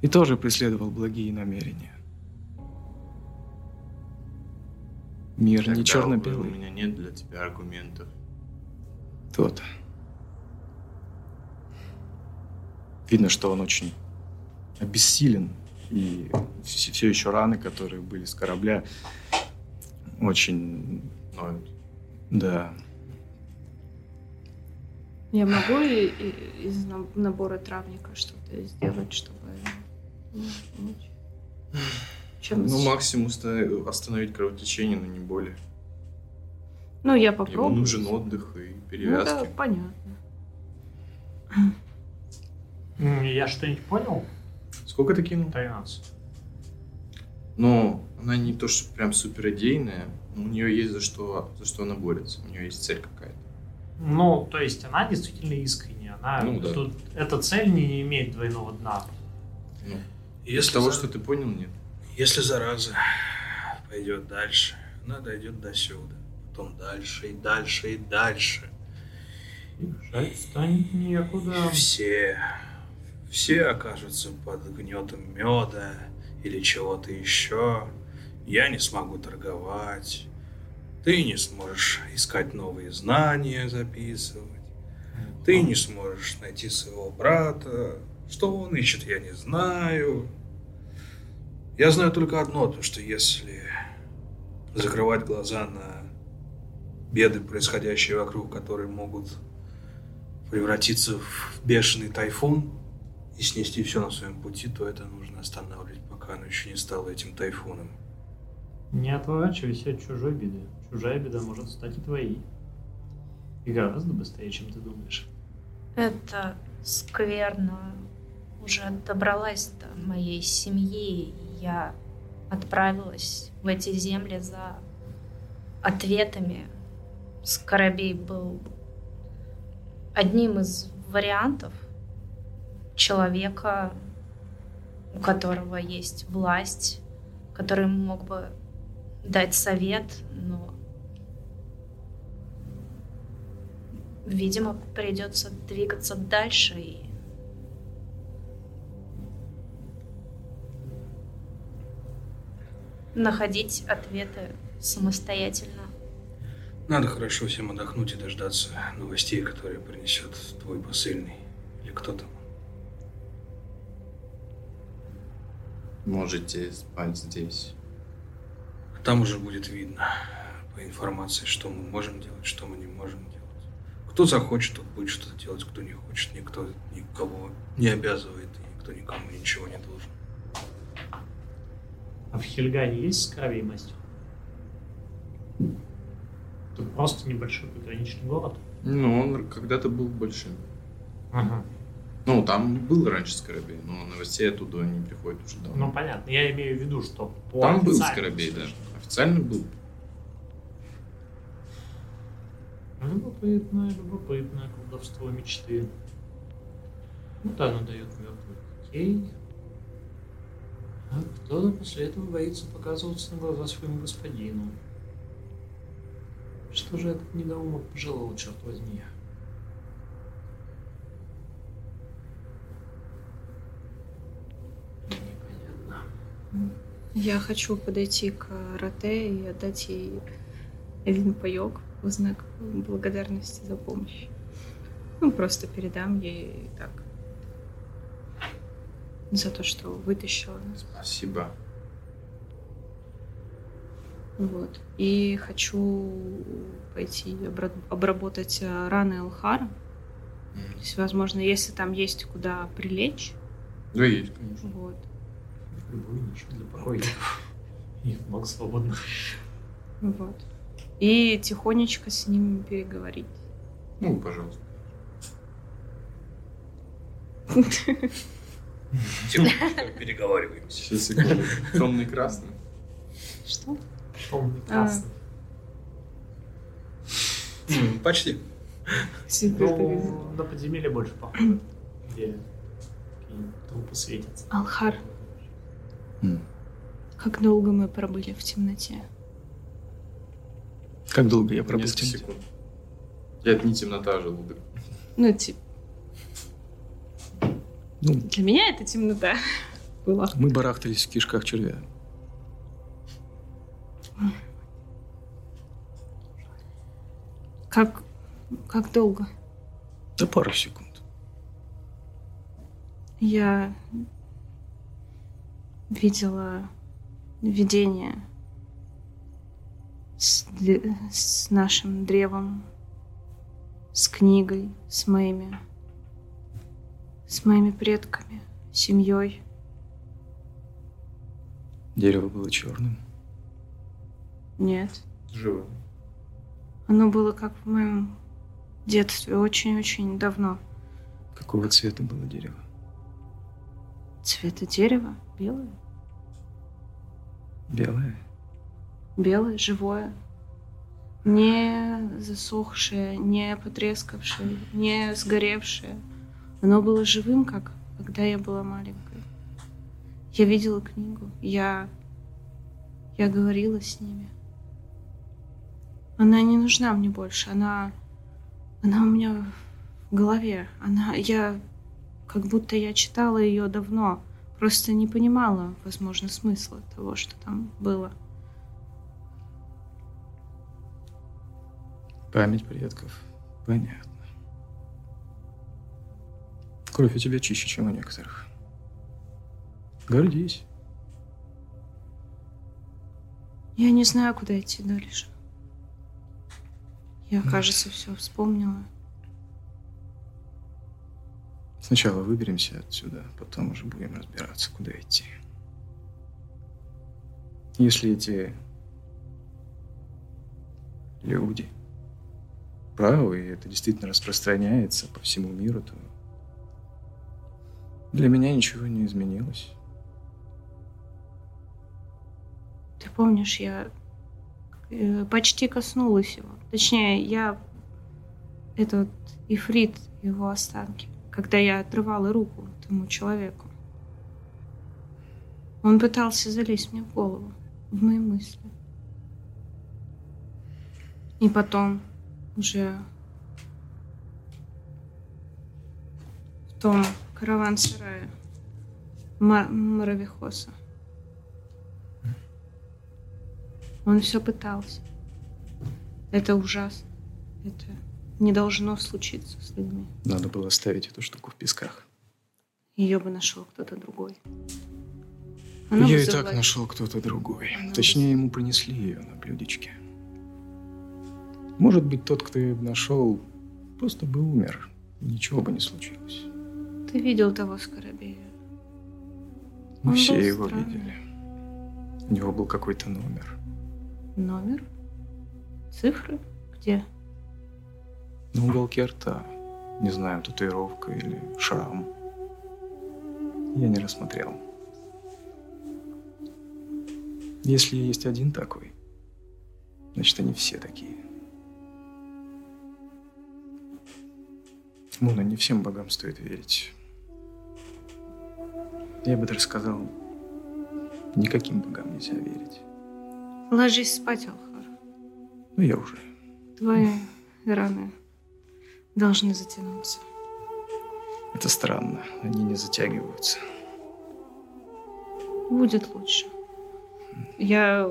И тоже преследовал благие намерения. Мир
Тогда,
не
увы,
черно-белый.
У меня нет для тебя аргументов.
Тот. Видно, что он очень обессилен. И все, еще раны, которые были с корабля, очень,
Но
да,
Я могу и- и- из на- набора травника что-то сделать, чтобы... ну, ну, Чем...
ну, максимум ста- остановить кровотечение, но не более.
ну, я
Ему
Ну, попробую.
нужен отдых и
Ну, да,
перевязки.
понятно.
М, Я что-нибудь понял?
Сколько ты кинул?
13.
Ну, она не то, что прям супер идейная, но у нее есть за что, за что она борется. У нее есть цель какая-то.
Ну, то есть она действительно искренняя. Она
Ну да.
тут эта цель не имеет двойного дна.
Ну, из
Если
того,
за-
что ты понял, нет.
Если зараза пойдет дальше, она дойдет до сюда, потом дальше и дальше и дальше.
И бежать станет некуда.
И все, все окажутся под гнетом меда или чего-то еще. Я не смогу торговать. Ты не сможешь искать новые знания, записывать. Ты не сможешь найти своего брата. Что он ищет, я не знаю. Я знаю только одно, то что если закрывать глаза на беды, происходящие вокруг, которые могут превратиться в бешеный тайфун и снести все на своем пути, то это нужно останавливать, пока оно еще не стало этим тайфуном.
Не отворачивайся от чужой беды. Чужая беда может стать и твоей. И гораздо быстрее, чем ты думаешь.
Это скверно. Уже добралась до моей семьи. и Я отправилась в эти земли за ответами. Скоробей был одним из вариантов человека, у которого есть власть, который мог бы дать совет, но Видимо, придется двигаться дальше и... Находить ответы самостоятельно.
Надо хорошо всем отдохнуть и дождаться новостей, которые принесет твой посыльный или кто там.
Можете спать здесь.
Там уже будет видно по информации, что мы можем делать, что мы не можем делать. Кто захочет, тот будет что-то делать, кто не хочет, никто никого не обязывает, и никто никому ничего не должен.
А в Хельгане есть скоробей мастер? Это просто небольшой пограничный город.
Ну, он когда-то был большим.
Ага.
Ну, там был раньше Скоробей, но новостей оттуда не приходит уже давно.
Ну, понятно. Я имею в виду, что по
там был
официальным
Скоробей, да.
источникам.
Официально был.
Любопытное, любопытное колдовство мечты. Вот оно дает мертвых детей. А кто-то после этого боится показываться на глаза своему господину. Что же этот недоумок пожелал, черт возьми? Непонятно.
Я хочу подойти к Роте и отдать ей один паёк в знак благодарности за помощь. Ну, просто передам ей так. За то, что вытащила нас.
Спасибо.
Вот. И хочу пойти обра- обработать э, раны Алхара. То есть, возможно, если там есть куда прилечь,
Да, есть, конечно.
вот,
Любую нишу для покойников. И маг свободно
вот. И тихонечко с ними переговорить.
Ну, пожалуйста.
Тихонечко переговариваемся.
Сейчас, секунду. (laughs) Темный красный.
Что?
Полный красный.
М, Почти.
Ну, на подземелье больше похоже, где какие-нибудь трупы светятся.
Алхар, как долго мы пробыли в темноте?
Как долго я пробыл в
Несколько
темноте?
секунд. И от не темнота желудок.
Ну, типа,
Ну,
для меня это темнота (laughs) была.
мы барахтались в кишках червя.
Как, как долго?
Да пару секунд.
Я видела видение с, дре- с нашим древом, с книгой, с моими, с моими предками, семьей.
Дерево было черным.
Нет.
Живо.
Оно было как в моем детстве очень-очень давно.
Какого цвета было дерево?
Цвета дерева? Белое?
Белое?
Белое, живое. Не засохшее, не потрескавшее, не сгоревшее. Оно было живым, как когда я была маленькой. Я видела книгу, я, я говорила с ними. Она не нужна мне больше, она, она у меня в голове. Она, я, как будто я читала ее давно, просто не понимала, возможно, смысла того, что там было.
Память предков. Понятно. Кровь у тебя чище, чем у некоторых. Гордись.
Я не знаю, куда идти дальше. Я, кажется, все вспомнила.
Сначала выберемся отсюда, а потом уже будем разбираться, куда идти. Если эти люди правы, и это действительно распространяется по всему миру, то для меня ничего не изменилось.
Ты помнишь, я э, почти коснулась его. Точнее, я этот ифрит, его останки, когда я отрывала руку тому человеку. Он пытался залезть мне в голову, в мои мысли. И потом уже в том караван-сарае Ма- Муравьехоса. Он все пытался. Это ужасно. Это не должно случиться с людьми.
Надо было оставить эту штуку в песках.
Ее бы нашел кто-то другой. Она
Ее и
вызывает-
так нашел кто-то другой.
Она
Точнее, ему принесли ее на блюдечке. Может быть, тот, кто ее нашел, просто бы умер. Ничего бы не случилось.
Ты видел того скоробея?
Мы
Он
все
был
его
странный.
видели. У него был какой-то номер.
Номер? Цифры? Где?
На уголке рта. Не знаю, татуировка или шрам. Я не рассмотрел. Если есть один такой, значит, они все такие. Муна, не всем богам стоит верить. Я бы даже сказал, никаким богам нельзя верить.
Ложись спать, Алхар.
Ну, я уже.
Твои раны должны затянуться.
Это странно. Они не затягиваются.
Будет лучше.
Я,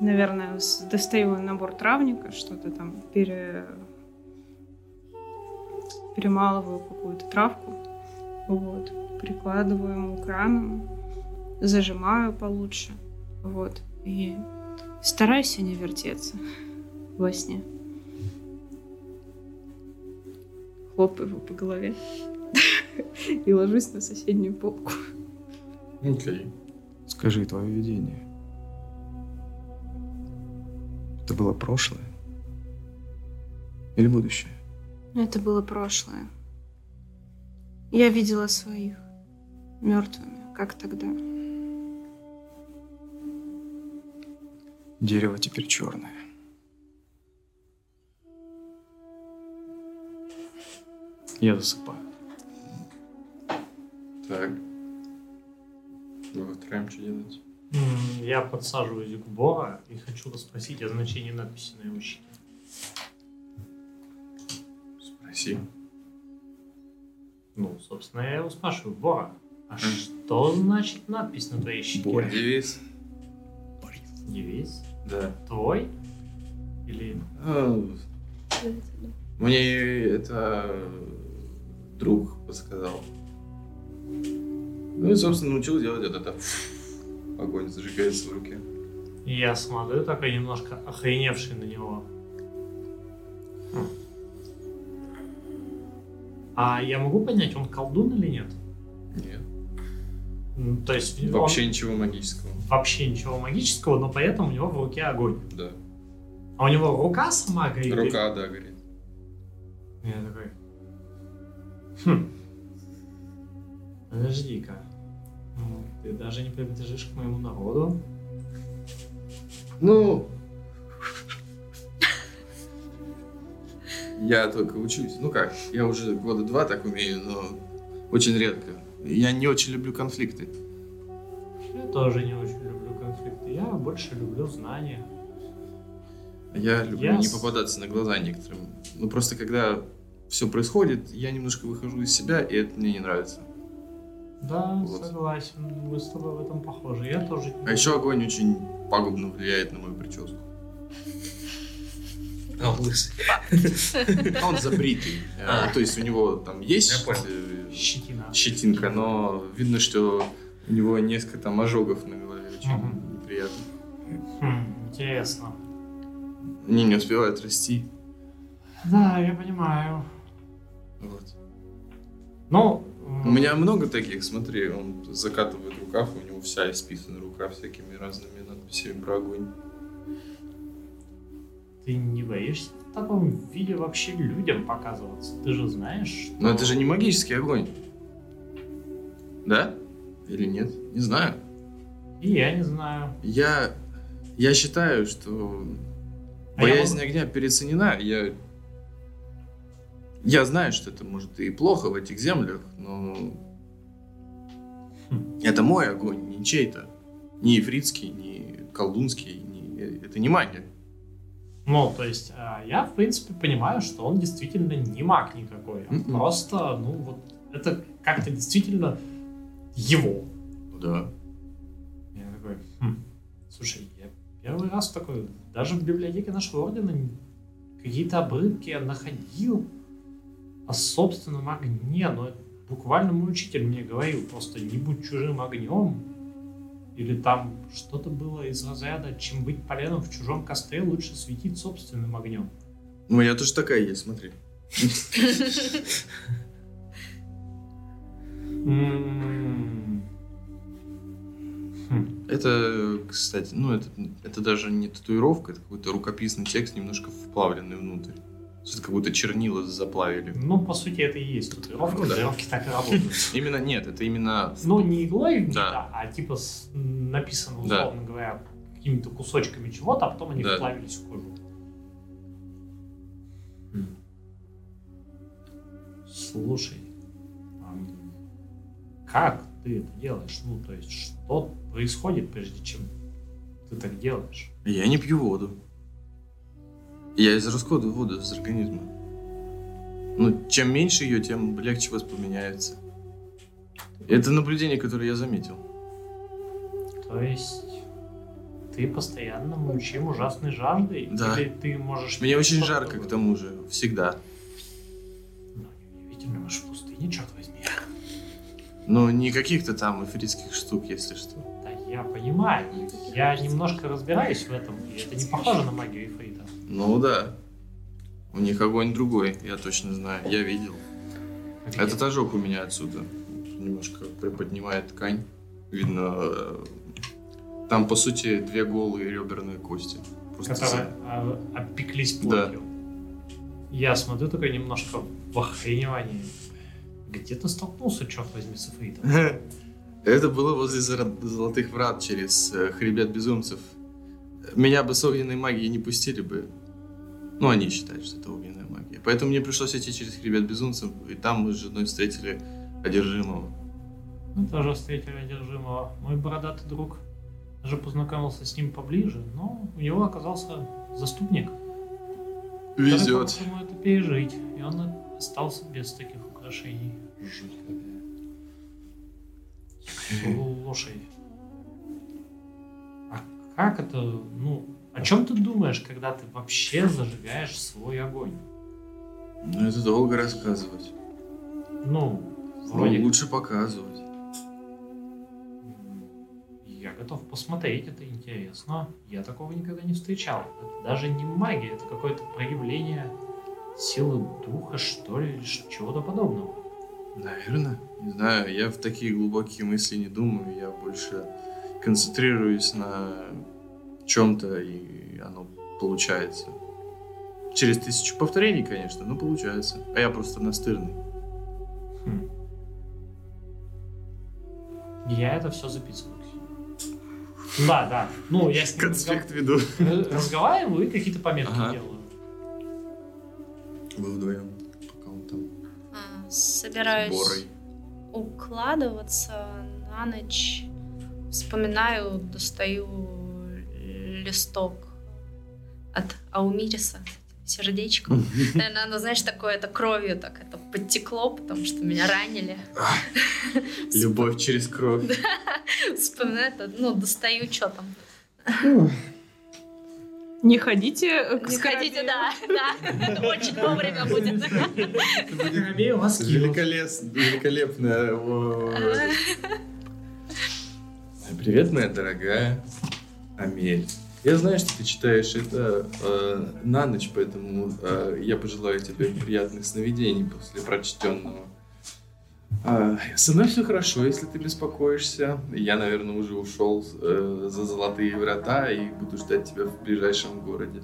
наверное, с- достаю набор травника, что-то там пере... перемалываю какую-то травку, вот, прикладываю ему к ранам, зажимаю получше, вот, и старайся не вертеться во сне. Хлопаю его по голове (laughs) и ложусь на соседнюю полку.
Окей.
Скажи твое видение. Это было прошлое? Или будущее?
Это было прошлое. Я видела своих мертвыми, как тогда.
Дерево теперь черное. Я засыпаю.
Так. Вот, Рэм, что делать?
М, Я подсаживаюсь к Бора и хочу расспросить о значении надписи на его щите.
Спроси.
Ну, собственно, я его спрашиваю. Бора, а что значит надпись на твоей щите?
Боря.
Девиз?
Девиз?
Да.
Твой? Или...
А, Мне это друг подсказал. Ну и, собственно, научил делать вот это. Огонь зажигается в руке.
И Я смотрю такой немножко охреневший на него. Хм. А я могу понять, он колдун или нет?
Нет.
Ну, То есть он-
Вообще ничего магического.
вообще ничего магического, но при этом у него в руке огонь.
Да.
А у него рука сама горит?
Рука, да, горит.
Я такой... Хм. Подожди-ка. Ну, Ты даже не принадлежишь к моему народу.
Ну... Я только учусь. Ну как, я уже года два так умею, но очень редко. Я не очень люблю конфликты.
Я тоже не очень люблю конфликты. Я больше люблю знания.
Я люблю
Я
не
с-
попадаться на глаза некоторым. Ну просто когда все происходит, я немножко выхожу из себя, и это мне не нравится.
Да,
Вот.
согласен. Мы с тобой в этом похожи. Я тоже...
А еще огонь очень пагубно влияет на мою прическу.
А, он лысый.
Он (laughs) забритый. Э,
А.
То есть у него там есть
Я понял.
э,
Щетина.
щетинка, но видно, что у него несколько там ожогов на голове. Очень
Мгм.
неприятно.
Хм, интересно.
Они не успевают расти.
Да, я понимаю.
Вот.
Ну...
У меня много таких, смотри, он закатывает рукав, у него вся исписана рука всякими разными надписями про огонь.
э, Ты не боишься в таком виде вообще людям показываться? Ты же знаешь, что...
Но это же не магический огонь. Да? Или нет? Не знаю.
И я не знаю.
Я, я считаю, что
А я
боязнь огня переоценена. Я, я знаю, что это может и плохо в этих землях, но
Хм.
это мой огонь, не чей-то. Не ифритский, не колдунский, не... это не магия.
Ну, то есть, э, я, в принципе, понимаю, что он действительно не маг никакой. Он
Мгм.
просто, ну, вот это как-то действительно его.
Ну да.
Я такой, «Хм, слушай, я первый раз такой, даже в библиотеке нашего ордена какие-то обрывки я находил о собственном огне, но буквально мой учитель мне говорил, просто не будь чужим огнем, или там что-то было из разряда, чем быть поленом в чужом костре, лучше светить собственным огнем.
У меня Ну, тоже такая есть, смотри.
М. Хм.
Это, кстати, ну это, это даже не татуировка, это какой-то рукописный текст, немножко вплавленный внутрь. То есть Это как будто чернила заплавили.
Ну, по сути, это и есть татуировка,
Ну да.
татуировки так и работают.
Именно, нет, это именно...
Ну, не иглой,
Да.
да, а типа с- м, написано,
Да.
условно говоря, какими-то кусочками чего-то, а потом они
Да.
вплавились в кожу. М. Слушай, ам, как ты это делаешь? Ну, то есть, что происходит, прежде чем ты так делаешь?
Я не пью воду. Я израсходую воду из организма. Ну, чем меньше ее, тем легче воспламеняется. Это наблюдение, которое я заметил.
То есть, ты постоянно мучим ужасной жаждой?
Да.
Или ты можешь...
Мне очень
что-то
жарко к
другое?
тому же, всегда.
Ну, неудивительно, мы же в пустыне, черт возьми.
Но не каких-то там эфирских штук, если что.
Да, я понимаю. Я немножко разбираюсь в этом, и это не похоже на магию Ифрита.
Ну да. У них огонь другой, я точно знаю, я видел. Этот ожог у меня отсюда немножко приподнимает ткань. Видно, э, там, по сути, две голые реберные кости. Просто
которые а, обпеклись
Да.
плотью. Я смотрю такой немножко в охреневании. Где ты столкнулся, черт возьми, с Ифритом?
за- Это было возле зара- Золотых Врат через э, Хребет Безумцев. Меня бы с огненной магией не пустили бы. Ну, они считают, что это огненная магия. Поэтому мне пришлось идти через Хребет Безумцев, и там мы с женой встретили одержимого.
Мы Ну, тоже встретили одержимого. Мой бородатый друг даже познакомился с ним поближе, но у него оказался заступник. который
Везет.
помог ему это пережить, и он остался без таких украшений. Слушай, а как это, ну, о чем ты думаешь, когда ты вообще зажигаешь свой огонь?
Ну, это долго рассказывать.
Ну,
Но
вроде
лучше показывать.
Я готов посмотреть, это интересно. Я такого никогда не встречал. Это даже не магия, это какое-то проявление силы духа, что ли, или ш- чего-то подобного.
Наверное. Не знаю, я в такие глубокие мысли не думаю, я больше концентрируюсь на чем-то, и оно получается. Через тысячу повторений, конечно, но получается. А я просто настырный.
Я это все записываю. Ксения. Да, да. Ну, я с ним
Конспект веду.
э,
разго- разговариваю и какие-то пометки
Ага.
делаю.
Вы вдвоем. Пока он там.
А,
с
Собираюсь
Борой.
укладываться на ночь. Вспоминаю, достаю листок от Аумириса сердечком. Наверное, оно, знаешь, такое, это кровью так это подтекло, потому что меня ранили.
Любовь через кровь.
Вспоминаю это, ну, достаю, что там.
Не ходите э, к
Не хотите, да, да. Это очень вовремя будет.
Воробей у вас кинул.
Великолес- Великолепная. Во. Привет, моя дорогая Амель. Я знаю, что ты читаешь это э, на ночь, поэтому э, я пожелаю тебе приятных сновидений после прочтенного. А, со мной все хорошо, если ты беспокоишься. Я, наверное, уже ушел э, за золотые врата и буду ждать тебя в ближайшем городе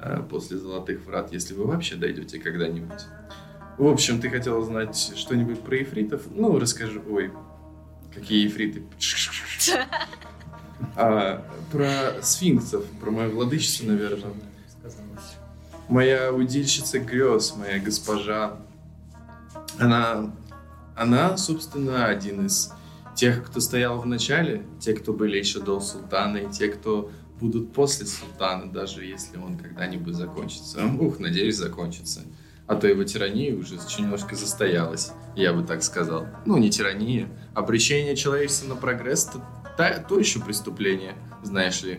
э, после золотых врат, если вы вообще дойдете когда-нибудь. В общем, ты хотела знать что-нибудь про ефритов? Ну, расскажи. Ой, какие ефриты. А, про сфинксов, про мою владычицу, наверное. Моя удильщица грез, моя госпожа. Она, она, собственно, один из тех, кто стоял в начале, те, кто были еще до султана, и те, кто будут после султана, даже если он когда-нибудь закончится. Ух, надеюсь, закончится. А то его тирания уже очень немножко застоялась, я бы так сказал. Ну, не тирания. Обречение человечества на прогресс то, та- то еще преступление, знаешь ли.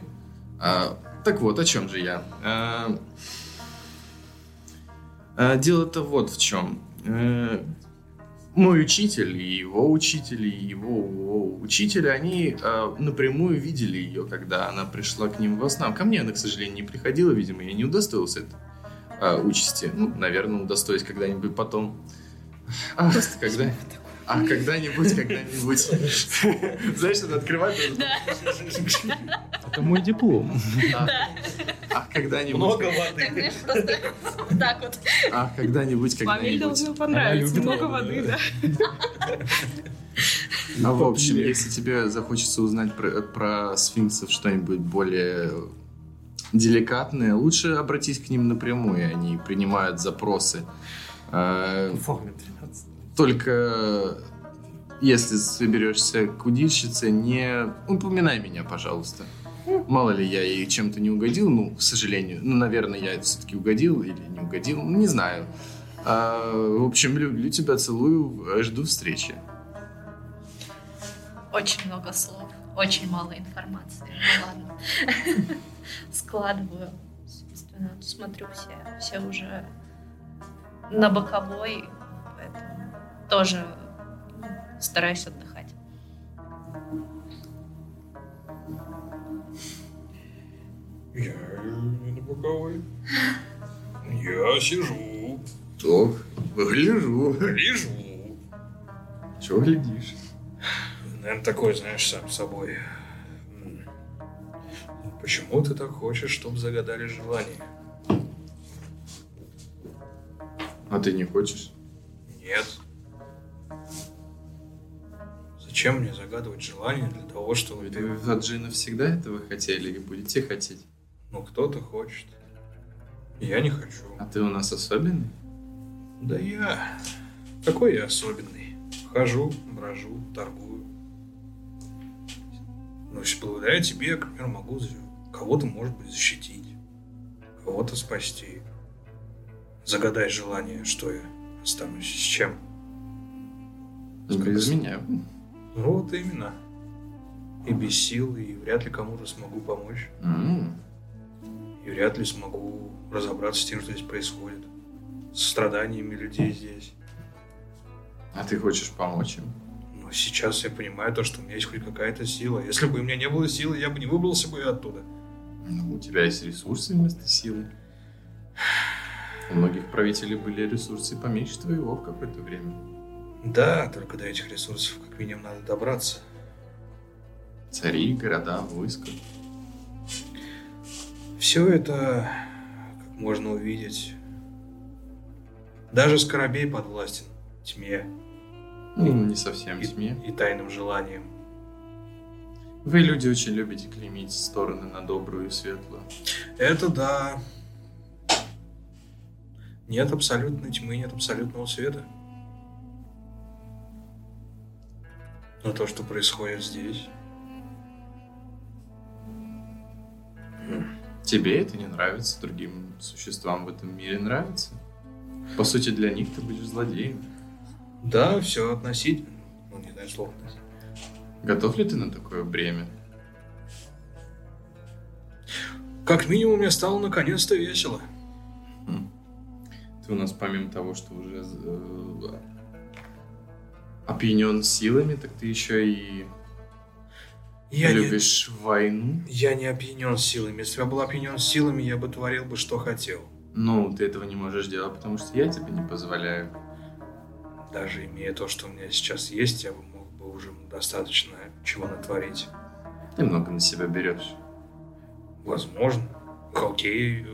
А, так вот, о чем же я? А, а, дело-то вот в чем. Э, мой учитель и его учитель, и его, его учитель, они э, напрямую видели ее, когда она пришла к ним во снам. Ко мне она, к сожалению, не приходила, видимо, я не удостоился этой а, участи. Ну, наверное, удостоюсь когда-нибудь потом. Ах, когда... А когда-нибудь, когда-нибудь. (laughs) Знаешь, это открывать. (laughs)
Это мой диплом.
А когда-нибудь.
Много воды.
(laughs) Так, знаешь, просто так вот.
А когда-нибудь,
Маме должно
когда-нибудь.
понравиться.
любит
Много
воду,
воды,
да.
да.
А в общем, если тебе захочется узнать про, про сфинксов что-нибудь более деликатное, лучше обратись к ним напрямую. Они принимают запросы. Э,
Форме 13.
Только если соберешься к удильщице, не упоминай меня, пожалуйста. Мало ли я ей чем-то не угодил, ну, к сожалению. Ну, наверное, я все-таки угодил или не угодил, ну, не знаю. А, в общем, люблю тебя, целую, э, жду встречи.
Очень много слов, очень мало информации. Ну ладно. (laughs) Складываю. Собственно, тут смотрю все, все уже на боковой, поэтому тоже ну, стараюсь отдыхать.
Я на боковой. Я сижу,
Так, гляжу.
лежу.
Чего глядишь?
Наверное, такой, знаешь, сам собой. М. Почему ты так хочешь, чтобы загадали желание?
А ты не хочешь?
Нет. Зачем мне загадывать желание для того, чтобы
Вы
ты...
от Джина всегда этого хотели и будете хотеть.
Ну, кто-то хочет. Я не хочу.
А ты у нас особенный?
Да я... Какой я особенный? Хожу, брожу, торгую. Ну, с- благодаря тебе, к примеру, могу за- кого-то, может быть, защитить. Кого-то спасти. Загадай желание, что я останусь с чем.
Без меня.
Ну, вот именно. И без сил, и вряд ли кому-то смогу помочь.
М.
И вряд ли смогу разобраться с тем, что здесь происходит. С страданиями людей здесь.
А ты хочешь помочь им?
Но сейчас я понимаю то, что у меня есть хоть какая-то сила. Если бы у меня не было силы, я бы не выбрался бы и оттуда.
Ну, у тебя есть ресурсы вместо силы. У многих правителей были ресурсы поменьше твоего в какое-то время.
Да, только до этих ресурсов как минимум надо добраться.
Цари, города, войска.
Все это, как можно увидеть, даже скоробей подвластен тьме,
Ну, не совсем
И-
семье.
и тайным желанием.
Вы, люди, очень любите клеймить стороны на добрую и светлую.
Это да. Нет абсолютной тьмы, нет абсолютного света. Но то, что происходит здесь...
Тебе это не нравится, другим существам в этом мире нравится. По сути, для них ты будешь злодеем.
Да, все относить. Ну, не знаю, слово.
Готов ли ты на такое бремя?
Как минимум, мне стало наконец-то весело. Хм.
Ты у нас помимо того, что уже э, опьянен силами, так ты еще и
Я не,
любишь войну.
я не опьянен силами. Если бы я был опьянен силами, я бы творил бы, что хотел.
Ну, ты этого не можешь делать, потому что я тебе не позволяю.
Даже имея то, что у меня сейчас есть, я бы мог бы уже достаточно чего натворить.
Ты много на себя берешь.
Возможно. Окей.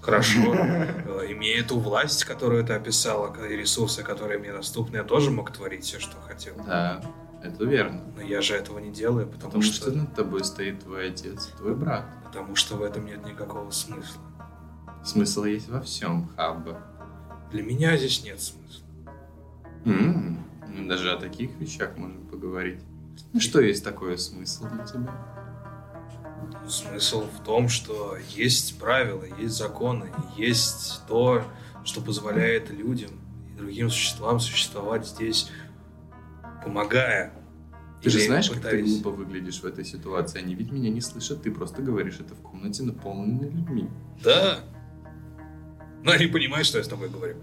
Хорошо.
(laughs)
Э, Имея эту власть, которую ты описала, к- и ресурсы, которые мне доступны, я тоже мог творить все, что хотел.
Да, это верно.
Но я же этого не делаю, потому,
Потому
что...
что над тобой стоит твой отец, и твой брат.
Потому что в этом нет никакого смысла.
Смысл есть во всем, Хабба.
Для меня здесь нет смысла.
М, Мы даже о таких вещах можем поговорить. Ну что есть такое смысл для тебя?
Смысл в том, что есть правила, есть законы, есть то, что позволяет людям и другим существам существовать здесь, помогая.
Ты же
Или
знаешь, как ты
пытаясь.
глупо выглядишь в этой ситуации. Они ведь меня не слышат, ты просто говоришь это в комнате, наполненной людьми.
Да. Но они понимают, что я с тобой говорю.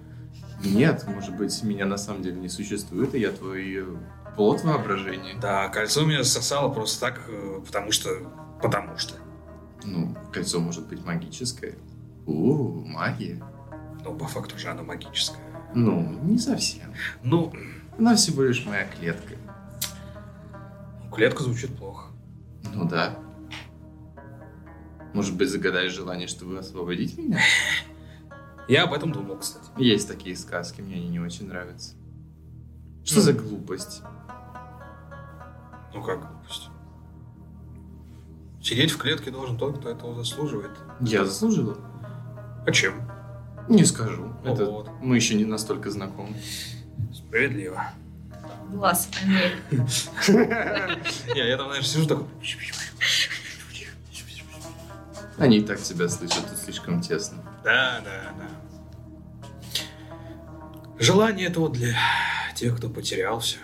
Нет, может быть, меня на самом деле не существует, и я твой э, плод воображения.
Да, кольцо меня сосало просто так, э, потому что... Потому что.
Ну, кольцо может быть магическое. У, магия.
Но Ну, по факту же оно магическое.
Ну, не совсем.
Ну,
Она всего лишь моя клетка.
клетка звучит плохо.
Ну да. Может быть, загадаешь желание, чтобы освободить меня?
Я об этом думал, кстати.
Есть такие сказки, мне они не очень нравятся. Что за глупость?
Ну как глупость? Сидеть в клетке должен тот, кто этого заслуживает.
Я заслужила?
А чем?
Не скажу. Это
Вот.
мы еще не настолько знакомы.
Справедливо.
Глаз Амель.
Не, (laughs) я там, знаешь, сижу такой...
Они и так тебя слышат, тут слишком тесно.
Да, да, да. Желание это вот для тех, кто потерялся,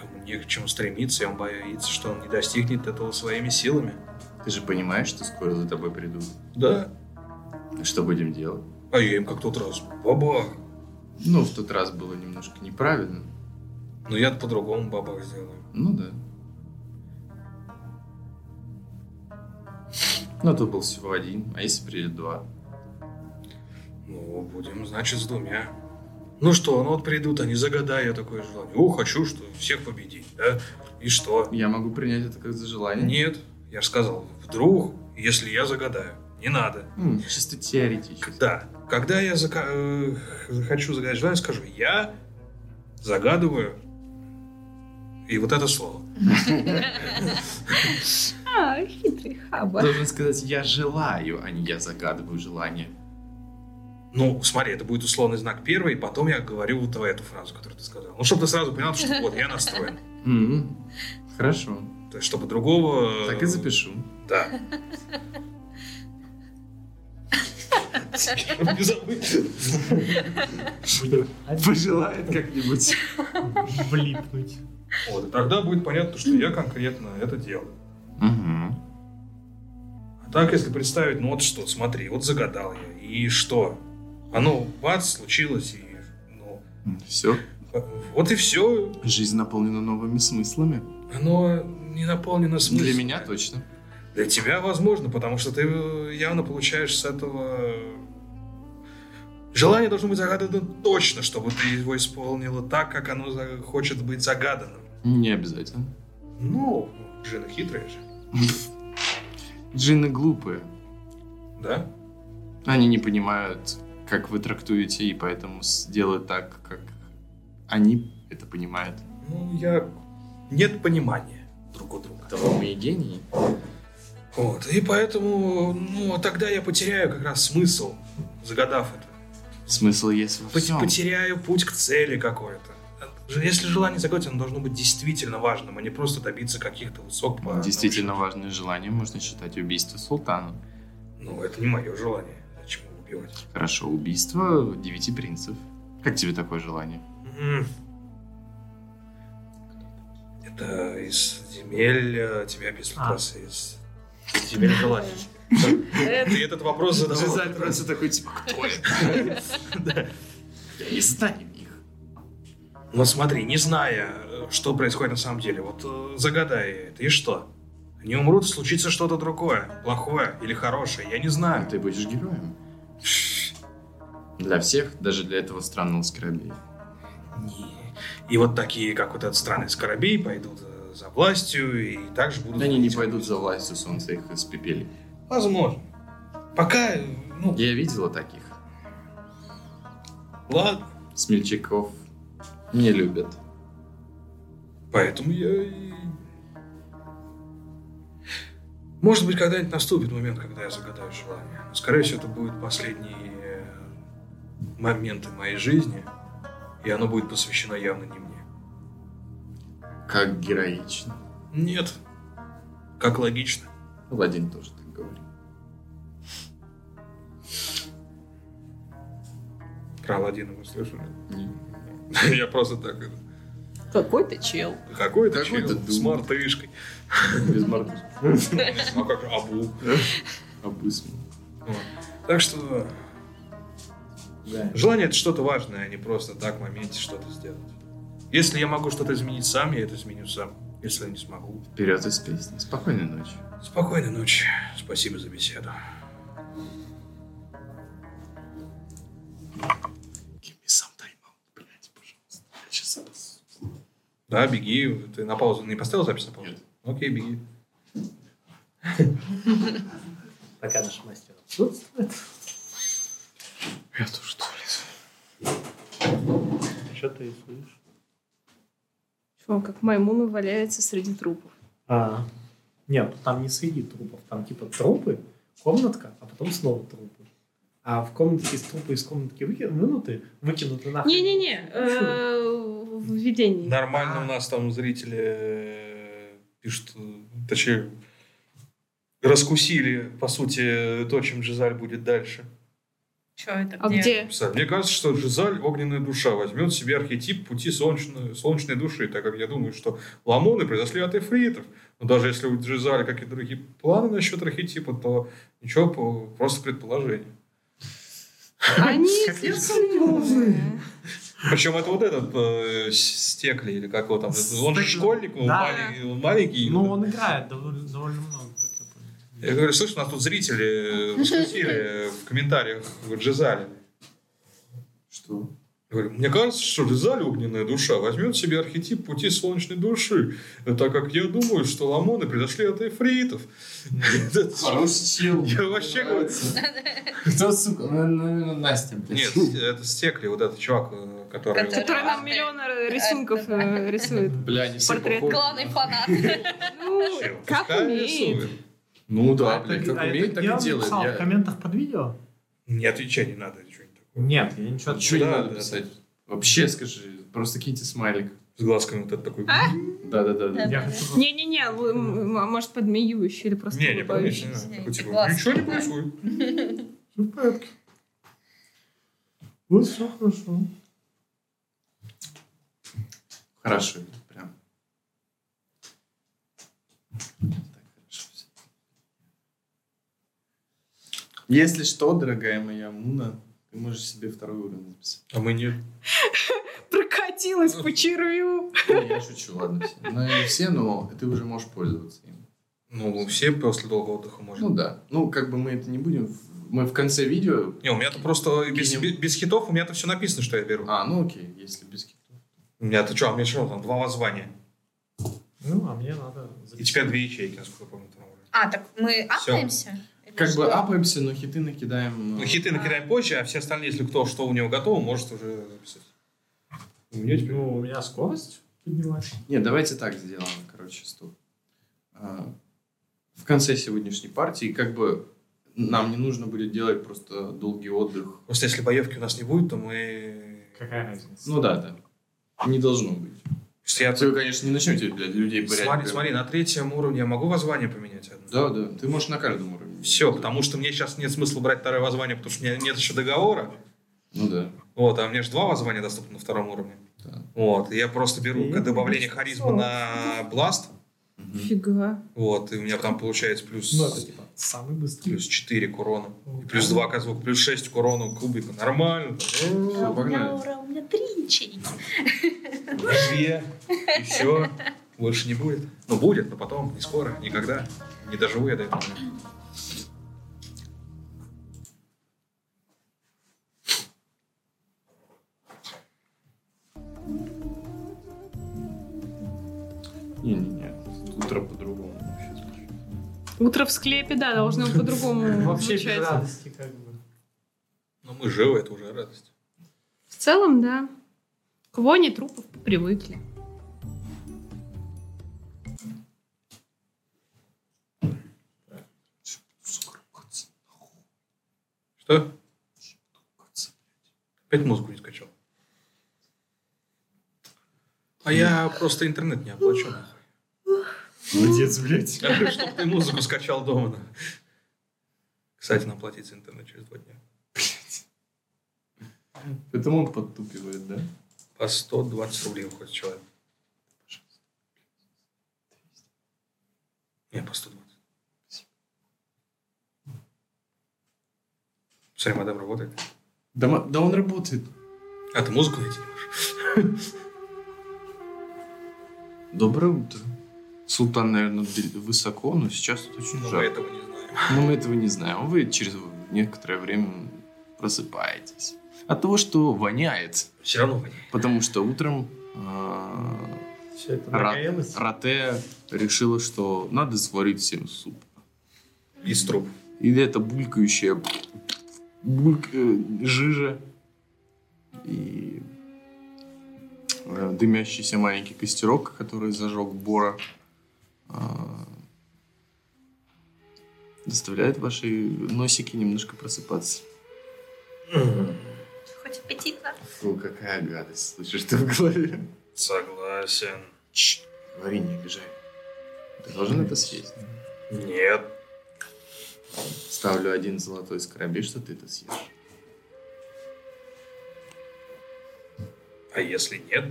кому не к чему стремиться, и он боится, что он не достигнет этого своими силами.
Ты же понимаешь, что скоро за тобой придут.
Да.
Что будем делать?
А я им как тот раз. Баба.
Ну, в тот раз было немножко неправильно.
Но я по-другому бабах сделаю.
Ну да. Но то был всего один, а если придет два?
Ну, будем, значит, с двумя. Ну что, ну вот придут они, загадай я такое желание. О, хочу, что всех победить, да? И что?
Я могу принять это как за желание?
Нет, я же сказал, вдруг, если я загадаю. Не надо.
М, чисто теоретически.
Да. Когда я зака- э, захочу загадать желание, скажу, я загадываю. И вот это слово.
А, хитрый хаба.
Должен сказать, я желаю, а не я загадываю желание.
Ну, смотри, это будет условный знак первый, и потом я говорю вот эту фразу, которую ты сказал. Ну, чтобы ты сразу понял, что вот я настроен.
М, Хорошо.
То есть, чтобы другого...
Так и запишу.
Да. Чтоб не забыть.
Пожелает как-нибудь.
Влипнуть.
Вот, и тогда будет понятно, что я конкретно это делаю.
Мгм.
А так, если представить, ну вот что, смотри, вот загадал я, и что? Оно, бац, случилось, и ну,
Все.
вот и все.
Жизнь наполнена новыми смыслами.
Оно не наполнено смыслом.
Для меня точно.
Для тебя, возможно, потому что ты э, явно получаешь с этого... Желание должно быть загадано точно, чтобы ты его исполнила так, как оно за- хочет быть загаданным.
Не обязательно.
Ну, Джина хитрая же.
Джинны глупые.
Да?
Они не понимают, как вы трактуете, и поэтому с- делают так, как Они это понимают.
Ну, я... Нет понимания друг у друга.
Того мы и гении.
Вот, и поэтому, ну, тогда я потеряю как раз смысл, загадав это.
Смысл есть во
Пот-
всем.
Потеряю путь к цели какой-то. Ж- Если желание загадать, оно должно быть действительно важным, а не просто добиться каких-то высот. по-
Действительно важное желание можно считать убийство султана.
Ну, это не мое желание. Зачем его убивать?
Хорошо, убийство девяти принцев. Как тебе такое желание?
М. Это из земель э, тебя без из земель желаний.
Э,
Ты этот вопрос задавал.
просто такой, типа, кто это? Я не знаю их.
Вот смотри, не зная, э, что происходит на самом деле, вот э, загадай это, и что? Они умрут, и случится что-то другое, плохое или хорошее, я не
А
знаю.
ты будешь героем. Для всех, даже для этого странного скоробея.
Не. И вот такие, как вот этот странный Скоробей, пойдут э, за властью и также будут...
Они не пойдут за властью солнца, их испепели.
Возможно. Пока, э, ну,
Я видела таких.
ладно.
Смельчаков не любят.
Поэтому я и... Может быть, когда-нибудь наступит момент, когда я загадаю желание. Но, Скорее всего, это будет последние э, моменты моей жизни, и оно будет посвящено явно не мне.
Как героично.
Нет. Как логично.
Владимир тоже так говорит.
Про Аладдина вы слышали? (laughs) Я просто так... это,
Какой-то чел.
Какой-то
Какой ты
чел
дурак.
с мартышкой.
Без (laughs) мордашки.
А как Абу.
Обысман.
Так что Желание это что-то важное, а не просто так в моменте что-то сделать. Если я могу что-то изменить сам, я это изменю сам. Если я не смогу.
Вперед из песни. Спокойной ночи.
Спокойной ночи. Спасибо за беседу. Да, беги. Ты на паузу не поставил запись на паузу?
Нет.
Окей, беги.
Пока наш мастер отсутствует.
Я тоже туалет.
Что ты слышишь?
Чё, он как маймуны валяется среди трупов.
А, нет, там не среди трупов. Там типа трупы, комнатка, а потом снова трупы. А в комнатке из трупы из комнатки выки- вынуты, выкинуты нахрен.
Не-не-не, э, в видении.
Нормально у нас там зрители э, пишут, э, точнее, раскусили, по сути, то, чем Жизаль будет дальше.
Что это?
А где?
Писать. Мне кажется, что Жизаль, огненная душа, возьмет себе архетип пути солнечной, солнечной души, так как я думаю, что ламоны произошли от эфритов. Но даже если у Жизали какие-то другие планы насчет архетипа, то ничего, по- просто предположение.
А
Они
Причем это вот этот э, с- Стекли, или как его там, он же
Стекли.
школьник, он,
Да.
маленький, он маленький.
Ну, он играет довольно, довольно много, как я понял.
Я говорю, слышь, у нас
(laughs)
тут зрители э, раскусили в комментариях Джизали.
Что?
Говорю, мне кажется, что Джизаль, огненная душа, возьмет себе архетип пути солнечной души, э, так как я думаю, что ламоны произошли от эфритов. Это
Хороший чел.
Я вообще говорю...
Кто, сука? Наверное, Настя.
Нет, это Стекли, вот этот чувак, э, который...
Который нам миллион рисунков э, рисует.
Бля, не все
Портрет
похожи.
Главный фанат.
Ну,
Вообще,
как
пускай
умеет.
рисует.
Ну
А
да,
это-
блядь, как
а это
умеет, так
я
и делает.
написал
Я-
в комментах под видео?
Не отвечай, не надо. ничего не так.
Нет, я ничего
Ничего не
Да,
надо
да,
писать. Вообще скажи, просто киньте смайлик.
С глазками вот этот такой...
А?
Да-да-да.
Я хочу...
Не-не-не, л- м- м- может, подмеющий или просто
Не, не помнишь.
улыбающий.
не надо. Такой, типа,
Глазки,
Ничего не
да.
происходит.
Все в порядке. Вот все хорошо.
Хорошо, прям. Так хорошо всё. Если что, дорогая моя Муна, ты можешь себе второй уровень записать.
А мы нет.
Прокатилась по червю.
Не, Я шучу, ладно. все. Ну, не все, но ты уже можешь пользоваться им.
Ну, все после долгого отдыха можно.
Ну да. Ну, как бы мы это не будем. Мы в конце видео...
Не, у меня-то просто и без,
Кинем.
без- без хитов, у меня-то все написано, что я беру.
А, ну окей, если без китов.
У меня-то что, а мне что, там два воззвания.
Ну, а мне надо...
И теперь две ячейки, насколько я помню. там уже.
А, так мы апаемся? Или
Как бы
что?
апаемся, но хиты накидаем...
Ну,
э,
хиты накидаем позже, а все остальные, если кто что у него готово, может уже записать. У меня теперь...
Ну, у меня скорость поднялась.
Нет, давайте так сделаем, короче, стоп. А, В конце сегодняшней партии как бы нам не нужно будет делать просто долгий отдых.
Просто если боевки у нас не будет, то мы...
Какая разница?
Ну да, да. Не должно быть.
Просто я...
Вы, конечно, не начнете блядь, людей пырять.
Смотри,
прям.
смотри, на третьем уровне я могу воззвание поменять одно?
Да, да. Ты можешь на каждом уровне.
Все, потому что мне сейчас нет смысла брать второе воззвание, потому что у меня нет еще договора.
Ну да.
Вот, а мне же два воззвания доступны на втором уровне.
Да.
Вот, и я просто беру
И
к- добавление харизмы на (laughs) бласт.
Мгм.
Фига.
Вот, и у меня там получается плюс,
Ну, это типа самый быстрый.
плюс 4 к урону. И плюс 2 к звуку, плюс 6 к урону кубика. Нормально.
Всё, погнали.
ура, у меня три ячейки.
Две. И все. Больше не будет. Ну, будет, но потом, не скоро, никогда. Не доживу я до этого.
Не-не-не. Утро по-другому вообще звучит.
Утро в склепе, да, должно
(laughs)
по-другому
Вообще без
звучать.
радости как бы.
Но мы живы, это уже радость.
В целом, да. К воне трупов привыкли.
Что? Опять музыку не скачал. А я просто интернет не оплачу. нахуй.
Молодец, блядь.
Чтоб ты музыку скачал дома. нахуй. Кстати, нам платить за интернет через два дня.
Это он подтупивает, да?
По 120 рублей выходит человек. Не, по 120. Смотри, мадам работает.
Да, м- да он работает.
А ты музыку найти не можешь?
Доброе утро. Султан, наверное, высоко, но сейчас тут очень
Но мы
жарко.
этого не знаем.
Но мы этого не знаем. Вы через некоторое время просыпаетесь. От того, что воняет.
Все равно воняет.
Потому что утром э,
Все это
Рад.
нагорелось.
Рате решила, что надо сварить всем суп.
Из труб.
И это булькающая бульк- э, жижа и э, дымящийся маленький костерок, который зажег Бора, а, заставляет ваши носики немножко просыпаться.
Хоть аппетитно.
Фу, какая гадость, слышишь ты в голове?
Согласен.
Говори, не обижай. Ты должен это съесть.
Нет.
Ставлю один золотой скоробей, что ты это съешь.
А если нет?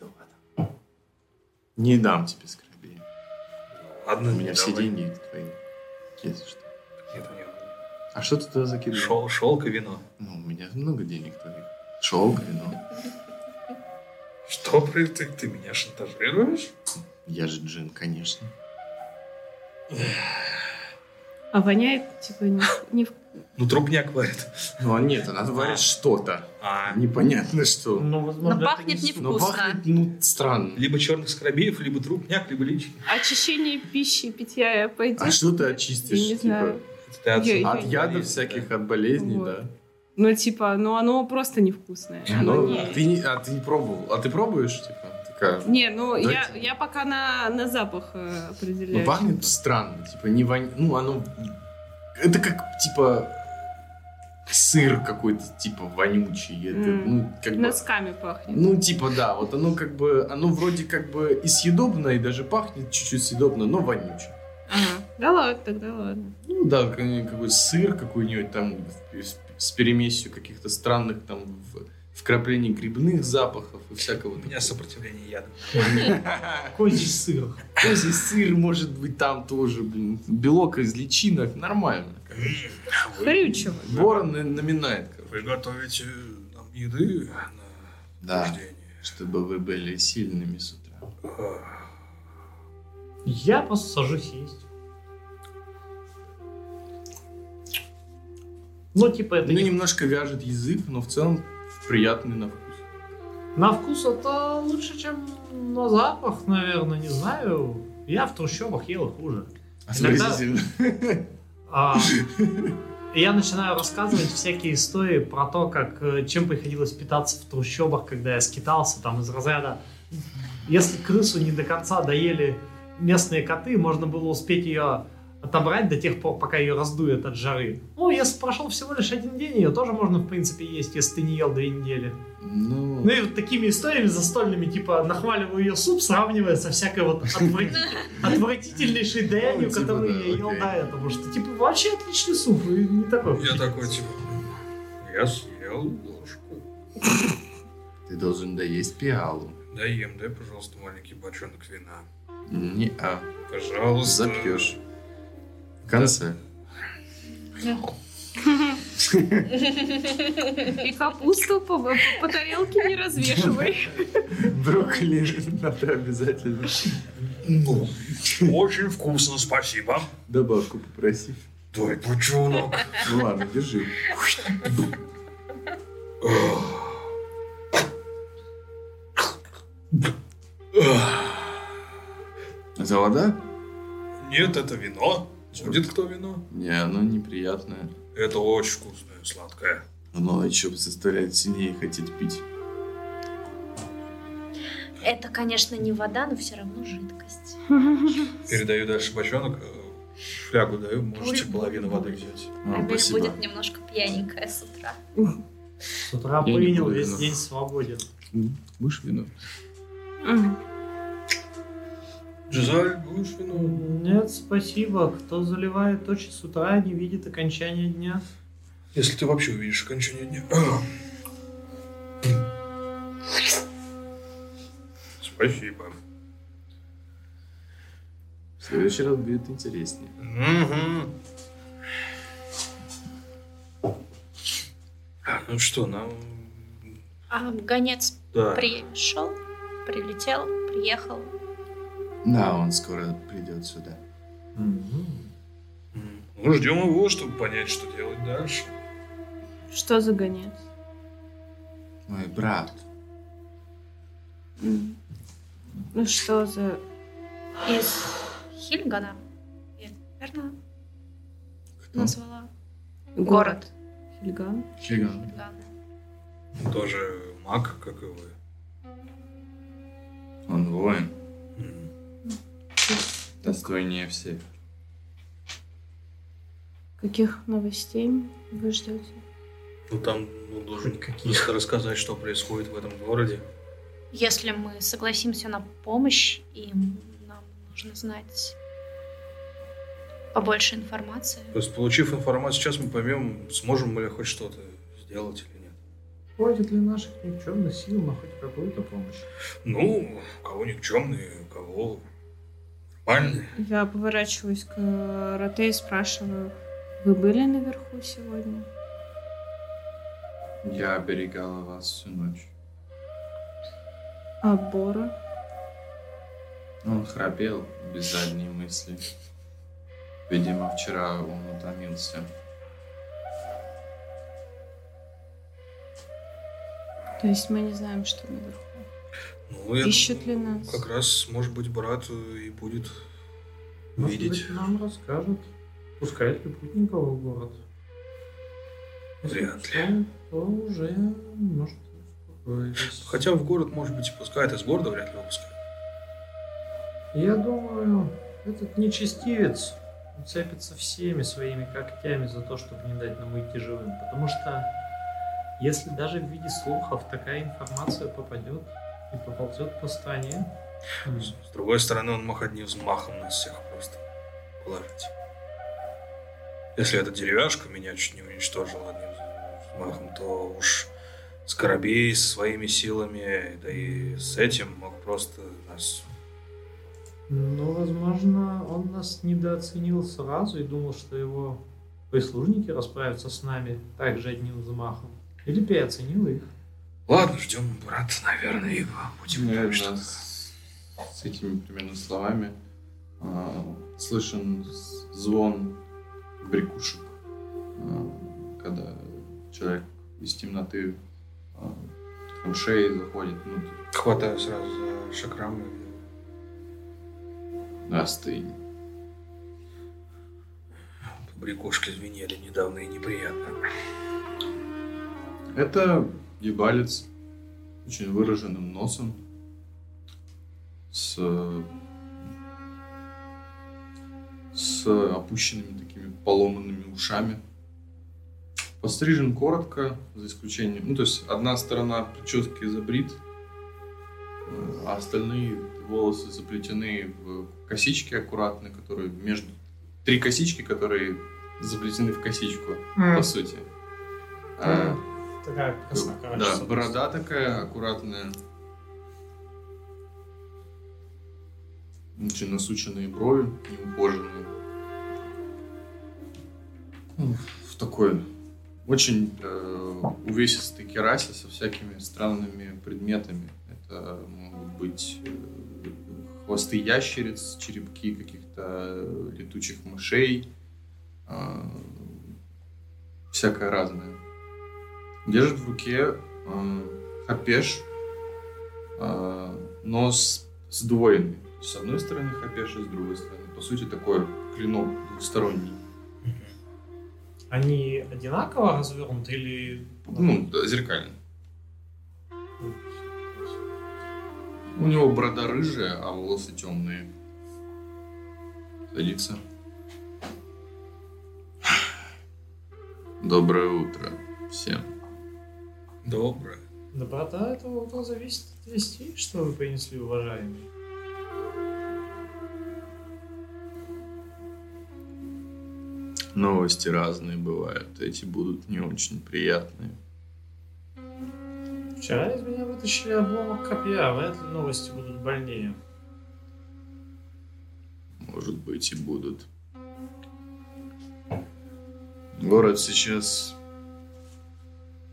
Да ладно. Не дам тебе скоробей. У
Ладно,
меня все
давай.
деньги твои. Если что.
Нет, у него
А что ты туда закидываешь?
шел- шелк и вино.
Ну, у меня много денег твоих. Шелк, ну, вино.
Что, блин, ты, ты меня шантажируешь?
Я же джин, конечно.
А воняет, типа, не, не в-
Ну, трупняк варит.
Ну, а нет, она варит что-то.
А.
Непонятно что.
Ну, возможно,
Но
это
пахнет не
суп.
Но
Вкусно.
пахнет, ну, странно.
Либо черных скоробеев, либо трупняк, либо личник.
Очищение пищи и питья я пойду.
А что ты очистишь?
Я не знаю.
Это ты от-
Я- я-
От ядов всяких, от болезней,
Вот.
да.
Ну, типа, ну оно просто невкусное. Оно
Ну,
не...
ты не- а ты не пробовал. А ты пробуешь, типа? Такая...
Не, ну я,
Давайте.
я пока на, на запах э, определяю.
Ну, пахнет странно, типа, не вонь... Ну, оно... Это как, типа, сыр какой-то, типа, вонючий. Это,
М.
ну, как бы...
Носками пахнет.
Ну, типа, да, вот оно как бы... Оно вроде как бы и съедобное, и даже пахнет чуть-чуть съедобно, но вонючее.
Ага. Да ладно, тогда ладно.
Ну, да, как- какой сыр какой-нибудь там в- с- с перемесью каких-то странных там в- вкраплений грибных запахов и всякого.
У меня сопротивление яда.
Козий сыр.
Козий сыр, может быть, там тоже, блин. Белок из личинок, нормально.
Хрючево.
Ворон на- наминает, короче.
Вы готовите нам еды на
Да,
рождение?
чтобы вы были сильными с утра.
Я просто сажусь есть. Ну, типа, это
ну,
не...
немножко вяжет язык, но в целом приятный на вкус.
На вкус это лучше, чем на запах, наверное, не знаю.
А
Я в трущобах ел и хуже. Иногда-
Отвратительно.
А, И я начинаю рассказывать всякие истории про то, как, э, чем приходилось питаться в трущобах, когда я скитался, там, из разряда если крысу не до конца доели местные коты, можно было успеть ее отобрать до тех пор, пока ее раздует от жары. Ну, если прошел всего лишь один день, ее тоже можно, в принципе, есть, если ты не ел две недели.
Ну,
Ну и вот такими историями застольными, типа, нахваливаю ее суп, сравнивая со всякой вот отврати- отвратительнейшей дрянью,
Ну, типа,
которую
да,
я ел
окей.
до этого. Что, типа, вообще отличный суп, и не такой.
Я такой, типа, я съел ложку.
ты должен доесть пиалу.
Дай ем, дай, пожалуйста, маленький бочонок вина.
Не а.
Пожалуйста.
Запьешь. В конце.
И капусту по, по- по тарелке не
(laughs)
развешивай.
Брокколи надо обязательно.
Ну, очень вкусно, спасибо.
Добавку попроси.
Дай бочонок.
Ну ладно, держи. Это вода?
Нет, это вино. Судит кто вино?
Не, оно неприятное.
Это очень вкусное, сладкое.
Оно еще заставляет сильнее хотеть пить.
Это, конечно, не вода, но все равно жидкость.
Передаю дальше бочонок. э, Флягу даю, можете половину воды взять.
А,
Абель
спасибо.
будет немножко пьяненькая с утра.
С утра
Я не
принял,
буду
весь
вино.
день свободен.
М, Будешь вино?
Джизаль, будешь вино?
Ну, Нет, спасибо. Кто заливает очи с утра, не видит окончания дня.
Если ты вообще увидишь окончание дня. Спасибо.
В следующий раз будет интереснее.
Мгм. Так, Ну что, нам...
А гонец
Да.
пришел, прилетел, приехал.
Да, он скоро придет сюда.
М. Ну, ждем его, чтобы понять, что делать дальше.
Что за гонец?
Мой брат.
М. Ну что за...
Из Хильгана. Я верно назвала? Город.
Хильган?
Хиган.
Хильгана.
Он Тоже маг, как и вы.
Он воин.
М.
Достойнее всех.
Каких новостей вы ждете?
Ну, там ну, должен какие-то рассказать, что происходит в этом городе.
Если мы согласимся на помощь, им нам нужно знать побольше информации.
То есть, получив информацию, сейчас мы поймем, сможем мы ли хоть что-то сделать или нет.
Хватит ли наших никчемных сил на хоть какую-то помощь?
Ну, у кого никчемные, у кого нормальные.
Я поворачиваюсь к Роте и спрашиваю, вы были наверху сегодня?
Я оберегала вас всю ночь.
А Бора?
Он храпел без задней мысли. Видимо, вчера он утомился.
То есть мы не знаем, что наверху.
Ну, я
Ищут
думаю,
ли нас?
Как раз, может быть, брат э, и будет
Может
видеть.
быть, Ну, нам расскажут. Пускают ли путников в город? Если
Вряд
что, То уже, может, успокоились.
Хотя в город, может быть, и пускает, из города вряд ли выпускает.
Я думаю, этот нечестивец цепится всеми своими когтями за то, чтобы не дать нам уйти живым. Потому что если даже в виде слухов такая информация попадет и поползет по стране, м,
С с другой стороны, он мог одним взмахом нас всех просто положить. Если эта деревяшка меня чуть не уничтожила одним взмахом, то уж Скоробей со своими силами, да и с этим мог просто нас...
ну, возможно, он нас недооценил сразу и думал, что его прислужники расправятся с нами также одним взмахом. Или переоценил их.
Ладно, ждем брата, наверное, и будем
Наверное,
думать, что...
с, с этими примерно словами а, слышен с- звон брякушек, а, когда человек из темноты а, там шеей заходит внутрь.
Хватаю сразу за шакрамы.
Остынь.
Брякушки звенели недавно и неприятно.
Это ебалец, очень выраженным носом, с, э, с опущенными такими поломанными ушами. Пострижен коротко, за исключением... Ну, то есть одна сторона прически забрит, э, а остальные волосы заплетены в косички аккуратные, которые между... Три косички, которые заплетены в косичку, по сути. А,
Такая коса, короче.
да, борода такая аккуратная. Очень насученные брови, неухоженные. Ну, В такой очень э, увесистой керасе со всякими странными предметами. Это могут быть э, хвосты ящериц, черепки каких-то э, летучих мышей, э, всякое разное держит в руке э, хапеш, э, но с, сдвоенный. С одной стороны хапеш, и с другой стороны. По сути, такой клинок двусторонний.
Они одинаково развернуты или... ну,
Ну, да, зеркальный. У него борода рыжая, а волосы темные. Садится. Доброе утро всем.
Доброе.
Доброта этого около зависит от вестей, что вы принесли, уважаемые.
Новости разные бывают. Эти будут не очень приятные.
Вчера из меня вытащили обломок копья, вряд ли новости будут больнее.
Может быть и будут. Город сейчас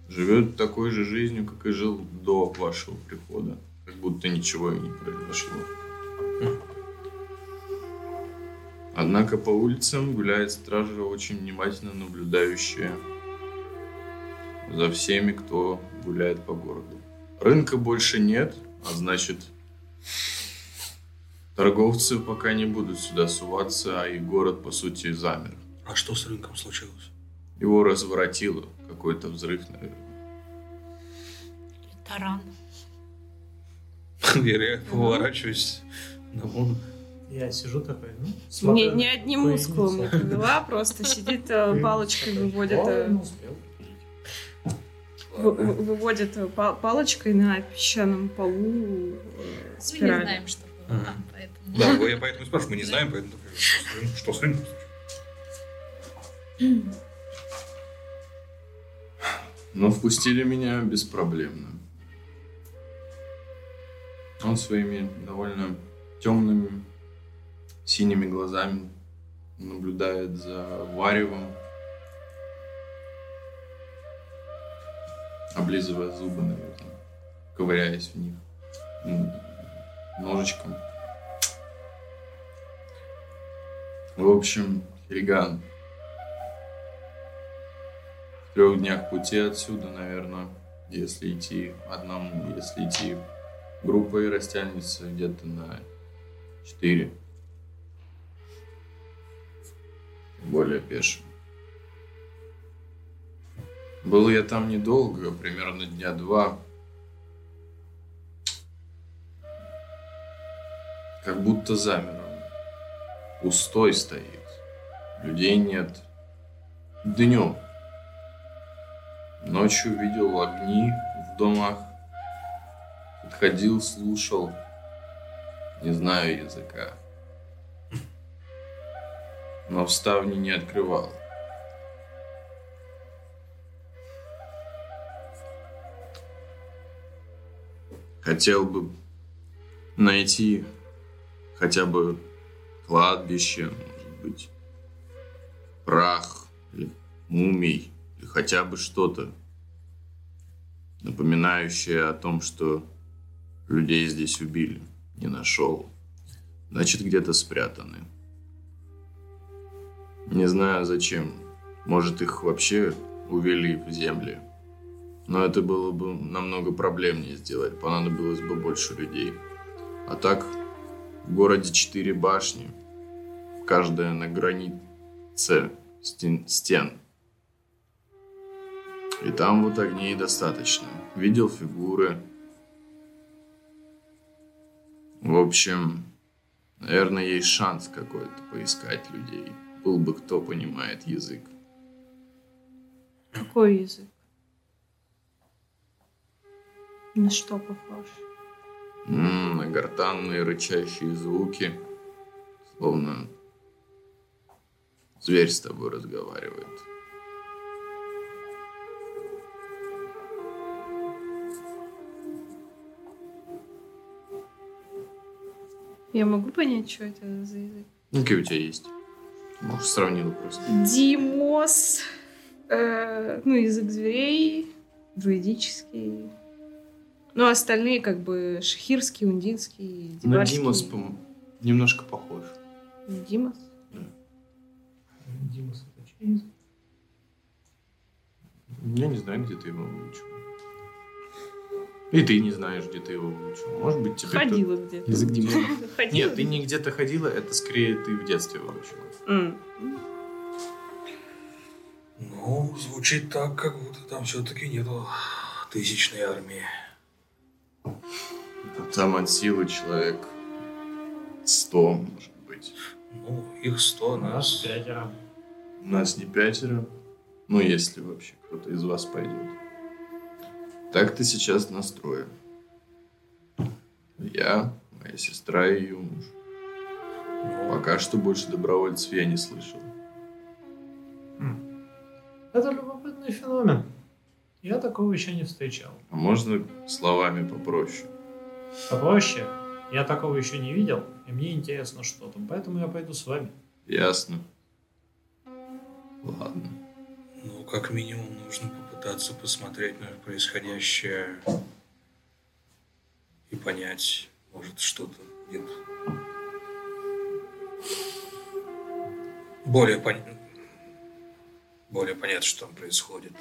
живет такой же жизнью, как и жил до вашего прихода. Как будто ничего и не произошло. Однако по улицам гуляет стража, очень внимательно наблюдающая за всеми, кто гуляет по городу. Рынка больше нет, а значит, торговцы пока не будут сюда суваться, а и город, по сути, замер.
А что с
(laughs)
рынком случилось?
Его разворотило. Какой-то взрыв, наверное.
Таран.
Я реально поворачиваюсь на мон.
Я сижу такой, ну,
Ни,
смотрю.
ни одним
поясница.
мускулом не (laughs) повела, просто сидит, э, палочкой выводит,
О,
э,
не успел.
вы- вы- выводит э, па- палочкой на песчаном полу э,
Мы не
спираль.
знаем, что было
Ага.
там, поэтому...
Да, вот я поэтому и спрашиваю, мы не знаем, поэтому такой, что с рынком- что с рынком?
Но впустили меня беспроблемно. Он своими довольно темными синими глазами наблюдает за варевом, облизывая зубы, наверное, ковыряясь в них м, ножичком. В общем, Хельган, в трех днях пути отсюда, наверное, если идти одному, если идти группой, растянется где-то на 4. Более пешим. Был я там недолго, примерно дня два. Как будто замер он. Пустой стоит. Людей нет. Днем Ночью видел огни в домах. Подходил, слушал. Не знаю языка. Но вставни не открывал. Хотел бы найти хотя бы кладбище, может быть, прах или мумий или хотя бы что-то, напоминающее о том, что людей здесь убили, не нашел. Значит, где-то спрятаны. Не знаю зачем. Может, их вообще увели в земли. Но это было бы намного проблемнее сделать. Понадобилось бы больше людей. А так, в городе четыре башни. Каждая на границе стен, стен. И там вот огней достаточно. Видел фигуры. В общем, наверное, есть шанс какой-то поискать людей. Был бы кто понимает язык.
Какой язык? На что похож?
М, на гортанные М-м, рычащие звуки. Словно зверь с тобой разговаривает.
Я могу понять, что это за язык?
Ну, какие у тебя есть? Может, сравнила просто.
Димос. э, ну, язык зверей, друидический. Ну, остальные как бы шахирский, ундинский,
На
дибарский.
Димас пом- немножко похож.
Ну, Димос?
Дима Саточкин.
Я не знаю, где ты его выучил. И ты не знаешь, где ты его выучил. Может быть, тебе... кто-
Ходила где-то.
Язык Димаса.
Ходила.
Нет, ты не где-то ходила, это скорее ты в детстве выучила.
М.
Ну, звучит так, как будто там все-таки нету тысячной армии.
А Там от силы человек 100, может быть.
Ну, их сто,
Нас
нас...
пятеро.
У нас не пятеро. Ну, если вообще кто-то из вас пойдет. Так ты сейчас настрою. Я, моя сестра и ее муж. Пока что больше добровольцев я не слышал.
Это любопытный феномен. Я такого еще не встречал.
А можно словами попроще?
Попроще, я такого еще не видел, и мне интересно, что там, поэтому я пойду с вами.
Ясно. Ладно.
Ну, как минимум, нужно попытаться посмотреть на происходящее и понять, может, что-то нет. Более, пон- более понятно, что там происходит.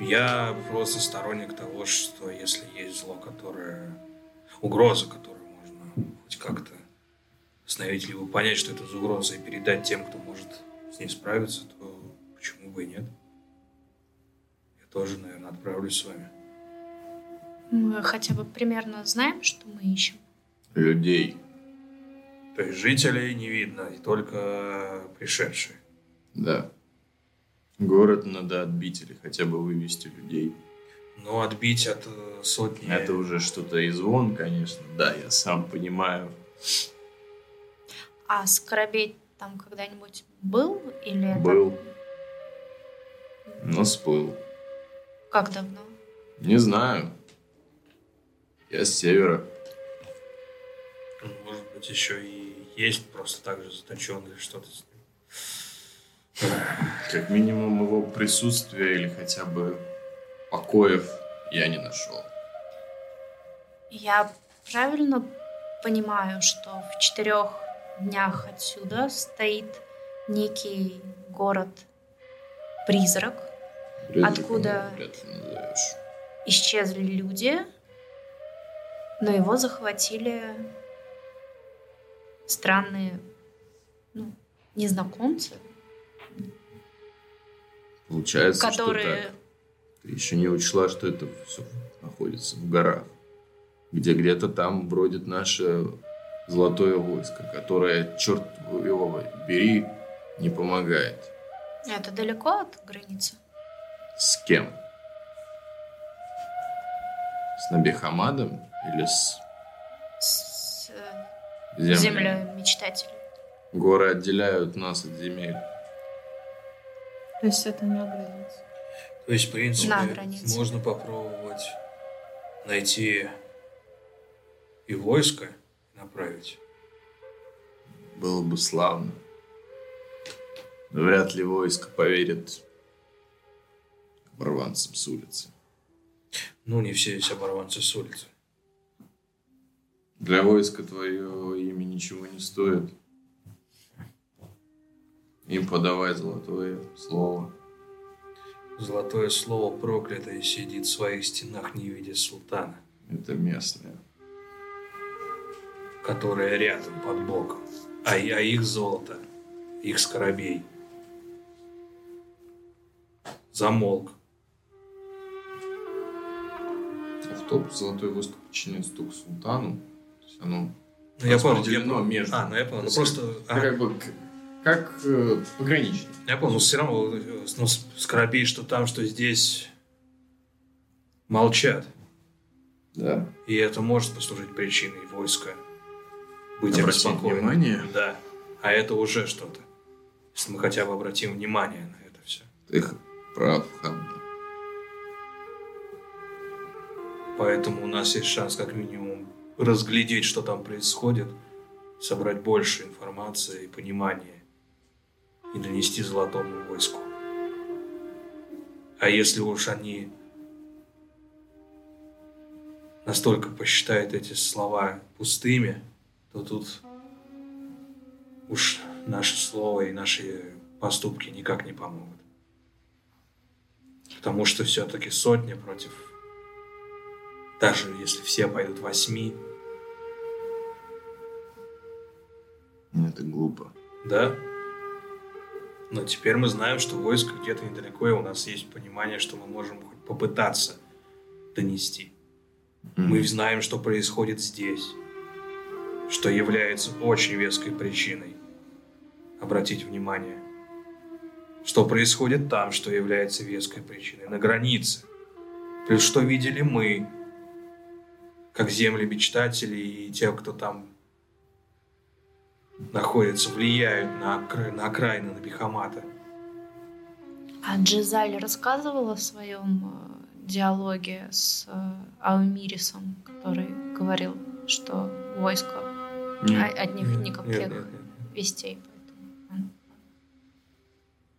Я просто сторонник того, что если есть зло, которое... Угроза, которую можно хоть как-то остановить, либо понять, что это за угроза, и передать тем, кто может с ней справиться, то почему бы и нет? Я тоже, наверное, отправлюсь с вами.
Мы хотя бы примерно знаем, что мы ищем.
Людей.
То есть жителей не видно, и только пришедшие.
Да. Город надо отбить или хотя бы вывести людей.
Но отбить от э, сотни...
Это уже что-то и звон, конечно. Да, я сам понимаю.
А скоробей там когда-нибудь был? Или это-
Был, но сплыл.
Как давно?
Не знаю. Я с севера.
Может быть, еще и есть просто так же заточенные что-то с ним.
Как минимум его присутствия или хотя бы покоев я не нашел.
Я правильно понимаю, что в четырех днях отсюда стоит некий город-призрак.
Призраком
Откуда?
его Вряд ли назовешь.
Исчезли люди, но его захватили странные ну, незнакомцы,
Получается, что
которые...
так. Ты еще не учла, что это все находится в горах, где где-то там бродит наше золотое войско, которое, черт его бери, не помогает.
Это далеко от границы?
С кем? С Набихамадом или с
С э,
землей?
землей мечтателей.
Горы отделяют нас от земель.
То есть это не граница.
То есть, в принципе,
На границе.
можно попробовать найти и войско направить.
Было бы славно. Но вряд ли войско поверит оборванцам с улицы.
Ну, не все есть оборванцы с улицы.
Для войска твое имя ничего не стоит. Им подавай золотое слово.
Золотое слово проклятое сидит в своих стенах, не видя султана,
Это местное.
которое рядом под боком. А, и- а их золото, их скоробей. замолк.
В топ золотой воск подчинен стук султану. То есть оно
Ну, я понял, я
распределено
понял.
между.
А, ну я понял, ну
С-
просто...
Это
а,
как бы к- как э, пограничник.
Я понял, но все равно э, ну, с- скоропей, что там, что здесь молчат.
Да.
И это может послужить причиной войска быть
Обратить
обеспокоенным.
внимание?
Да. А это уже что-то. Если мы хотя бы обратим внимание на это все.
Ты х- прав, Хабб.
Поэтому у нас есть шанс как минимум разглядеть, что там происходит, собрать больше информации и понимания и донести золотому войску. А если уж они настолько посчитают эти слова пустыми, то тут уж наши слова и наши поступки никак не помогут. Потому что все-таки сотня против даже если все пойдут восьми,
Это глупо.
да? Но теперь мы знаем, что войско где-то недалеко, и у нас есть понимание, что мы можем хоть попытаться донести. Мы знаем, что происходит здесь, что является очень веской причиной обратить внимание. Что происходит там, что является веской причиной, на границе. Плюс что видели мы, как земли мечтателей и те, кто там находятся, влияют на, окра- на окраины, на Бихамата.
А Джизаль рассказывала в своем э, диалоге с э, Аумирисом, который говорил, что войско а- от них никаких
Нет, нет, нет.
вестей.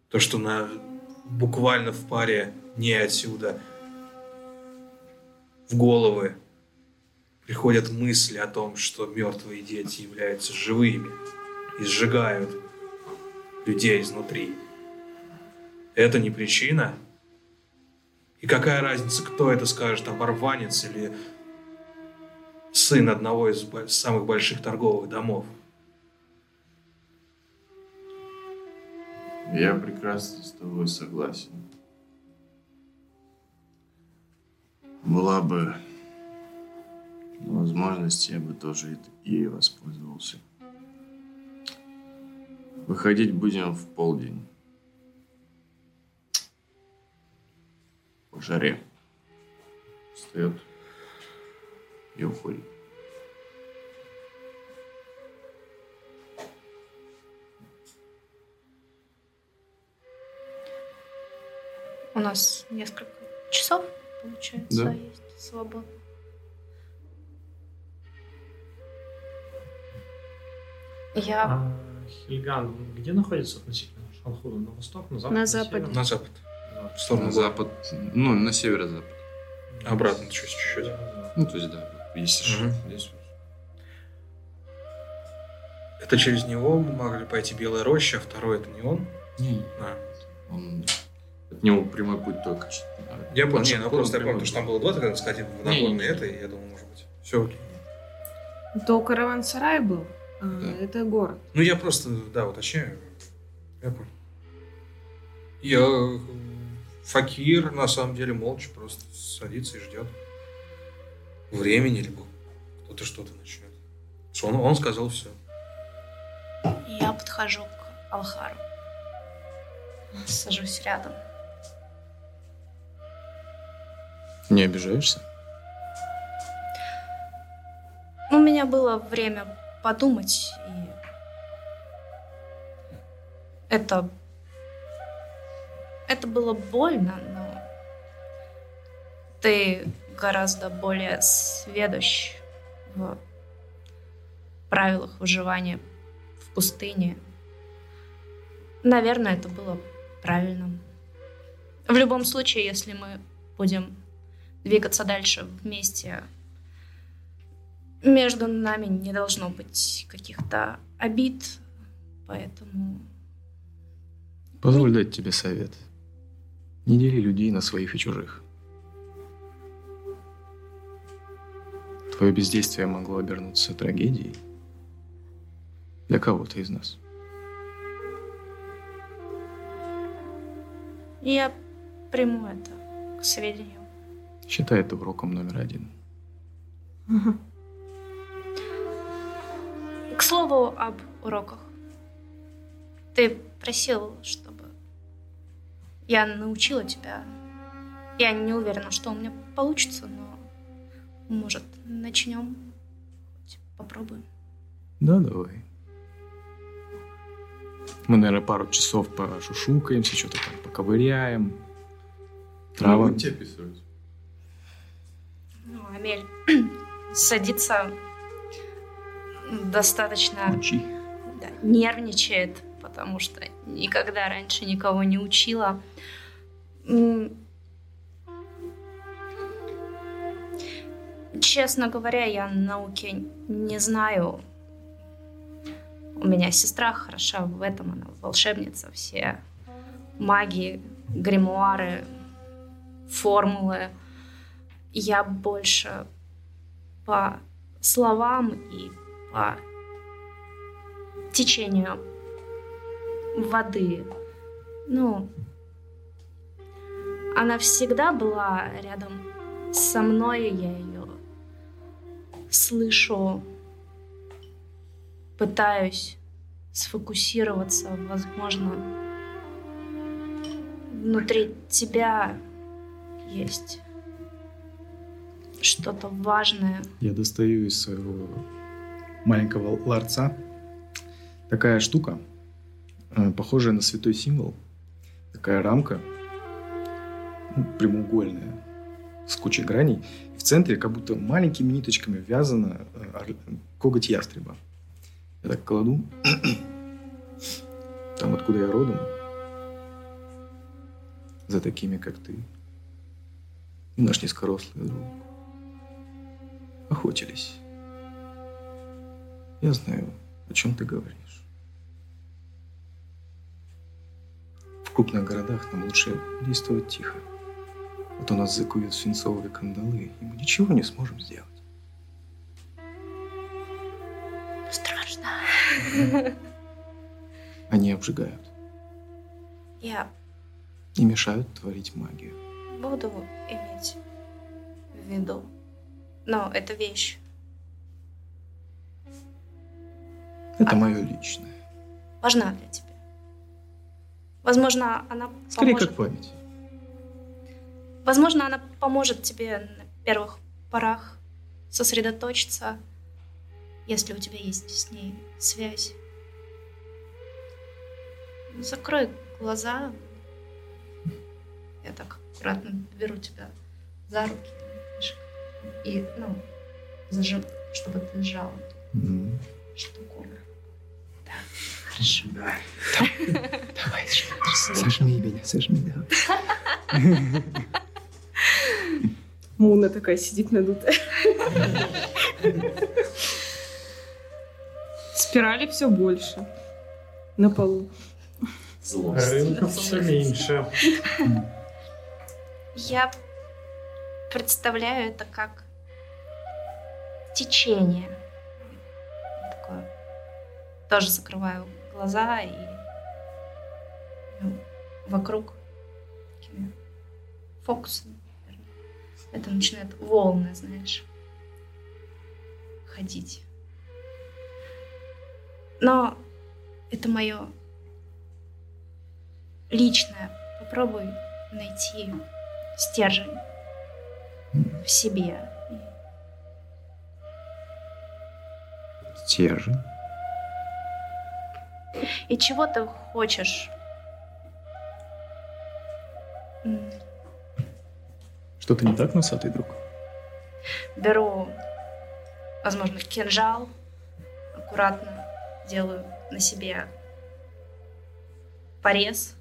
То, что на, буквально в паре не отсюда в головы приходят мысли о том, что мертвые дети являются живыми и сжигают людей изнутри. Это не причина. И какая разница, кто это скажет, оборванец или сын одного из бо- самых больших торговых домов.
Я прекрасно с тобой согласен. Была бы возможность, я бы тоже и- и воспользовался. Выходить будем в полдень. По жаре. Встает и уходит.
У нас несколько часов, получается,
Да.
есть свободно. Я
А Хельган, где находится относительно Шанхуда? На восток, на запад?
На
север?
западе.
На запад.
запад.
В сторону
На запад, ну, на северо-запад.
Обратно чуть- чуть-чуть.
Ну, то есть, да, если что,
Мгм.
здесь.
Это через него мы могли пойти Белая Роща, а второй это не он.
Не,
А.
он... От него прямой путь только. ч-
Я понял,
От
не,
Шахтера
ну просто я
прямой
понял, потому что там
путь.
было два, тогда сходил в
Не-не-не.
Нагорный это, и я думал, может быть. Все окей.
До Караван-Сарай был. а,
Да.
Это город.
Ну я просто, да, уточняю. Я понял. Я... э, Факир на самом деле молча просто садится и ждет. Времени либо кто-то что-то начнет. Потому что Он, он сказал все.
Я подхожу к Алхару. Сажусь рядом.
Не обижаешься?
У меня было время подумать, и это это было больно, но ты гораздо более сведущ в правилах выживания в пустыне. Наверное, это было правильным. В любом случае, если мы будем двигаться дальше вместе, между нами не должно быть каких-то обид, поэтому
Позволь дать тебе совет. Не дели людей на своих и чужих. Твое бездействие могло обернуться трагедией для кого-то из нас.
я приму это к сведению.
Считай это уроком номер один.
К слову об уроках. Ты просил, чтобы я научила тебя. Я не уверена, что у меня получится, но может начнем, Хоть попробуем.
Да, давай. Мы, наверное, пару часов пошушукаемся, что-то там поковыряем. Трава.
будете описывать?
Ну, Амель (clears throat) садится достаточно
Учи.
да, нервничает, потому что никогда раньше никого не учила. М. Честно говоря, я науки не знаю. У меня сестра хороша в этом, она волшебница, все магии, гримуары, формулы. Я больше по словам и по течению воды. Ну, она всегда была рядом со мной, я ее слышу, пытаюсь сфокусироваться, возможно, внутри тебя есть что-то важное.
Я достаю из своего маленького ларца такая штука, э, похожая на святой символ. Такая рамка, ну, прямоугольная, с кучей граней. И в центре как будто маленькими ниточками вязана э, орл- коготь ястреба. Я так кладу. (coughs) Там, откуда я родом, за такими, как ты, и наш низкорослый друг, охотились. Я знаю, о чем ты говоришь. В крупных городах нам лучше действовать тихо. А то нас закуют в свинцовые кандалы, и мы ничего не сможем сделать.
Страшно.
Они обжигают
Я
и мешают творить магию.
буду иметь в виду. Но это вещь.
Это мое личное.
Важна для тебя. Возможно, она
Скорее,
поможет.
как память.
Возможно, она поможет тебе на первых порах сосредоточиться, если у тебя есть с ней связь. Закрой глаза. Я так аккуратно беру тебя за руки знаешь, и, ну, зажим, чтобы ты сжала
Мгм.
эту штуку.
Давай, сожми меня, сожми, да.
Муна такая сидит надутая. Спирали все больше. На полу.
Рынков все меньше.
Я представляю это как течение. Такое. Тоже закрываю глаза и ну, вокруг такими фокусами. наверное. Это начинают волны, знаешь, ходить. Но это мое личное. Попробуй найти стержень в себе.
Стержень.
И чего ты хочешь? М,
Что-то не так, носатый друг?
Беру, возможно, кинжал, аккуратно делаю на себе порез.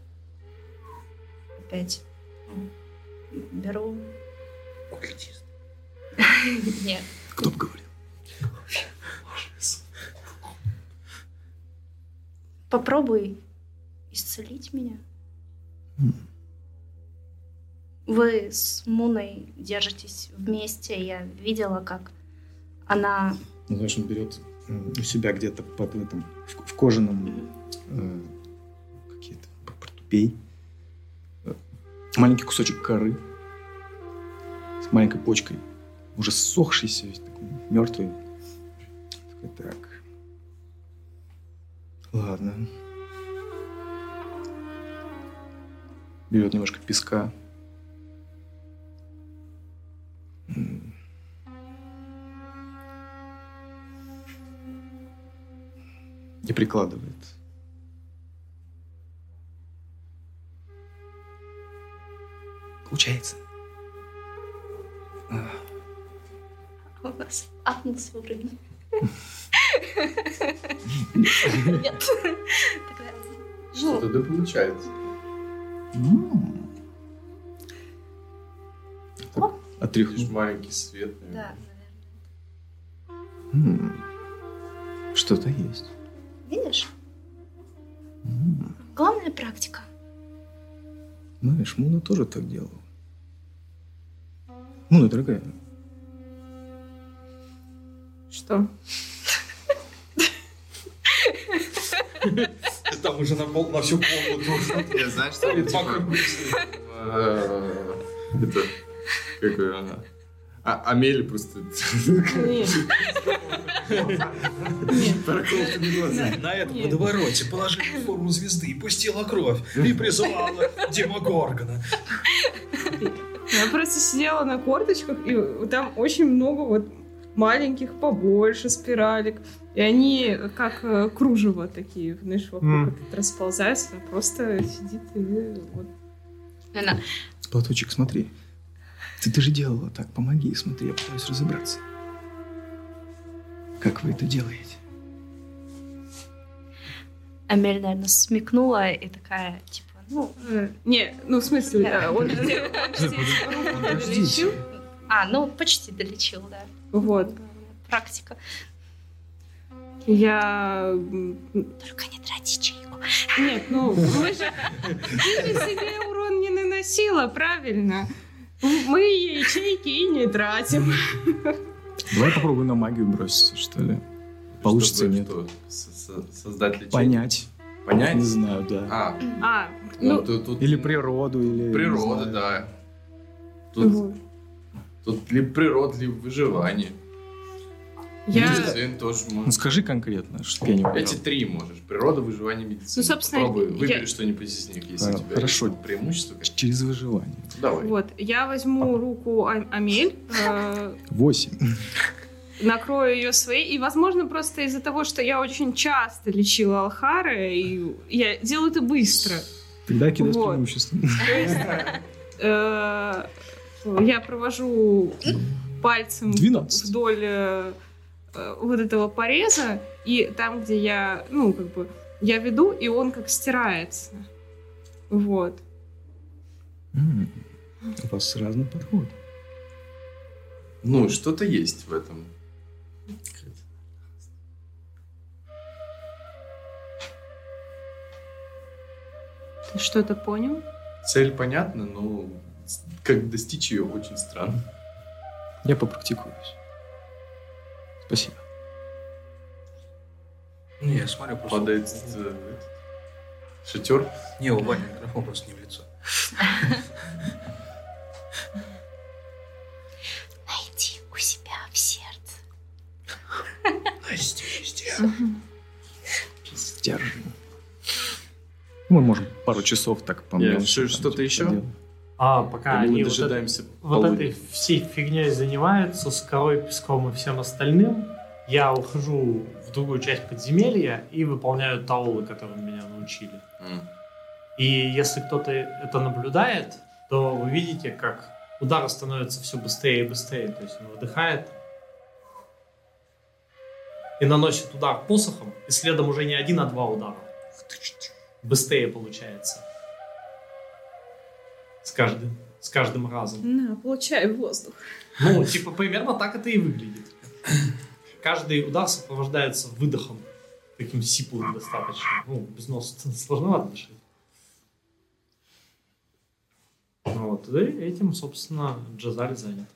Опять м, беру. Нет.
Кто бы говорил?
Попробуй исцелить меня.
М.
Вы с Муной держитесь вместе. Я видела, как она...
Ну, знаешь, он берет м, у себя где-то под этом, в, в кожаном э, какие-то п- портупей э, маленький кусочек коры с маленькой почкой, уже ссохшийся, весь такой мертвый. Такой, так. Ладно. Берет немножко песка. М. И прикладывает. Получается.
У вас апнус уровень. Нет. Тогда, Ну,
Что-то да получается.
М. Так,
Оп.
Отряхнул.
Видишь, маленький свет. наверное.
да, наверное.
М. Что-то есть.
Видишь?
М.
Главная практика.
Знаешь, Муна тоже так делала. Муна, дорогая,
Что?
Там уже на, пол, на всю комнату.
Я знаешь, что ли, типа, э, (laughs) Это... Как ее она? А, Амели просто... (laughs)
Нет. Нет.
Проколотыми глазами.
На этом
Нет.
водовороте положили форму звезды и пустила кровь. И призывала Дима Горгона.
Я просто сидела на корточках, и там очень много вот маленьких побольше спиралек. И они как э, кружево такие, знаешь, вокруг
М.
этот расползаются. Она просто сидит и э, вот.
Она,
платочек, смотри. Ты, ты же делала так, помоги, смотри, я пытаюсь разобраться. Как вы это делаете?
Амель, наверное, смекнула и такая, типа, ну...
э, Не, ну в смысле, э, он же сделал.
Подождите.
А, ну, почти долечил, да.
Вот.
Главная Практика.
Я... м,
Только не трать ячейку.
Нет, ну, вы же... Ты же себе урон не наносила, правильно? Мы ячейки и не тратим.
Давай попробуй на магию броситься, что ли. Получится,
Чтобы
нет.
что? Со- со- Создать лечение?
Понять. Не
Понять?
знаю, да.
А,
А,
ну,
ну,
тут, тут
Или природу, или... не
природа,
знаю.
да. Тут,
вот.
тут либо природа, либо выживание.
я...
Медицина тоже
Ну,
может.
скажи конкретно, что я не понял.
Эти три можешь. Природа, выживание,
Ну,
медицина.
собственно,
Попробуй,
я-
выбери что-нибудь из них, если
Да,
у тебя
хорошо.
есть преимущество. конечно.
Через выживание.
Давай.
Вот, я возьму руку А- Амель, (laughs) э,
Восемь.
накрою ее своей, и, возможно, просто из-за того, что я очень часто лечила Алхара, и я делаю это быстро.
Тогда кидай с
Вот.
(laughs)
преимуществом.
Ну,
То есть, э, я провожу пальцем
12.
вдоль э, э, вот этого пореза, и там, где я, ну, как бы, я веду, и он как стирается. Вот.
М. У вас разный подход.
Ну, что-то есть в этом.
Ты что-то понял?
Цель понятна, но с- как достичь ее очень странно.
Я попрактикуюсь. Спасибо.
Не, я смотрю просто.
Падает э, шатер.
Не, у Вани микрофон просто не в лицо.
Найди у себя в сердце.
Настя, везде.
Сдержим. Мы можем пару часов так типа, помнить.
что- что-то еще?
А, пока
Или
они
мы
вот, это-
дожидаемся
вот
полудня?
этой всей фигней занимаются, с корой, песком и всем остальным, я ухожу в другую часть подземелья и выполняю таулы, которым меня научили.
М.
И если кто-то это наблюдает, то вы видите, как удар становится все быстрее и быстрее. То есть он выдыхает и наносит удар посохом, и следом уже не один, а два удара. Быстрее получается. С каждым, с каждым разом.
На, получай воздух.
Ну, типа, примерно так это и выглядит. Каждый удар сопровождается выдохом. Таким сиплым достаточно. Ну, без носа сложновато дышать. Вот. И этим, собственно, Джазаль занят.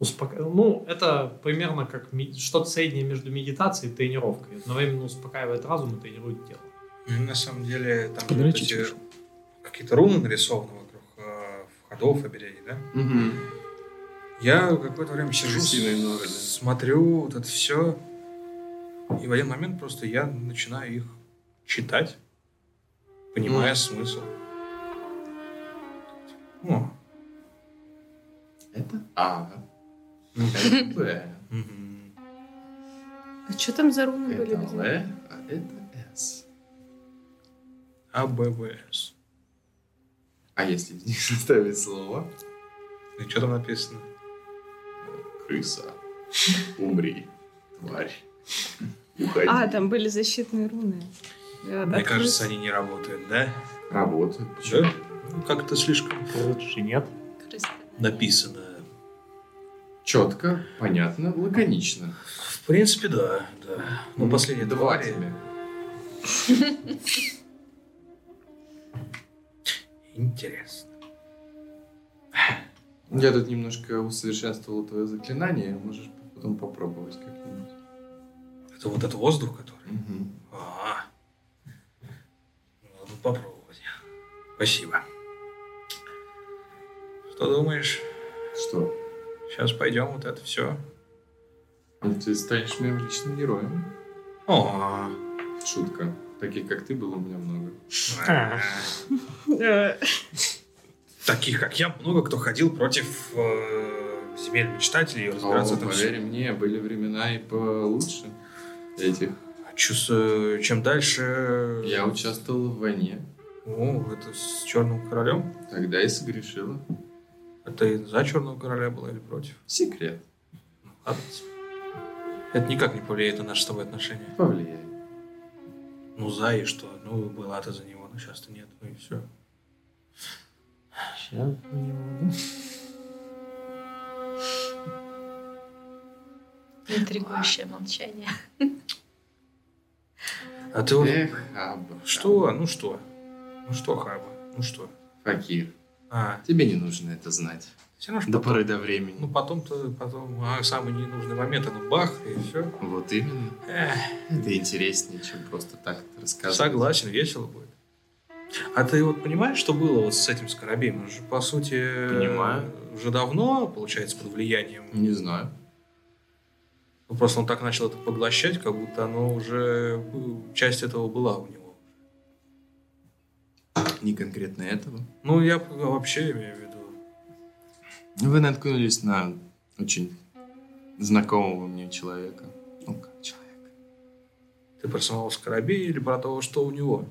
Успока- Ну, это примерно как ми- что-то среднее между медитацией и тренировкой. Одновременно успокаивает разум и тренирует тело.
Ну, На самом деле, там же вот
Подрочить
эти
вышел.
какие-то руны нарисованы вокруг э, входов, оберегий, да? Я какое-то время сижу,
Крысиные норы, да.
смотрю вот это все, и в один момент просто я начинаю их читать, понимая
Мгм.
смысл. О,
Это А.
Мгм.
Это Б.
мгм.
А что там за руны были?
Это Л.
где?
А это С.
АБВС.
А если из них (laughs) составить слово?
И что там написано?
Крыса. Умри, тварь. Уходи.
А, там были защитные руны. Я
Мне
так
кажется, они не работают, да?
Работает. Почему?
Да? Ну, Как-то слишком
Лучше нет.
Крыса.
написано.
Четко, понятно, лаконично.
В принципе, да, да. Но Ну, последние
Два
два
тебе.
Интересно.
Я тут немножко усовершенствовал твое заклинание, можешь потом попробовать как-нибудь.
Это вот этот воздух, который. А. Надо попробовать. Спасибо. Что думаешь?
Что?
Сейчас пойдем вот это все.
Ну, Ты станешь моим личным героем.
О.
Шутка. Таких, как ты, было у меня много.
А.
Э,
Таких, как я, много кто ходил против э, земель мечтателей и разбираться
О,
в этом
А,
всём.
поверь мне, были времена и получше этих.
А Чувствую, э, чем дальше...
Я участвовал в войне,
О, это с Черным Королем?
тогда и согрешила.
Это и за Черного Короля было или против?
Секрет.
Ну, ладно. Это никак не повлияет на наши с тобой отношения.
Повлияй.
Ну, за и что? Ну, была ты за него, но сейчас ты нет, ну и все.
Сейчас Ну, не буду.
Интригующее молчание.
А ты вот...
Эх, Хаба.
Что? Ну что? Ну что, Хаба? Ну что?
Факир.
А,
Тебе не нужно это знать.
все равно ж
До
потом...
поры до времени.
Ну, потом-то, потом... А, самый ненужный момент, это бах, и все.
Вот именно. Это интереснее, чем просто так это рассказывать.
Согласен, весело будет. А ты вот понимаешь, что было вот с этим скоробеем? Он же, по сути...
Понимаю.
Уже давно, получается, под влиянием...
Не знаю.
Ну, просто он так начал это поглощать, как будто оно уже... ну, Часть этого была у него.
Не конкретно этого.
Ну, я вообще имею в виду...
Вы наткнулись на очень знакомого мне человека. Ну, как человека.
Ты про самого Скоробея или про того, что у него?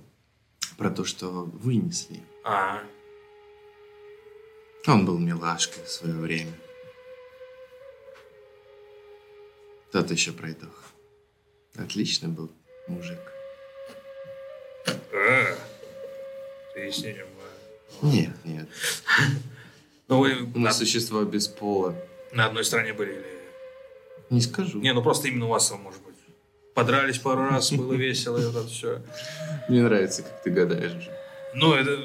Про то, что вынесли.
А,
Он был милашкой в свое время. Тот еще пройдох. Отличный был мужик.
э, ты с ним... э,
Нет, нет.
Ну, вы на,
На существо без пола.
на одной стороне были или...
Не скажу.
Не, ну просто именно у вас, там, может быть, подрались пару раз, было весело, и вот это все.
Мне нравится, как ты гадаешь.
Ну, это...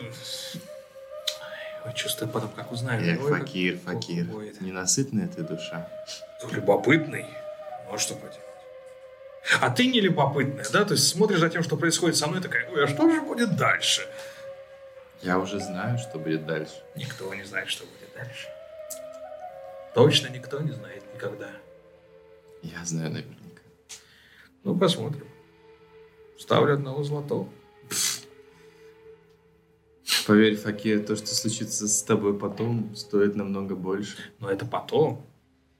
Ой, чувствую, потом как узнаю.
Эх,
Ой, как
факир,
плохо
факир.
будет.
Ненасытная ты душа.
Любопытный? Ну, а что поделать? А ты не любопытная, да? То есть смотришь за тем, что происходит со мной, такая, ой, а что же будет дальше?
Я уже знаю, что будет дальше.
Никто не знает, что будет дальше. Точно никто не знает никогда.
Я знаю наверняка.
Ну, посмотрим. Ставлю одного золотого.
Поверь, Факир, то, что случится с тобой потом, стоит намного больше.
Но это потом.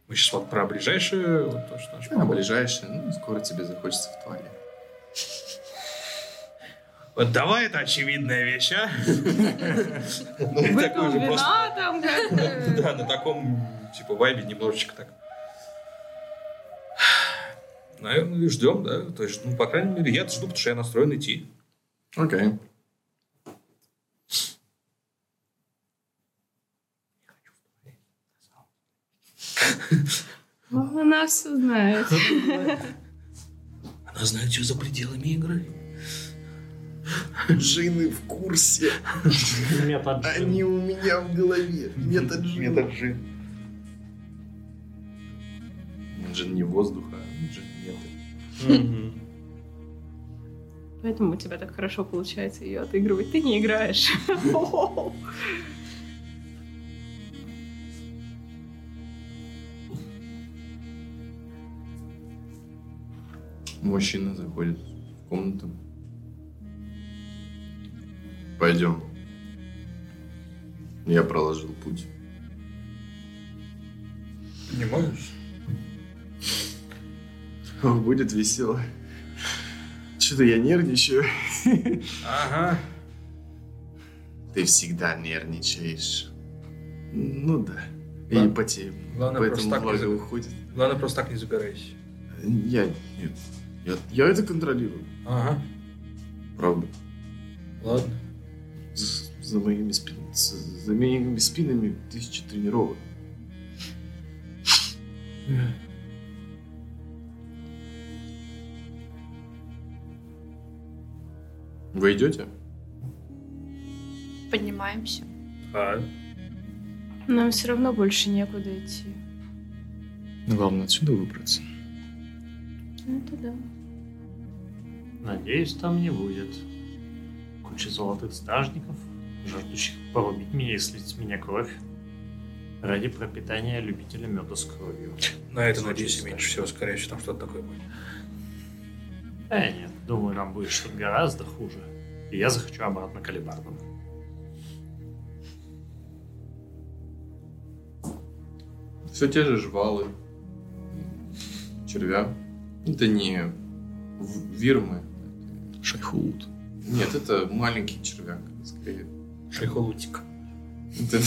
Мы сейчас вот про ближайшее, вот то, что наш
А ближайшее, ну, скоро тебе захочется в туалет.
Вот давай это очевидная вещь, а?
Выпил
Ну, Такой же просто-
вина там как-то.
Да, на таком, типа, вайбе немножечко так. Наверное, и ждем, да? То есть, ну, по крайней мере, я жду, потому что я настроен идти.
Окей.
Мама Ну, нас все знает.
Она знает, что за пределами игры.
Джины в курсе.
Метаджин.
у меня в голове. Мета джин. джин не воздуха, а джин меты.
Поэтому у тебя так хорошо получается ее отыгрывать. Ты не играешь. (laughs)
Мужчина заходит в комнату. Пойдем. Я проложил путь.
Понимаешь?
О, будет весело. Что-то я нервничаю.
Ага.
Ты всегда нервничаешь. Ну да. И не потею.
Главное,
Поэтому
просто так не
влага
забывай.
уходит.
Главное, просто так не загорайся.
Я нет. Я, я это контролирую.
Ага.
Правда.
Ладно.
З- За моими спинами. За моими спинами тысячи тренировок. Вы идете?
Поднимаемся.
А,
Нам все равно больше некуда идти.
Но Ну, главное отсюда выбраться.
Ну, это да.
Надеюсь, там не будет кучи золотых стражников, жаждущих порубить меня и слить с меня кровь ради пропитания любителя меда с кровью.
на это,
Очень
надеюсь,
страшно.
меньше всего, скорее всего, там что-то такое будет.
Э, нет, думаю, нам будет что-то гораздо хуже. И я захочу обратно к алебардам.
Все те же жвалы, червя. Это не в- вирмы.
Шайхулут.
Нет, это маленький червяк, скорее.
Шейхолутик.
Это,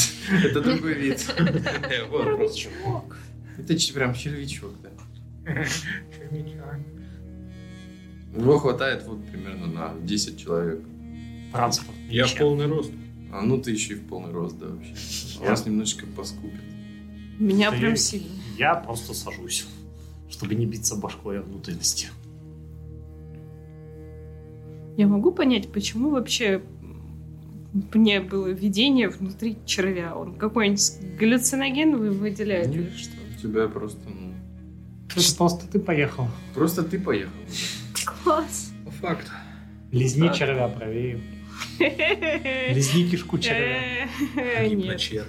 это другой вид.
Э, вот просто.
Это ч- прям червячок, да. Его хватает вот примерно на 10 человек.
Транспорт.
Я в полный рост.
А ну ты еще и в полный рост, да, (laughs) вообще.
Я-
Вас немножечко поскупит.
Меня
Ты-
прям сильно.
Я просто сажусь, чтобы не биться башкой о внутренности.
Я могу понять, почему вообще мне было видение внутри червя. Он какой-нибудь галлюциноген вы- выделяет или что?
У тебя просто, ну...
Просто ты поехал.
Просто ты поехал.
Класс.
Факт.
Лизни червя правее.
(laughs)
Лизни кишку червя.
Э, Нет.
Гипночервь.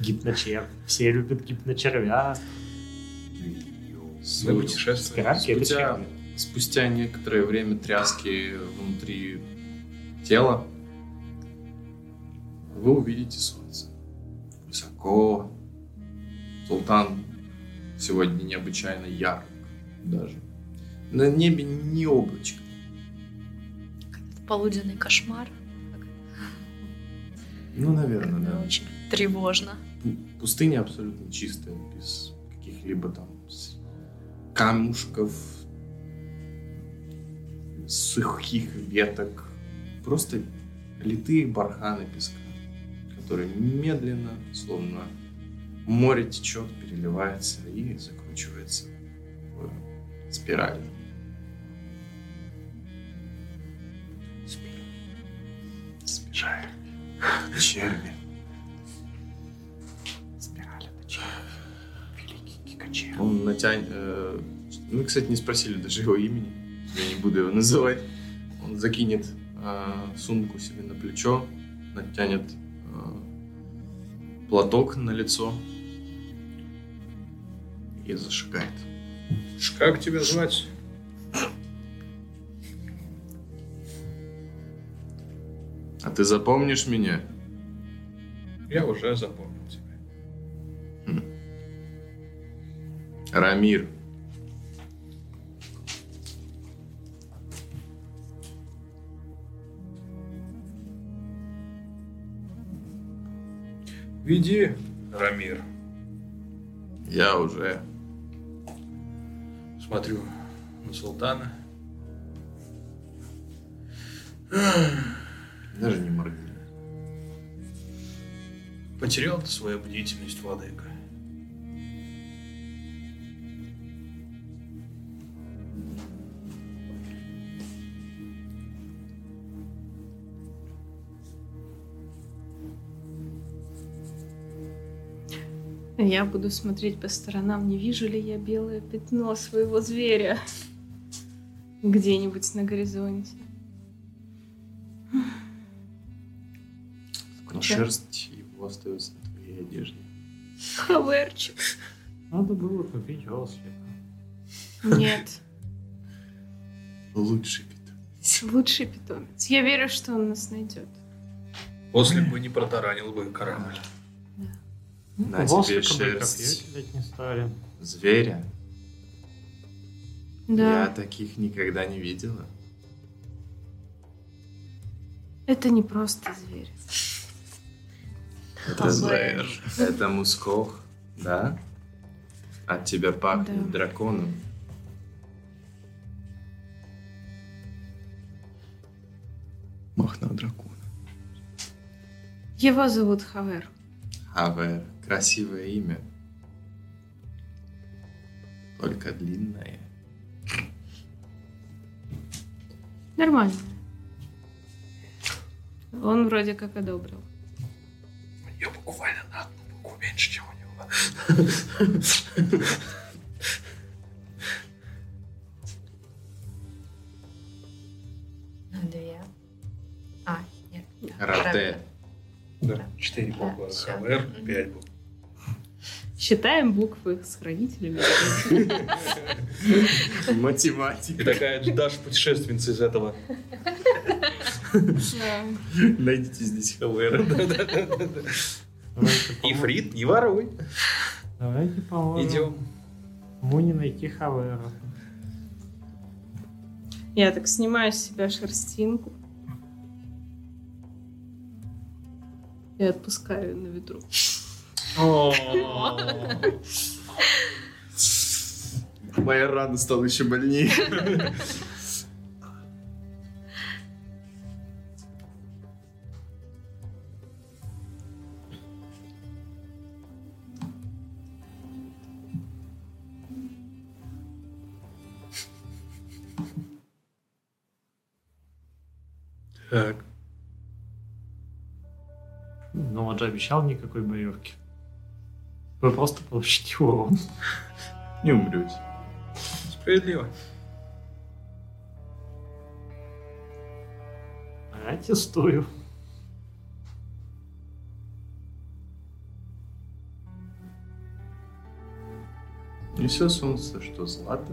Гипночерв. Все любят гипночервя.
Мы путешествуем.
Пиратки это
Спустя-
черви.
Спустя некоторое время тряски внутри тела вы увидите солнце. Высоко. Султан сегодня необычайно ярок даже. На небе не облачко.
Полуденный кошмар.
Ну, наверное,
Мне
да.
Очень тревожно.
Пу- Пустыня абсолютно чистая, без каких-либо там с- камушков, сухих веток. Просто литые барханы песка, которые медленно, словно море течет, переливается и закручивается в спираль. Спираль. Черви. Он натянет... э, Мы, кстати, не спросили даже его имени. Я не буду его называть. Он закинет э, сумку себе на плечо, натянет э, платок на лицо и зашагает.
Как тебя звать?
А ты запомнишь меня?
Я уже запомнил тебя.
Рамир.
Веди, Рамир.
Я уже...
Смотрю на султана.
Даже не моргнул.
Потерял ты свою бдительность, владыка.
Я буду смотреть по сторонам, не вижу ли я белое пятно своего зверя где-нибудь на горизонте.
Но шерсть его остается на твоей одежде.
Хаверчик.
Надо было купить велосипед.
Нет.
Лучший питомец.
Лучший питомец. Я верю, что он нас найдет.
После бы не протаранил бы корабль.
Ну,
На тебе шерсть
кидать не стали.
зверя.
Да.
Я таких никогда не видела.
Это не просто зверь.
Это зверь. Это мускох, да? От тебя пахнет
Да.
драконом.
Махна дракона.
Его зовут Хавер.
Авер. А Красивое имя. Только длинное.
Нормально. Он вроде как одобрил.
Я буквально на одну букву меньше, чем у него.
На две. А, нет. да.
Рате.
Да, четыре буквы.
Да, всё.
ХВР, пять букв.
Считаем буквы с хранителями.
И
Математика.
такая Даша путешественница из (laughs) этого.
Найдите здесь
(laughs)
ХВР.
Ну,
Давайте,
И
помо-
Фрид, не воруй.
Давайте поможем.
Идем.
Ему не найти Хавера.
Я так снимаю с себя шерстинку. И отпускаю на ветру.
Моя рана стала еще больнее.
Так.
Но Ну, он же обещал никакой боевки. Вы просто получите урон.
Не умрете.
Справедливо.
А я тестую.
И все солнце, что злато,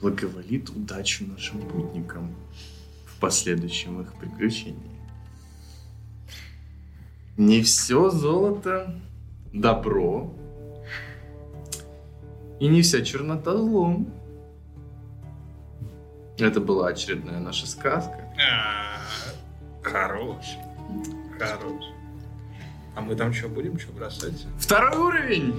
благоволит удачу нашим путникам в последующем их приключении. Не все золото — добро, и не вся чернота — злом. Это была очередная наша сказка.
А, Хорош. Хорош. А мы там что, будем что бросать?
Второй уровень!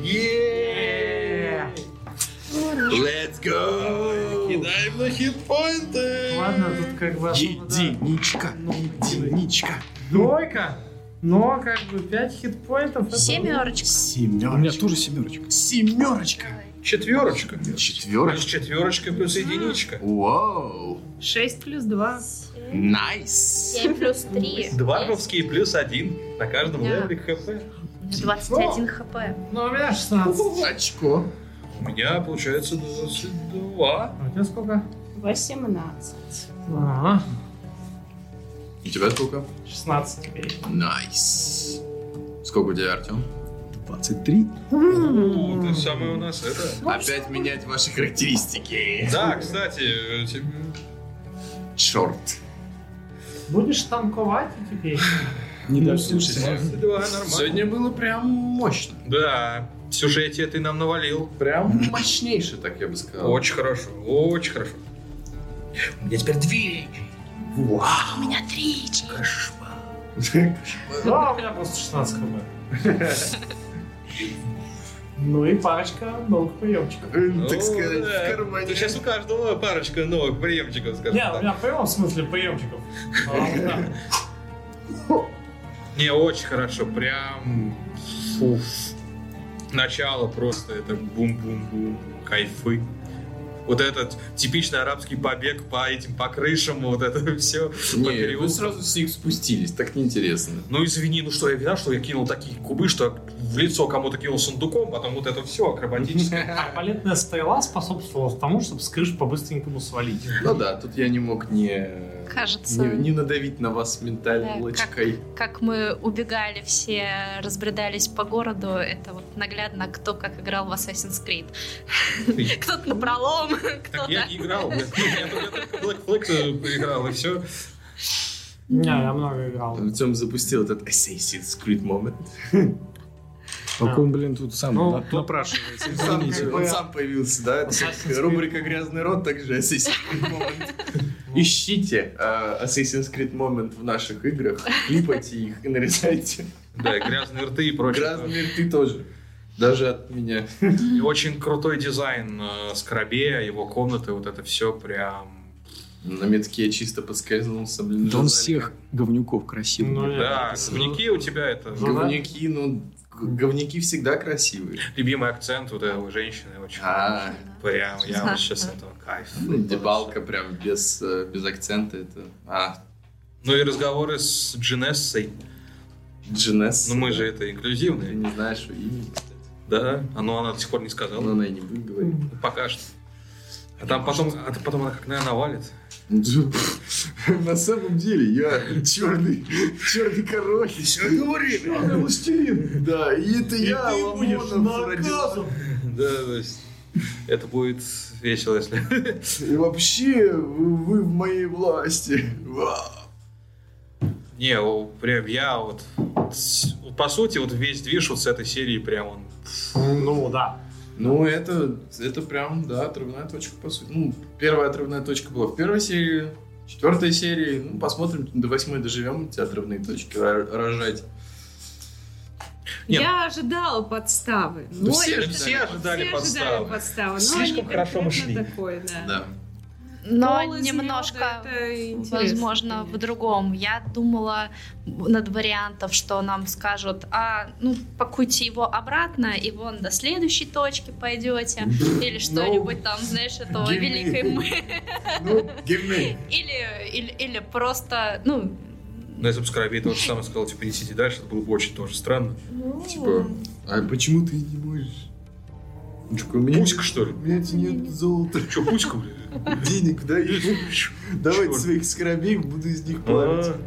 Let's go!
Кидаем на хитпоинты!
Ладно, тут как бы особо, да.
Единичка, единичка.
Двойка. Но как бы 5 хитпоинтов. это-
Семерочка.
У меня
Семерочка.
тоже семерочка.
Семерочка.
Четверочка. Плюс
Четверочка.
четверочка плюс единичка.
Вау.
6 плюс 2.
Найс.
Семь плюс три.
Два ровские плюс один на каждом
Да.
левеле хп.
Двадцать один хп.
Ну, у меня 16.
Очко.
У меня получается 22.
А у тебя сколько?
18.
Ага.
У тебя сколько?
16 теперь.
Найс. Сколько у тебя, Артем?
23.
Ну, Ты самое у нас это.
Опять менять ваши характеристики.
Да, кстати, э, тебе-
Черт.
Будешь танковать и теперь?
Не
Ну,
дашь
слушай,
слушать.
22 нормально.
Сегодня было прям мощно.
Да, в сюжете ты нам навалил.
Прям мощнейше, так я бы сказал.
Очень хорошо, очень хорошо. У меня теперь две.
Вау.
У меня три. ячейки.
Ну, а у меня просто 16 хп. Ну и парочка новых приемчиков.
Эм,
Ну,
Так сказать,
да.
в кармане.
Тут сейчас у каждого парочка новых приемчиков, скажем
Не, у
так.
меня в прямом смысле приемчиков. А, да.
Не, очень хорошо, прям... Фуф. Начало просто, это бум-бум-бум, кайфы. Вот этот типичный арабский побег по этим, по крышам, вот это (laughs) все. по
Не, вы
переулкам.
сразу с них спустились, так неинтересно.
Ну извини, ну что, я вина, что я кинул такие кубы, что в лицо кому-то кинул сундуком, потом вот это
(laughs)
все акробатическое.
Арбалетная стрела способствовала тому, чтобы с крыши по-быстренькому свалить.
Ну да, тут я не мог не
Кажется,
Не, не надавить на вас ментальной
Да,
лочкой.
как мы убегали все, разбредались по городу, это вот наглядно кто как играл в Assassin's Creed. (laughs) Кто-то на пролом,
Так я
кто-то...
не играл, блядь. Я только только Black Flag э, играл, и все.
Не, я много играл.
Артем запустил этот Assassin's Creed момент. А.
Пока он, блин, тут сам
Ну,
на-
тут-
напрашивается.
Он
извините.
бы-
сам появился, да? Это
Assassin's
как
Creed.
рубрика «Грязный рот» также Assassin's Creed Moment. Ищите э, Assassin's Creed Moment в наших играх, клипайте их и нарезайте.
Да, и грязные рты и прочее.
Грязные рты тоже. Даже от меня.
И очень крутой дизайн э, Скоробея, его комнаты, вот это все прям...
На метке чисто подскользнулся, блин.
Да он
журналик.
всех говнюков красивый.
Ну, я-
Да, говнюки у тебя это...
Ну да.
Говнюки, ну, г- говнюки всегда красивые.
Любимый акцент вот этой женщины очень...
А, Ну,
Прям, я вот сейчас этого кайф.
дебалка прям без, э, без акцента. Это... А,
Ну и разговоры с Джинессой.
Джинес.
Ну мы же это
Ты
инклюзивные.
не знаешь ее имя, кстати.
Да, а ну она до сих пор не сказала.
Но она и не будет говорить.
Пока что. А там потом, а то потом она как, наверное, навалит.
(laughs) На самом деле, я черный, черный король. Все говорили. Черный властелин. Да, и это я, Ламонов, родил.
(laughs) Да, то есть это будет весело, если...
И вообще, вы, вы в моей власти. (laughs) Ва.
Не, о, прям я вот... с- По сути, вот весь движ вот с этой серии прям он...
Ну да.
Ну, это, это прям, да, отрывная точка, по сути. Ну, первая отрывная точка была в первой серии, четвертой серии. Ну, посмотрим, до восьмой доживем эти отрывные точки ро- рожать.
Нет.
Я ожидала подставы.
Ну,
но
все
это-
ожидали.
Все ожидали
подставы.
подставы.
подставы.
Слишком хорошо мы шли.
Такое, да.
Да.
Но
Пол из
немножко...
мёда, это интересно,
Возможно, в
конечно.
другом. Я думала над вариантов, что нам скажут, а ну пакуйте его обратно, и вон до следующей точки пойдете, или что-нибудь там, знаешь, этого
give me.
великой мы,
(laughs) Ну, give me.
или, или, или просто, ну,
Но если бы Скоробей тот же самый сказал, типа, несите дальше, это было бы очень тоже странно.
Типа, а почему ты не можешь? Он такой, у меня
Пуська, что ли?
У меня нет золота,
Че, пуська, блин?
денег, да? (laughs) и Давайте
Чёрт.
своих скоробей, буду из них плавать.
А.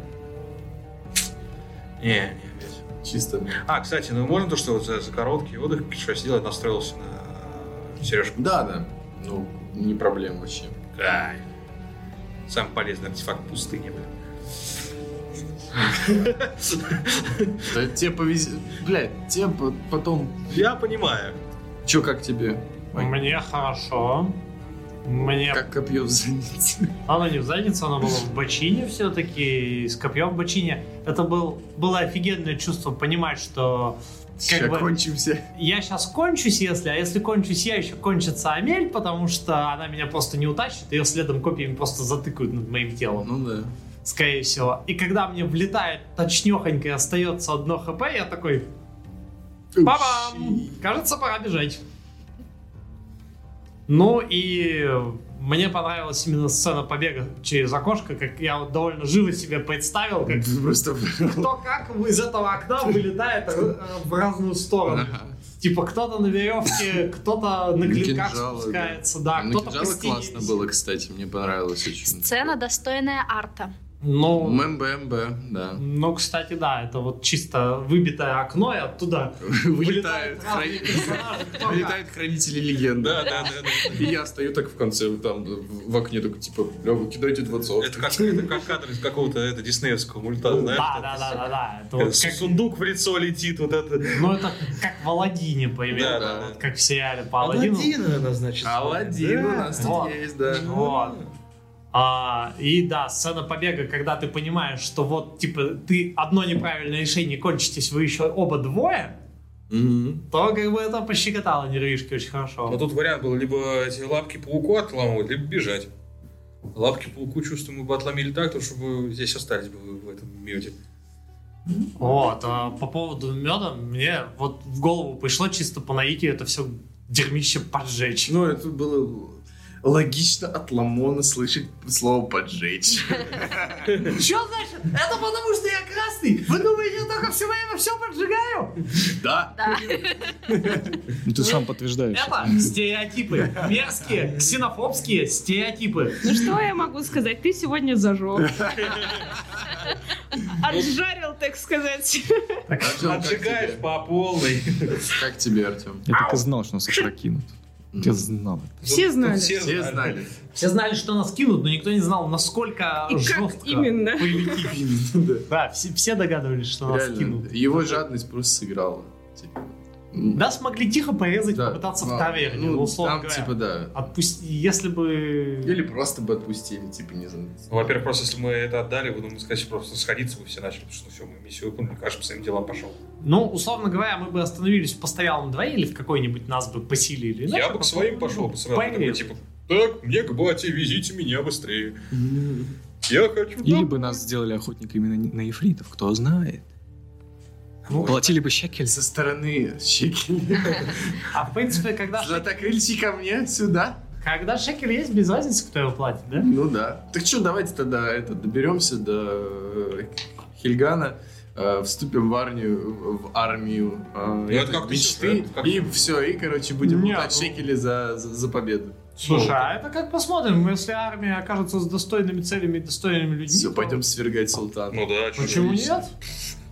Не, не, блядь.
Чисто.
А, кстати, ну можно то, что вот за, за короткий отдых что я сидел и настроился на сережку.
Да, да. Ну, не проблема вообще.
Кайф. Самый полезный артефакт пустыни, блин.
Да тебе повезет. Блядь, тебе по- потом...
Я понимаю.
Чё, как тебе? Ой.
Мне хорошо. Мне...
Как копье в заднице?
Оно не в заднице, оно было в бочине все-таки, с копьем в бочине. Это был, было офигенное чувство понимать, что
Сейчас
бы-
кончимся.
я сейчас кончусь, если, а если кончусь я, еще кончится Амель, потому что она меня просто не утащит, ее следом копьями просто затыкают над моим телом,
Ну да.
скорее всего. И когда мне влетает точнёхонько и остается одно хп, я такой, Па-бам! Кажется, пора бежать. Ну и мне понравилась именно сцена побега через окошко, как я вот довольно живо себе представил, как
Ты Просто...
кто как из этого окна вылетает э, в разную сторону.
Ага.
Типа кто-то на веревке, кто-то на
На
клинках
кинжалы,
спускается, да,
На
А, кто-то по
кинжалы
стене
классно
висит.
было, кстати, мне понравилось очень.
сцена достойная арта.
Ну,
МБМБ, да.
ну, кстати, да, это вот чисто выбитое окно, и оттуда
Вылетает
разные
хранитель.
персонажи. Кто как.
Вылетают хранители легенды.
Да, да, да, да.
И я стою так в конце, там, в в окне, такой, типа, «Бля, вы кидайте 20.
Это как, это как кадр из какого-то это, диснеевского мульта, знаешь?
Да,
вот
да,
это с-
да, да, да. Это
это
вот
с-
как-
Сундук в лицо летит, вот это.
Ну, это как в Аладдине, по
Да,
примеру.
да,
Вот
да.
Как в сериале по Аладдину. А,
она, значит.
Аладдин у нас
Вот.
тут есть, да.
Вот. А, и да, сцена побега, когда ты понимаешь, что вот, типа, ты одно неправильное решение, кончитесь вы еще оба двое,
Мгм.
то как бы это пощекотало нервишки очень хорошо.
Но А тут вариант был либо эти лапки пауку отламывать, либо бежать. Лапки пауку, чувствую, мы бы отломили так, то, чтобы здесь остались бы в этом мете.
Вот, а по поводу меда, мне вот в голову пришло чисто по наитию это все дерьмище поджечь.
Ну, это Ну, было... логично от Ламона слышать слово «поджечь».
Что значит? Это потому, что я красный. Вы думаете, я только все время все поджигаю?
Да,
Да.
Ну, ты сам подтверждаешь.
Это стереотипы. Мерзкие, ксенофобские стереотипы.
Ну что я могу сказать? Ты сегодня зажег. Отжарил, так сказать.
Артём, как
Отжигаешь
тебе?
по полной.
Как тебе, Артем?
Я так и знал, что нас опрокинут. Я знал это.
Все знали.
Все
Все знали.
Все знали, что нас кинут, но никто не знал, насколько
И как
жестко
именно.
повелики кинут. Да, все, все догадывались, что нас
Реально,
кинут.
его жадность просто сыграла. типа.
Нас могли тихо порезать,
Да,
попытаться
да.
типа, в таверне,
Ну,
ну, условно
там,
говоря.
типа, да.
Отпусти, если бы...
Или просто бы отпустили, типа, не знаю.
Ну, Во-первых, просто если мы это отдали, вы думаете, сказать, просто сходиться вы все начали, потому что ну, все, мы миссию выполнили, каждый по своим делам пошел.
Ну, условно говоря, мы бы остановились в постоялом дворе или в какой-нибудь нас бы поселили.
Я
Иначе
бы к
потом,
своим
ну,
пошел бы сразу, такой,
порезать.
типа, так, мне к бате, везите меня быстрее. Я хочу
Или
домой».
бы нас сделали охотниками на, на ифритов, кто знает. Платили бы шекель.
Со стороны щеки.
А в принципе, когда, шек-
Златокрыльчий ко мне, сюда.
когда шекель есть, без разницы, кто его платит, да?
Ну да. Так что, давайте тогда это, доберемся до э, Хельгана, э, вступим в армию, в армию э,
Ну, это
этой
как ты
мечты,
считаешь, как-
и все, и, короче, будем
Не,
лутать
ну-
шекели за, за, за победу.
Слушай, а это как посмотрим, если армия окажется с достойными целями и достойными людьми.
Все,
то
пойдем свергать султана.
Ну да, чё
Почему
же,
нет?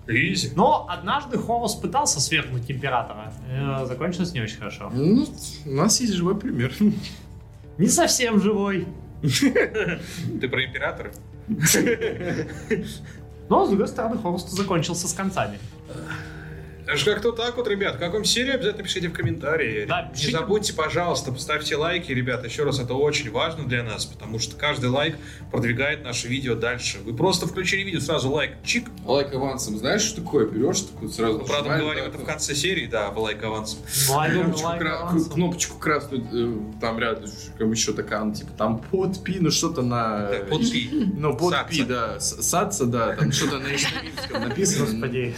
Изи.
Но однажды Хорус пытался свергнуть императора. Э, Закончилось не очень хорошо.
Ну, у нас есть живой пример.
Не совсем живой.
Ты про императора?
Но, с другой стороны, Хорус закончился с концами.
Это же как-то так вот, ребят. В каком серии обязательно пишите в комментарии.
Да,
Не
пишите.
забудьте, пожалуйста, поставьте лайки, ребят. Еще раз, это очень важно для нас, потому что каждый лайк продвигает наше видео дальше. Вы просто включили видео, сразу лайк, чик.
(laughs) Лайк авансом, знаешь, что такое? Берешь, такую сразу...
Правда, мы говорим это в конце серии, да, в лайк авансом.
Лайк-
кнопочку,
лайк
кра-
авансом.
кнопочку красную, э, там рядышком еще такая, ну, типа, там подпи, ну что-то на...
Так, вот и.
Ну, подпи,
Сакса.
да. с- Садца, да, там что-то на ишкерийском написано.
Господи.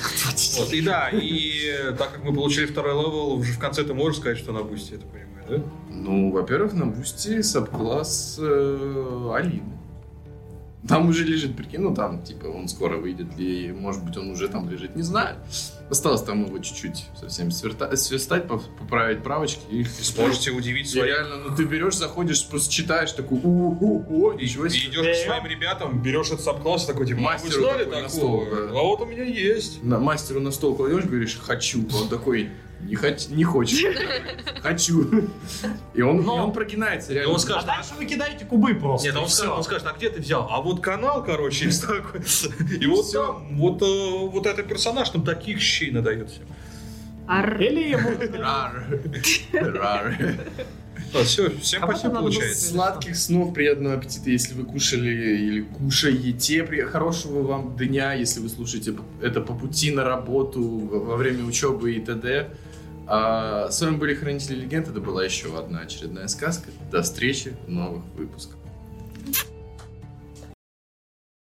Вот, и да, и э, так как мы получили второй левел, уже в конце ты можешь сказать, что на бусте, я так понимаю, да?
Ну, во-первых, на бусте сабкласс э, Алины. Там уже лежит, прикинь, ну там, типа, он скоро выйдет, и, может быть, он уже там лежит, не знаю. Осталось там его чуть-чуть совсем сверта- сверстать, пов- поправить правочки. И...
И сможете удивить
И
своих.
реально, ну ты берешь, заходишь, просто читаешь, такой, у-у-у,
И,
ничего себе.
идешь к своим ребятам, берешь этот сабкласс и такой, типа, «А, вы
Мастеру
знали
такой на
такого?
стол, да.
А вот у меня есть.
На мастеру на стол кладешь, говоришь, хочу. Он такой, не, хоч- не хочешь. Хочу. И он, и он прогинается,
И
реально.
он
А
скажет, «А
дальше вы кидаете кубы просто.
Нет,
и
он скажет,
всё.
он скажет, а где ты взял? А вот канал, короче, есть такой. И вот
Всё.
там, вот, э, вот этот персонаж там таких щей надает всем.
Ар.
Или ему...
Рар. (laughs) Рар.
все, всем
А
по
потом
всем
надо
получается.
Сладких снов, приятного аппетита, если вы кушали или кушаете. При- Хорошего вам дня, если вы слушаете это по пути на работу, во во время учебы и т.д. А, с вами были Хранители Легенд. Это была еще одна очередная сказка. До встречи в новых выпусках.